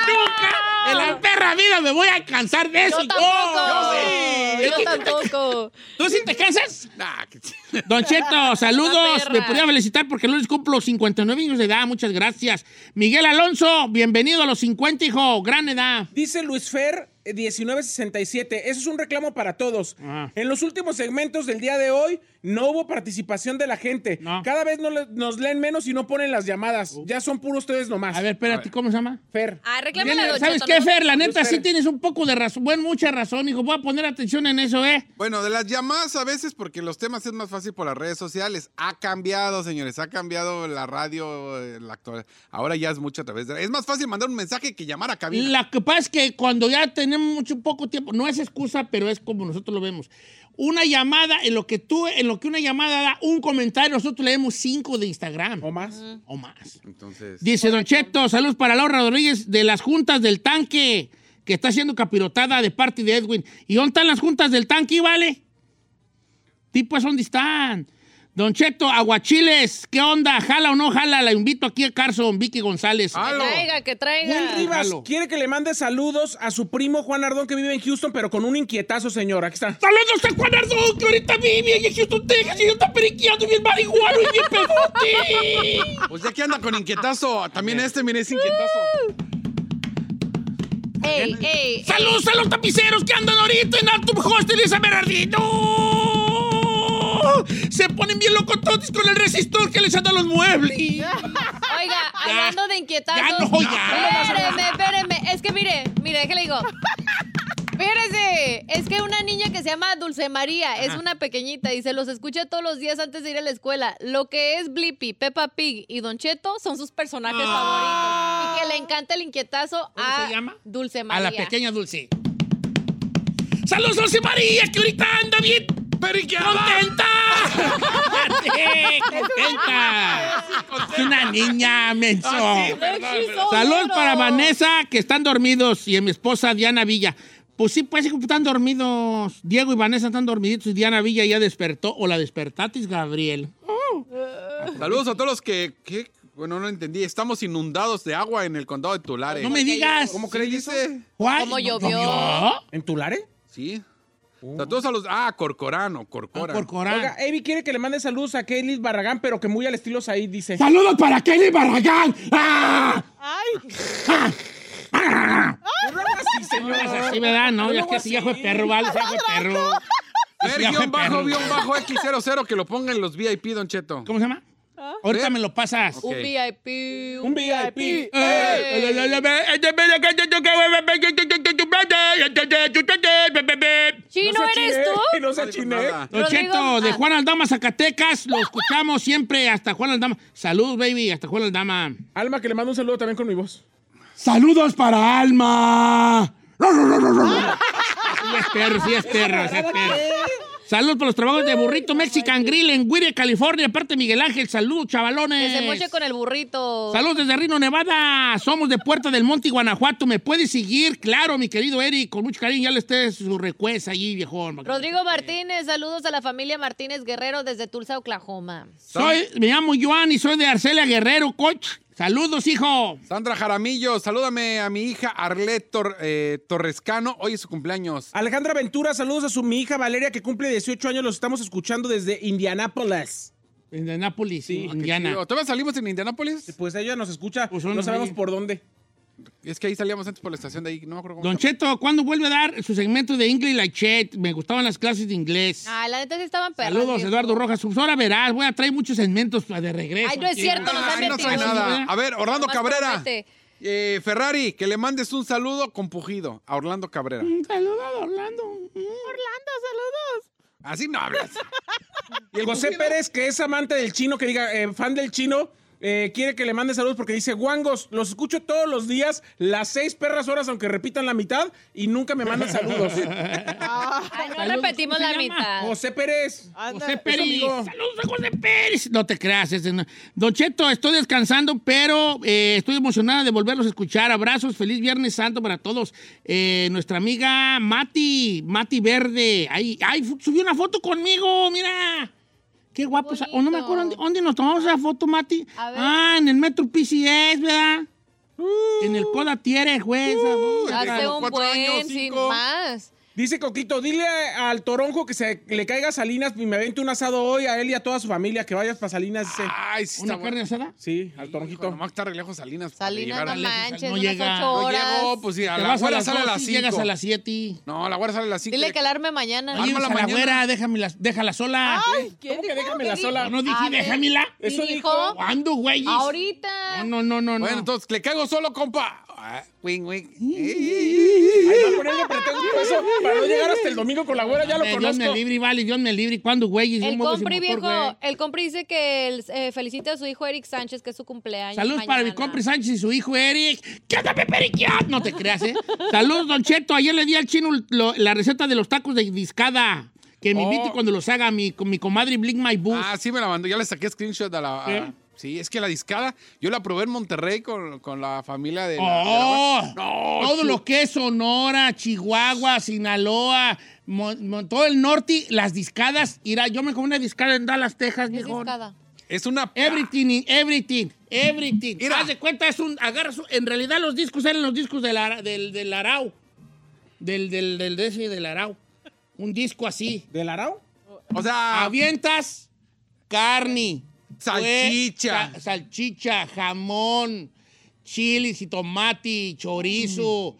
[SPEAKER 3] Nunca en la perra vida me voy a cansar de eso.
[SPEAKER 4] Yo tampoco.
[SPEAKER 3] No,
[SPEAKER 4] Eh, Yo
[SPEAKER 3] yo sí.
[SPEAKER 4] tampoco.
[SPEAKER 3] ¿Tú sí te cansas?
[SPEAKER 5] Nah, que ch-
[SPEAKER 3] Don Cheto, saludos.
[SPEAKER 4] Una perra.
[SPEAKER 3] Me podría felicitar porque el lunes cumplo 59 años de edad. Muchas gracias. Miguel Alonso, bienvenido a los 50, hijo. Gran edad.
[SPEAKER 6] Dice Luis Fer eh, 1967. Eso es un reclamo para todos.
[SPEAKER 3] Ah.
[SPEAKER 6] En los últimos segmentos del día de hoy no hubo participación de la gente.
[SPEAKER 3] No. Uh.
[SPEAKER 6] Cada vez no le- nos leen menos y no ponen las llamadas. Ya son puros ustedes nomás.
[SPEAKER 3] A ver, espérate, ¿cómo se llama?
[SPEAKER 6] Fer.
[SPEAKER 4] Ah, reclámale a
[SPEAKER 3] Bien, eh,
[SPEAKER 4] Don
[SPEAKER 3] ¿Sabes
[SPEAKER 4] Cheto,
[SPEAKER 3] qué,
[SPEAKER 4] ¿no?
[SPEAKER 3] Fer? La neta,
[SPEAKER 6] Luis
[SPEAKER 3] sí
[SPEAKER 6] Fer.
[SPEAKER 3] tienes un poco de razón. Bueno, mucha razón, hijo. Voy a poner atención en eso, ¿eh?
[SPEAKER 5] Bueno, de las llamadas a veces, porque los temas es más fácil por las redes sociales. Ha cambiado, señores. Ha cambiado la radio, eh, la actual. Ahora ya es mucho a través de. Es más fácil mandar un mensaje que llamar a cabina.
[SPEAKER 3] La que pasa es que cuando ya tenemos mucho poco tiempo, no es excusa, pero es como nosotros lo vemos. Una llamada, en lo que tú, en lo que una llamada da un comentario, nosotros leemos cinco de Instagram
[SPEAKER 6] ¿O más?
[SPEAKER 3] o más.
[SPEAKER 5] Entonces.
[SPEAKER 3] Dice Don Cheto, saludos para Laura Rodríguez de las juntas del tanque, que está siendo capirotada de parte de Edwin. ¿Y dónde están las juntas del tanque, vale? Tipo, ¿dónde están? Don Cheto, Aguachiles, ¿qué onda? ¿Jala o no jala? La invito aquí a Carson, Vicky González.
[SPEAKER 4] Que
[SPEAKER 5] ¡Halo!
[SPEAKER 4] traiga, que traiga.
[SPEAKER 6] Juan Rivas
[SPEAKER 3] Jalo.
[SPEAKER 6] quiere que le mande saludos a su primo Juan Ardón que vive en Houston, pero con un inquietazo, señor. Aquí está.
[SPEAKER 3] Saludos a Juan Ardón, que ahorita vive allá en Houston, Texas, y está periqueando bien marihuana y bien pedote.
[SPEAKER 5] Pues ya que anda con inquietazo. También este, mire, es inquietazo.
[SPEAKER 4] Ey, ey.
[SPEAKER 3] ¡Saludos a los tapiceros que andan ahorita en Altum Hostel y San Bernardino! Se ponen bien locototes con el resistor que les anda a los muebles.
[SPEAKER 4] Oiga, hablando de inquietazos.
[SPEAKER 3] Ya no, ya.
[SPEAKER 4] Espéreme, espéreme. Es que mire, mire, ¿qué le digo? Fíjese, es que una niña que se llama Dulce María es una pequeñita y se los escucha todos los días antes de ir a la escuela. Lo que es Blippi, Peppa Pig y Don Cheto son sus personajes
[SPEAKER 3] Ah.
[SPEAKER 4] favoritos. Y que le encanta el inquietazo
[SPEAKER 3] ¿Cómo
[SPEAKER 4] a
[SPEAKER 3] se llama?
[SPEAKER 4] Dulce
[SPEAKER 3] A
[SPEAKER 4] María.
[SPEAKER 3] la pequeña Dulce. ¡Saludos, Dulce María, que ahorita anda bien contenta! Sí, ¡Contenta! Es una niña, menso.
[SPEAKER 5] Ah, sí,
[SPEAKER 4] Ay, sí, son
[SPEAKER 3] Saludos
[SPEAKER 4] duros.
[SPEAKER 3] para Vanessa, que están dormidos, y a mi esposa Diana Villa. Pues sí, parece que están dormidos. Diego y Vanessa están dormiditos y Diana Villa ya despertó. O la despertatis, Gabriel. Mm.
[SPEAKER 5] Saludos a todos los que, que- Bueno, no entendí. Estamos inundados de agua en el condado de Tulare.
[SPEAKER 3] No me digas.
[SPEAKER 5] ¿Cómo crees, dice?
[SPEAKER 3] Juan, ¿Cómo llovió? ¿llovió?
[SPEAKER 6] ¿En Tulare?
[SPEAKER 5] Sí.
[SPEAKER 3] Uh.
[SPEAKER 5] Saludos a los... Ah, Corcorano,
[SPEAKER 3] Ah,
[SPEAKER 5] Corcora.
[SPEAKER 6] Oiga, Evi quiere que le mande saludos a Kaylee Barragán, pero que muy al estilo ahí dice.
[SPEAKER 3] ¡Saludos para Kelly Barragán! ¡Ah!
[SPEAKER 6] No lo hagas así,
[SPEAKER 3] No,
[SPEAKER 6] señora.
[SPEAKER 3] es así, ¿verdad? No, ya es que sí, ya fue perro, vale, ya fue perro.
[SPEAKER 5] Fer,
[SPEAKER 3] Ya fue
[SPEAKER 5] guión bajo,
[SPEAKER 3] perro.
[SPEAKER 5] guión bajo X00, que lo pongan los VIP, Don Cheto.
[SPEAKER 3] ¿Cómo se llama? Ahorita me lo pasas.
[SPEAKER 4] Un VIP.
[SPEAKER 6] Un VIP.
[SPEAKER 3] Eh. este
[SPEAKER 4] Chino, ¿eres tú?
[SPEAKER 6] No se chiné.
[SPEAKER 3] Don Cheto, de Juan Aldama, Zacatecas, lo escuchamos siempre hasta Juan Aldama. Salud, baby, hasta Juan Aldama.
[SPEAKER 6] Alma, que le mando un saludo también con mi voz.
[SPEAKER 3] ¡Saludos para Alma! Sí es perro, sí es perro, sí es perro. Saludos por los trabajos de Burrito Mexican Grill en Guire, California, parte de Miguel Ángel. Salud,
[SPEAKER 4] Que se
[SPEAKER 3] chavalones.
[SPEAKER 4] moche con el burrito.
[SPEAKER 3] Saludos desde Rino, Nevada. Somos de Puerta del Monte, Guanajuato. ¿Me puedes seguir? Claro, mi querido Eric. Con mucho cariño, ya le esté su recuesta allí, viejón.
[SPEAKER 4] Rodrigo Martínez, saludos a la familia Martínez Guerrero desde Tulsa, Oklahoma.
[SPEAKER 3] Soy, me llamo Joan y soy de Arcelia Guerrero, coach. Saludos, hijo.
[SPEAKER 5] Sandra Jaramillo, salúdame a mi hija Arlet Tor- eh, Torrescano. Hoy es su cumpleaños.
[SPEAKER 6] Alejandra Ventura, saludos a su mi hija Valeria, que cumple 18 años. Los estamos escuchando desde Indianápolis.
[SPEAKER 3] Indianápolis, sí, Indiana.
[SPEAKER 5] Chido. ¿Todavía salimos en Indianápolis?
[SPEAKER 6] Pues ella nos escucha,
[SPEAKER 3] no
[SPEAKER 6] no sabemos
[SPEAKER 3] sé.
[SPEAKER 6] por dónde.
[SPEAKER 5] Es que ahí salíamos antes por la estación de ahí. No me acuerdo cómo.
[SPEAKER 3] Don
[SPEAKER 5] se
[SPEAKER 3] Cheto, ¿cuándo vuelve a dar su segmento de English Like Chet? Me gustaban las clases de inglés.
[SPEAKER 4] Ah, la neta sí estaban perros.
[SPEAKER 3] Saludos,
[SPEAKER 4] viejo.
[SPEAKER 3] Eduardo Rojas. Pues ahora verás, voy a traer muchos segmentos de regreso.
[SPEAKER 4] Ay, no es
[SPEAKER 3] aquí.
[SPEAKER 4] cierto, nos han
[SPEAKER 5] llama. Ahí no trae
[SPEAKER 4] metido.
[SPEAKER 5] nada. A ver, Orlando
[SPEAKER 4] Nomás
[SPEAKER 5] Cabrera.
[SPEAKER 4] promete.
[SPEAKER 5] Eh, Ferrari, que le mandes un saludo compugido a Orlando Cabrera.
[SPEAKER 3] Saludos, Orlando.
[SPEAKER 7] Orlando, saludos.
[SPEAKER 5] Así no hablas. Y el
[SPEAKER 6] José
[SPEAKER 5] pujido,
[SPEAKER 6] Pérez, que es amante del chino, que diga, eh, fan del chino, eh, quiere que le mande saludos porque dice, guangos, los escucho todos los días, las seis perras horas, aunque repitan la mitad, y nunca me mandan saludos.
[SPEAKER 4] Ay, no
[SPEAKER 3] Saludos,
[SPEAKER 4] repetimos
[SPEAKER 3] ¿cómo
[SPEAKER 4] la
[SPEAKER 3] se llama?
[SPEAKER 4] mitad.
[SPEAKER 6] José Pérez.
[SPEAKER 3] José
[SPEAKER 6] Es
[SPEAKER 3] Pérez.
[SPEAKER 6] amigo.
[SPEAKER 3] Saludos a José Pérez. No te creas. ese no. Don Cheto, estoy descansando, pero eh, estoy emocionada de volverlos a escuchar. Abrazos. Feliz Viernes Santo para todos. Eh, nuestra amiga Mati, Mati Verde. Ahí, ay, fu- subió una foto conmigo, mira. Qué guapo. O no me acuerdo dónde, dónde nos tomamos esa foto, Mati.
[SPEAKER 4] A ver.
[SPEAKER 3] Ah, en el Metro PCS, ¿verdad? en el Coda Tierra,
[SPEAKER 5] Uh,
[SPEAKER 3] juez. esa foto.
[SPEAKER 4] Hace un
[SPEAKER 5] cuatro
[SPEAKER 4] buen,
[SPEAKER 5] años,
[SPEAKER 4] sin
[SPEAKER 5] cinco.
[SPEAKER 4] más.
[SPEAKER 6] Dice Coquito, dile al Toronjo que se le caiga a Salinas y me avente un asado hoy a él y a toda su familia, que vayas para Salinas. dice.
[SPEAKER 5] Ay, sí,
[SPEAKER 3] ¿Una
[SPEAKER 5] está
[SPEAKER 3] carne
[SPEAKER 5] bueno.
[SPEAKER 3] asada?
[SPEAKER 6] Sí, al
[SPEAKER 5] Hijo,
[SPEAKER 6] Toronjito.
[SPEAKER 5] nomás está re lejos Salinas. para
[SPEAKER 4] Salinas,
[SPEAKER 5] llegar
[SPEAKER 4] no
[SPEAKER 5] a lejos.
[SPEAKER 4] manches,
[SPEAKER 3] pues, no
[SPEAKER 4] unas
[SPEAKER 3] llega.
[SPEAKER 4] ocho
[SPEAKER 5] No
[SPEAKER 4] horas.
[SPEAKER 5] llegó, pues sí, a
[SPEAKER 3] Te
[SPEAKER 5] la
[SPEAKER 3] vas a
[SPEAKER 5] güera
[SPEAKER 3] las
[SPEAKER 5] sale a
[SPEAKER 3] dos
[SPEAKER 5] las
[SPEAKER 3] y
[SPEAKER 5] 5.
[SPEAKER 3] llegas a las 7.
[SPEAKER 5] No, la güera sale a las 5.
[SPEAKER 4] Dile que alarme mañana.
[SPEAKER 5] Ay,
[SPEAKER 3] Oye, pues,
[SPEAKER 5] Ármala
[SPEAKER 3] a la
[SPEAKER 5] mañana.
[SPEAKER 3] güera, déjamela, déjala sola.
[SPEAKER 7] Ay, ¿quién
[SPEAKER 6] ¿Cómo que
[SPEAKER 7] dijo?
[SPEAKER 6] déjamela
[SPEAKER 7] ¿Qué
[SPEAKER 6] sola?
[SPEAKER 3] No, no dije,
[SPEAKER 4] A ver.
[SPEAKER 3] déjamela.
[SPEAKER 4] Eso
[SPEAKER 6] Eso
[SPEAKER 4] dijo.
[SPEAKER 6] dijo.
[SPEAKER 3] ¿Cuándo, güey?
[SPEAKER 4] Ahorita.
[SPEAKER 3] No, no, no, no. no.
[SPEAKER 5] Bueno, entonces, le caigo solo, compa. Ah, Wing, wing.
[SPEAKER 6] Ahí va a ponerle pretexto para eso, para no llegar hasta el domingo con la güera, ya lo
[SPEAKER 3] Eh, Dios me
[SPEAKER 6] conozco.
[SPEAKER 3] libre, vale, Dios me libre. ¿Cuándo, güey?
[SPEAKER 4] El
[SPEAKER 3] Somos de
[SPEAKER 4] compri,
[SPEAKER 3] motor,
[SPEAKER 4] viejo,
[SPEAKER 3] güey.
[SPEAKER 4] el compri dice que el- eh, felicita a su hijo Eric Sánchez, que es su cumpleaños.
[SPEAKER 3] Saludos para mi
[SPEAKER 4] mañana.
[SPEAKER 3] compre Sánchez y su hijo Eric. ¡Qué onda, peperiquia! No te creas, ¿eh? Saludos, Don Cheto. Ayer le di al chino lo- la receta de los tacos de discada. Que me
[SPEAKER 5] Oh.
[SPEAKER 3] invite cuando los haga mi, con mi comadre Blink My Boo.
[SPEAKER 5] Ah, sí me la mandó. Ya le saqué screenshot a la. a-
[SPEAKER 3] ¿Qué?
[SPEAKER 5] sí, es que la discada, yo la probé en Monterrey con, con la familia de. la-
[SPEAKER 3] ¡Oh!
[SPEAKER 5] de la abuela.
[SPEAKER 3] todo lo que es Sonora, Chihuahua, Sinaloa, mo- mo- todo el norte, las discadas. Irá, yo me comí una discada en Dallas, Texas,
[SPEAKER 4] Es
[SPEAKER 3] viejo.
[SPEAKER 4] discada.
[SPEAKER 5] Es una.
[SPEAKER 3] Everything, everything, everything.
[SPEAKER 5] Mira.
[SPEAKER 3] Haz de cuenta, es un. Agarras. un- En realidad, los discos eran los discos del, ara- del, del Arau. Del, del, del, de ese del Arau. Un disco así.
[SPEAKER 6] ¿Del Arau?
[SPEAKER 5] O sea,
[SPEAKER 3] Avientas carne,
[SPEAKER 5] Salchicha.
[SPEAKER 3] hue- sa- salchicha, jamón, chilis y tomate, chorizo.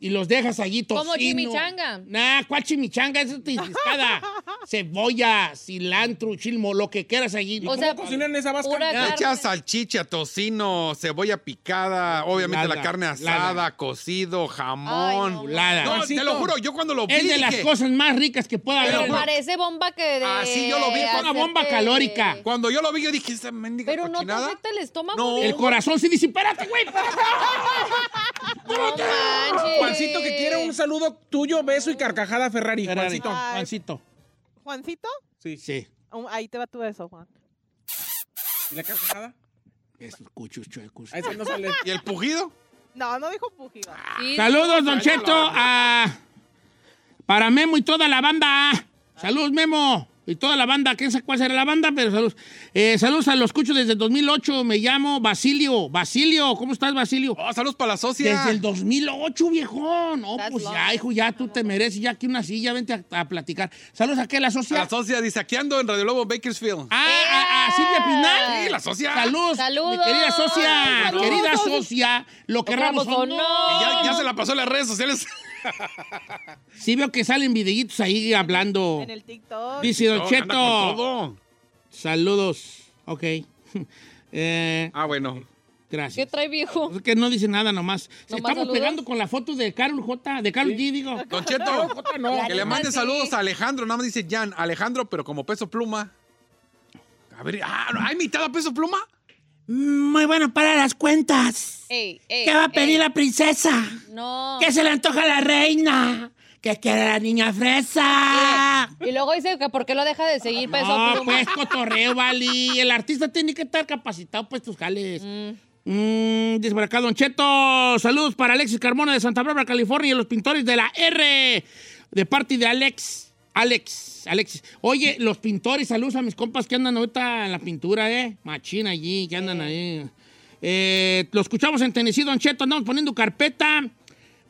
[SPEAKER 3] Y los dejas allí tocino.
[SPEAKER 4] Mm. Como chimichanga.
[SPEAKER 3] Nah, ¿cuál chimichanga? Eso es discada. Cebolla, cilantro, chilmo, lo que quieras allí.
[SPEAKER 4] O sea,
[SPEAKER 6] ¿Cocinan en esa vasca?
[SPEAKER 4] pura
[SPEAKER 5] le
[SPEAKER 4] carne.
[SPEAKER 5] echas salchicha, tocino, cebolla picada, obviamente
[SPEAKER 3] Nada,
[SPEAKER 5] la carne asada,
[SPEAKER 3] nada.
[SPEAKER 5] cocido,
[SPEAKER 4] Ay,
[SPEAKER 5] jamón.
[SPEAKER 4] no.
[SPEAKER 3] Chulada.
[SPEAKER 5] No, te lo
[SPEAKER 6] Juancito,
[SPEAKER 5] juro, yo cuando lo vi.
[SPEAKER 3] Es de las
[SPEAKER 5] dije-
[SPEAKER 3] cosas más ricas que pueda
[SPEAKER 4] Pero
[SPEAKER 3] haber.
[SPEAKER 4] parece bomba que de...
[SPEAKER 5] Así yo lo vi, fue
[SPEAKER 3] una bomba
[SPEAKER 4] hacerte-
[SPEAKER 3] calórica.
[SPEAKER 5] Cuando yo lo vi, yo dije, esa mendiga
[SPEAKER 4] Pero no te
[SPEAKER 5] cochinada.
[SPEAKER 4] afecta el estómago.
[SPEAKER 5] No.
[SPEAKER 3] El
[SPEAKER 4] viejo.
[SPEAKER 3] corazón sí dice, espérate, güey. espérate".
[SPEAKER 4] No manches.
[SPEAKER 6] Juancito, que quiere un saludo tuyo, beso y carcajada, Ferrari.
[SPEAKER 3] Ferrari,
[SPEAKER 6] Juancito.
[SPEAKER 7] Ay.
[SPEAKER 3] Juancito.
[SPEAKER 7] ¿Juancito?
[SPEAKER 3] Sí.
[SPEAKER 7] Um, Ahí te va tu beso, Juan.
[SPEAKER 6] ¿Y la carcajada?
[SPEAKER 3] Esos cuchos chuecos.
[SPEAKER 6] Ahí se no sale.
[SPEAKER 5] ¿Y el pujido?
[SPEAKER 7] No, no dijo pujido.
[SPEAKER 4] Sí,
[SPEAKER 3] Ah. Saludos, Don
[SPEAKER 5] Ay, no,
[SPEAKER 3] Cheto, Ah.
[SPEAKER 5] no,
[SPEAKER 3] a
[SPEAKER 5] no.
[SPEAKER 3] Para Memo y toda la banda. Salud, Memo. Y toda la banda. ¿Quién sabe cuál será la banda? Pero salud. Eh, saludos a los escucho desde 2008. Me llamo Basilio. Basilio, ¿cómo estás, Basilio?
[SPEAKER 5] Oh, saludos para la socia.
[SPEAKER 3] Desde el 2008, viejón. No, pues ya, hijo, ya tú te mereces ya aquí una silla. Vente a, a platicar. Saludos a qué, la socia.
[SPEAKER 5] La socia dice, aquí ando en Radio Lobo Bakersfield.
[SPEAKER 3] Ah, a, a Silvia Pinal.
[SPEAKER 5] Sí, la socia.
[SPEAKER 3] Saludos.
[SPEAKER 4] Saludos.
[SPEAKER 3] Mi querida socia.
[SPEAKER 4] Saludos.
[SPEAKER 3] Querida socia. Lo querramos o no.
[SPEAKER 5] Ya, ya se la pasó en las redes sociales.
[SPEAKER 3] Sí veo que salen videitos ahí hablando.
[SPEAKER 7] En el TikTok.
[SPEAKER 3] Dice Don
[SPEAKER 5] No, anda con
[SPEAKER 3] Cheto.
[SPEAKER 5] todo.
[SPEAKER 3] Saludos. Ok. Eh,
[SPEAKER 5] Ah, bueno.
[SPEAKER 4] ¿Qué
[SPEAKER 3] gracias.
[SPEAKER 4] trae, viejo?
[SPEAKER 3] Es que no dice nada nomás. Se
[SPEAKER 4] Nomás
[SPEAKER 3] estamos
[SPEAKER 4] saludos.
[SPEAKER 3] pegando con la foto de Carol J, de Carol G, digo.
[SPEAKER 5] Don Cheto, que le mande saludos a Alejandro. Nada más dice Jan, Alejandro, pero como peso pluma. A ver, ah, ¿ha imitado a peso pluma?
[SPEAKER 3] Muy bueno para las cuentas.
[SPEAKER 4] Ey, ey,
[SPEAKER 3] ¿Qué va a
[SPEAKER 4] ey.
[SPEAKER 3] pedir la princesa?
[SPEAKER 4] No.
[SPEAKER 3] ¿Qué se le antoja a la reina? ¿Qué quiere la niña fresa?
[SPEAKER 4] Y luego dice que por qué lo deja de seguir, peso
[SPEAKER 3] No,
[SPEAKER 4] pluma.
[SPEAKER 3] pues cotorreo, vale. El artista tiene que estar capacitado, pues tus jales. Mm, dice por acá, Don Cheto. Saludos para Alexis Carmona de Santa Bárbara, California, y los pintores de la R. De parte de Alex. Alex, Alexis. Oye, los pintores, saludos a mis compas que andan ahorita en la pintura, ¿eh? Machina allí, que andan ahí. Eh, lo escuchamos en Tennessee, Don Cheto. Andamos poniendo carpeta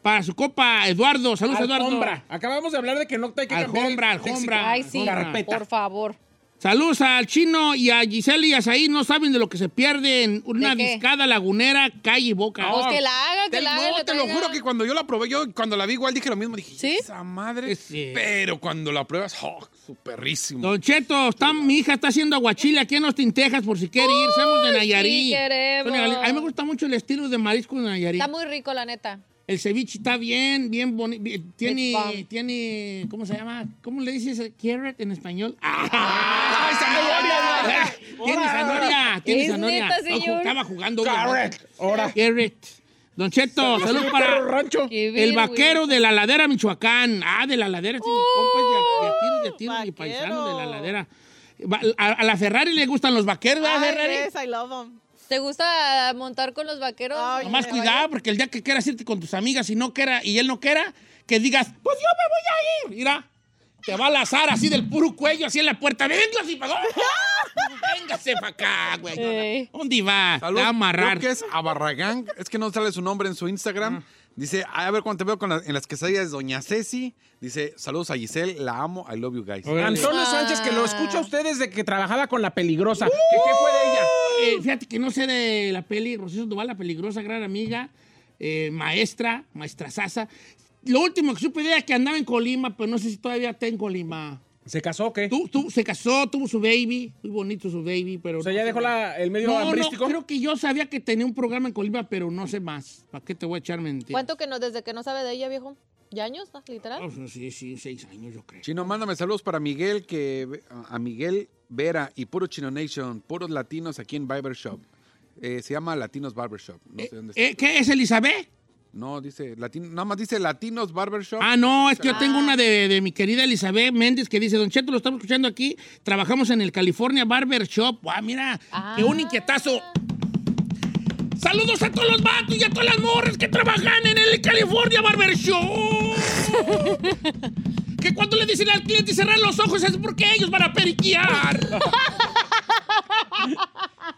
[SPEAKER 3] para su copa Eduardo. Saludos,
[SPEAKER 6] Alfombra. Acabamos de hablar de que no hay que
[SPEAKER 3] Eduardo.
[SPEAKER 6] cambiar el
[SPEAKER 3] Alfombra,
[SPEAKER 6] léxico.
[SPEAKER 3] alfombra.
[SPEAKER 4] Ay, sí.
[SPEAKER 3] alfombra.
[SPEAKER 4] Por favor.
[SPEAKER 3] Saludos al chino y a Giselle y a Saí. No saben de lo que se pierden. Una
[SPEAKER 4] ¿De qué?
[SPEAKER 3] discada lagunera, calle y boca.
[SPEAKER 4] Pues que la haga, que
[SPEAKER 5] Te,
[SPEAKER 4] la haga.
[SPEAKER 5] no,
[SPEAKER 4] le
[SPEAKER 5] te lo
[SPEAKER 4] traiga.
[SPEAKER 5] juro que cuando yo la probé, yo cuando la vi igual dije lo mismo. Dije,
[SPEAKER 4] ¿Sí?
[SPEAKER 5] esa madre.
[SPEAKER 3] Sí.
[SPEAKER 5] Pero cuando la pruebas, oh, superrísimo.
[SPEAKER 3] Don Cheto, está- mi hija está haciendo aguachile aquí en Austin, Texas, por si quiere ir. Somos de Nayarit.
[SPEAKER 4] sí queremos.
[SPEAKER 3] Son de Nayarit. A mí me gusta mucho el estilo de marisco de Nayarit.
[SPEAKER 4] Está muy rico, la neta.
[SPEAKER 3] El ceviche está bien, bien bonito. Tiene,
[SPEAKER 4] It's
[SPEAKER 3] tiene, ¿cómo se llama? ¿Cómo le dices? Carrot en español. ¡Ah!
[SPEAKER 5] ¡Ay, zanahoria!
[SPEAKER 3] Tiene zanahoria, tiene
[SPEAKER 4] Es
[SPEAKER 3] zanahoria.
[SPEAKER 4] neta,
[SPEAKER 3] Lo ju-
[SPEAKER 4] señor.
[SPEAKER 3] Estaba jugando.
[SPEAKER 6] Carrot, ahora.
[SPEAKER 3] Carrot. Don Cheto, salud para...
[SPEAKER 6] Perro rancho.
[SPEAKER 4] Qué bien,
[SPEAKER 3] El vaquero
[SPEAKER 4] güey.
[SPEAKER 3] de la ladera, Michoacán. Ah, de la ladera, sí, mi compa es de, de a tiro, de a tiro, mi
[SPEAKER 7] Vaquero.
[SPEAKER 3] paisano de la ladera. Va- A, a la Ferrari le gustan los vaqueros, ¿verdad, Ferrari?
[SPEAKER 7] Yes, I love them.
[SPEAKER 4] ¿Te gusta montar con los vaqueros?
[SPEAKER 7] Ay,
[SPEAKER 3] Nomás cuidado, porque el día que quieras irte con tus amigas y no quiera, y él no quiera, que digas, pues yo me voy a ir. Mira, te va a lazar así del puro cuello, así en la puerta. Véngase para acá. Véngase para acá, güey.
[SPEAKER 4] Eh.
[SPEAKER 3] ¿Dónde va? Te
[SPEAKER 5] Salud.
[SPEAKER 3] va a amarrar.
[SPEAKER 5] Creo que es Abarragán. Es que no sale su nombre en su Instagram. Dice, "Ay, a ver cuando te veo con la- en las quesadillas, doña Ceci. Dice, saludos a Giselle, la amo, I love you guys.
[SPEAKER 6] Antonio Sánchez, que lo escucha usted desde que trabajaba con la peligrosa.
[SPEAKER 5] Uh.
[SPEAKER 6] ¿Qué, qué fue de ella?
[SPEAKER 3] Eh, fíjate que no sé de la peli, Rocío Sandoval, la peligrosa gran amiga, eh, maestra, maestra Sasa. Lo último que supe de ella es que andaba en Colima, pero no sé si todavía está en Colima.
[SPEAKER 6] ¿Se casó o qué?
[SPEAKER 3] Tú, tú- se casó, tuvo su baby, muy bonito su baby, pero...
[SPEAKER 6] O sea,
[SPEAKER 3] no
[SPEAKER 6] ya
[SPEAKER 3] sé
[SPEAKER 6] dejó
[SPEAKER 3] más.
[SPEAKER 6] la- el medio
[SPEAKER 3] No, no,
[SPEAKER 6] hambrístico.
[SPEAKER 3] creo que yo sabía que tenía un programa en Colima, pero no sé más. ¿Para qué te voy a echar mentiras?
[SPEAKER 4] ¿Cuánto que no, desde que no sabe de ella, viejo? ¿Ya años, no? literal?
[SPEAKER 3] Ah, pues, sí, sí, seis años yo creo.
[SPEAKER 5] Chino, mándame saludos para Miguel, que a Miguel Vera y puro Chino Nation, puros latinos aquí en Barbershop. Eh, se llama Latinos Barbershop. No sé dónde está.
[SPEAKER 3] Eh, ¿Qué es Elizabeth?
[SPEAKER 5] No, dice latino, nada más dice Latinos Barbershop.
[SPEAKER 3] Ah, no, es que yo tengo una de, de mi querida Elizabeth Méndez que dice, Don Cheto, lo estamos escuchando aquí, trabajamos en el California Barber Shop. Ah, mira, qué un inquietazo. Saludos a todos los vatos y a todas las morras que trabajan en el California Barber Shop. que cuando le dicen al cliente cerrar los ojos es porque ellos van a periquear.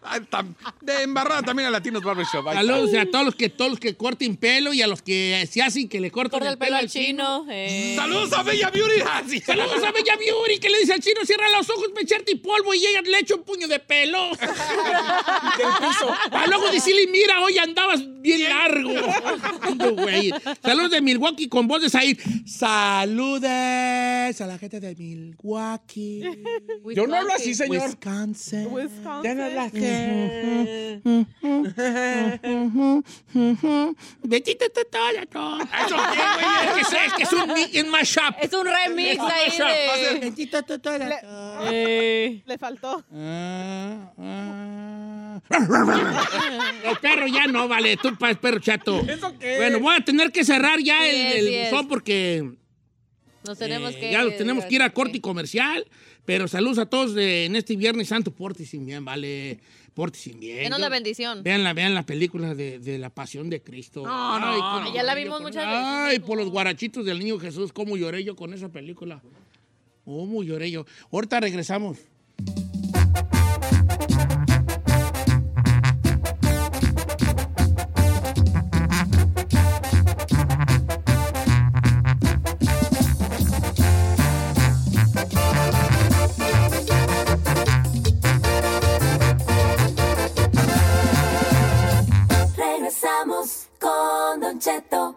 [SPEAKER 5] Ay, tam- Ah, de embarrada también a Latinos Barbershop. Ahí está.
[SPEAKER 3] Saludos a todos los que todos los que corten pelo y a los que se hacen que le corten
[SPEAKER 4] Corta
[SPEAKER 3] el pelo al chino.
[SPEAKER 4] eh.
[SPEAKER 5] Saludos a Bella Beauty. Ah, sí.
[SPEAKER 3] Saludos a Bella Beauty que le dice al chino, cierra los ojos, me echarte y polvo y ella le echa un puño de pelo. Para luego decirle, mira, hoy andabas bien largo. No, güey. Saludos de Milwaukee con voz de Said. Saludes a la gente de Milwaukee,
[SPEAKER 6] Yo no hablo así,
[SPEAKER 5] Pues
[SPEAKER 6] señor.
[SPEAKER 3] Wisconsin.
[SPEAKER 6] Ya no hablo así.
[SPEAKER 3] Betito total, Eso qué, güey, es que es- es que es un mi- un mashup.
[SPEAKER 4] Es un remix ahí de...
[SPEAKER 3] Betito total.
[SPEAKER 7] Le faltó.
[SPEAKER 3] Ah, ah.
[SPEAKER 4] Ah.
[SPEAKER 3] El perro ya no vale, tú pa- es perro chato.
[SPEAKER 6] ¿Eso qué?
[SPEAKER 3] Bueno, voy a tener que cerrar ya
[SPEAKER 4] Sí
[SPEAKER 3] el,
[SPEAKER 4] es,
[SPEAKER 3] el
[SPEAKER 4] sí es.
[SPEAKER 3] buzón porque
[SPEAKER 4] Nos tenemos que.
[SPEAKER 3] Eh, Ya lo tenemos que ir a corte y comercial. Pero saludos a todos de- en este viernes santo. Pórtense bien, vale. Pórtense bien.
[SPEAKER 4] Denos la bendición.
[SPEAKER 3] Vean la, vean la película de, de la Pasión de Cristo.
[SPEAKER 4] No, no,
[SPEAKER 3] cómo
[SPEAKER 4] no, Ah, ya la
[SPEAKER 3] lloré yo
[SPEAKER 4] vimos
[SPEAKER 3] con-
[SPEAKER 4] muchas veces.
[SPEAKER 3] Ay, por los guarachitos del niño Jesús, cómo lloré yo con esa película. Cómo lloré yo. Ahorita regresamos.
[SPEAKER 11] Regresamos con Don Cheto.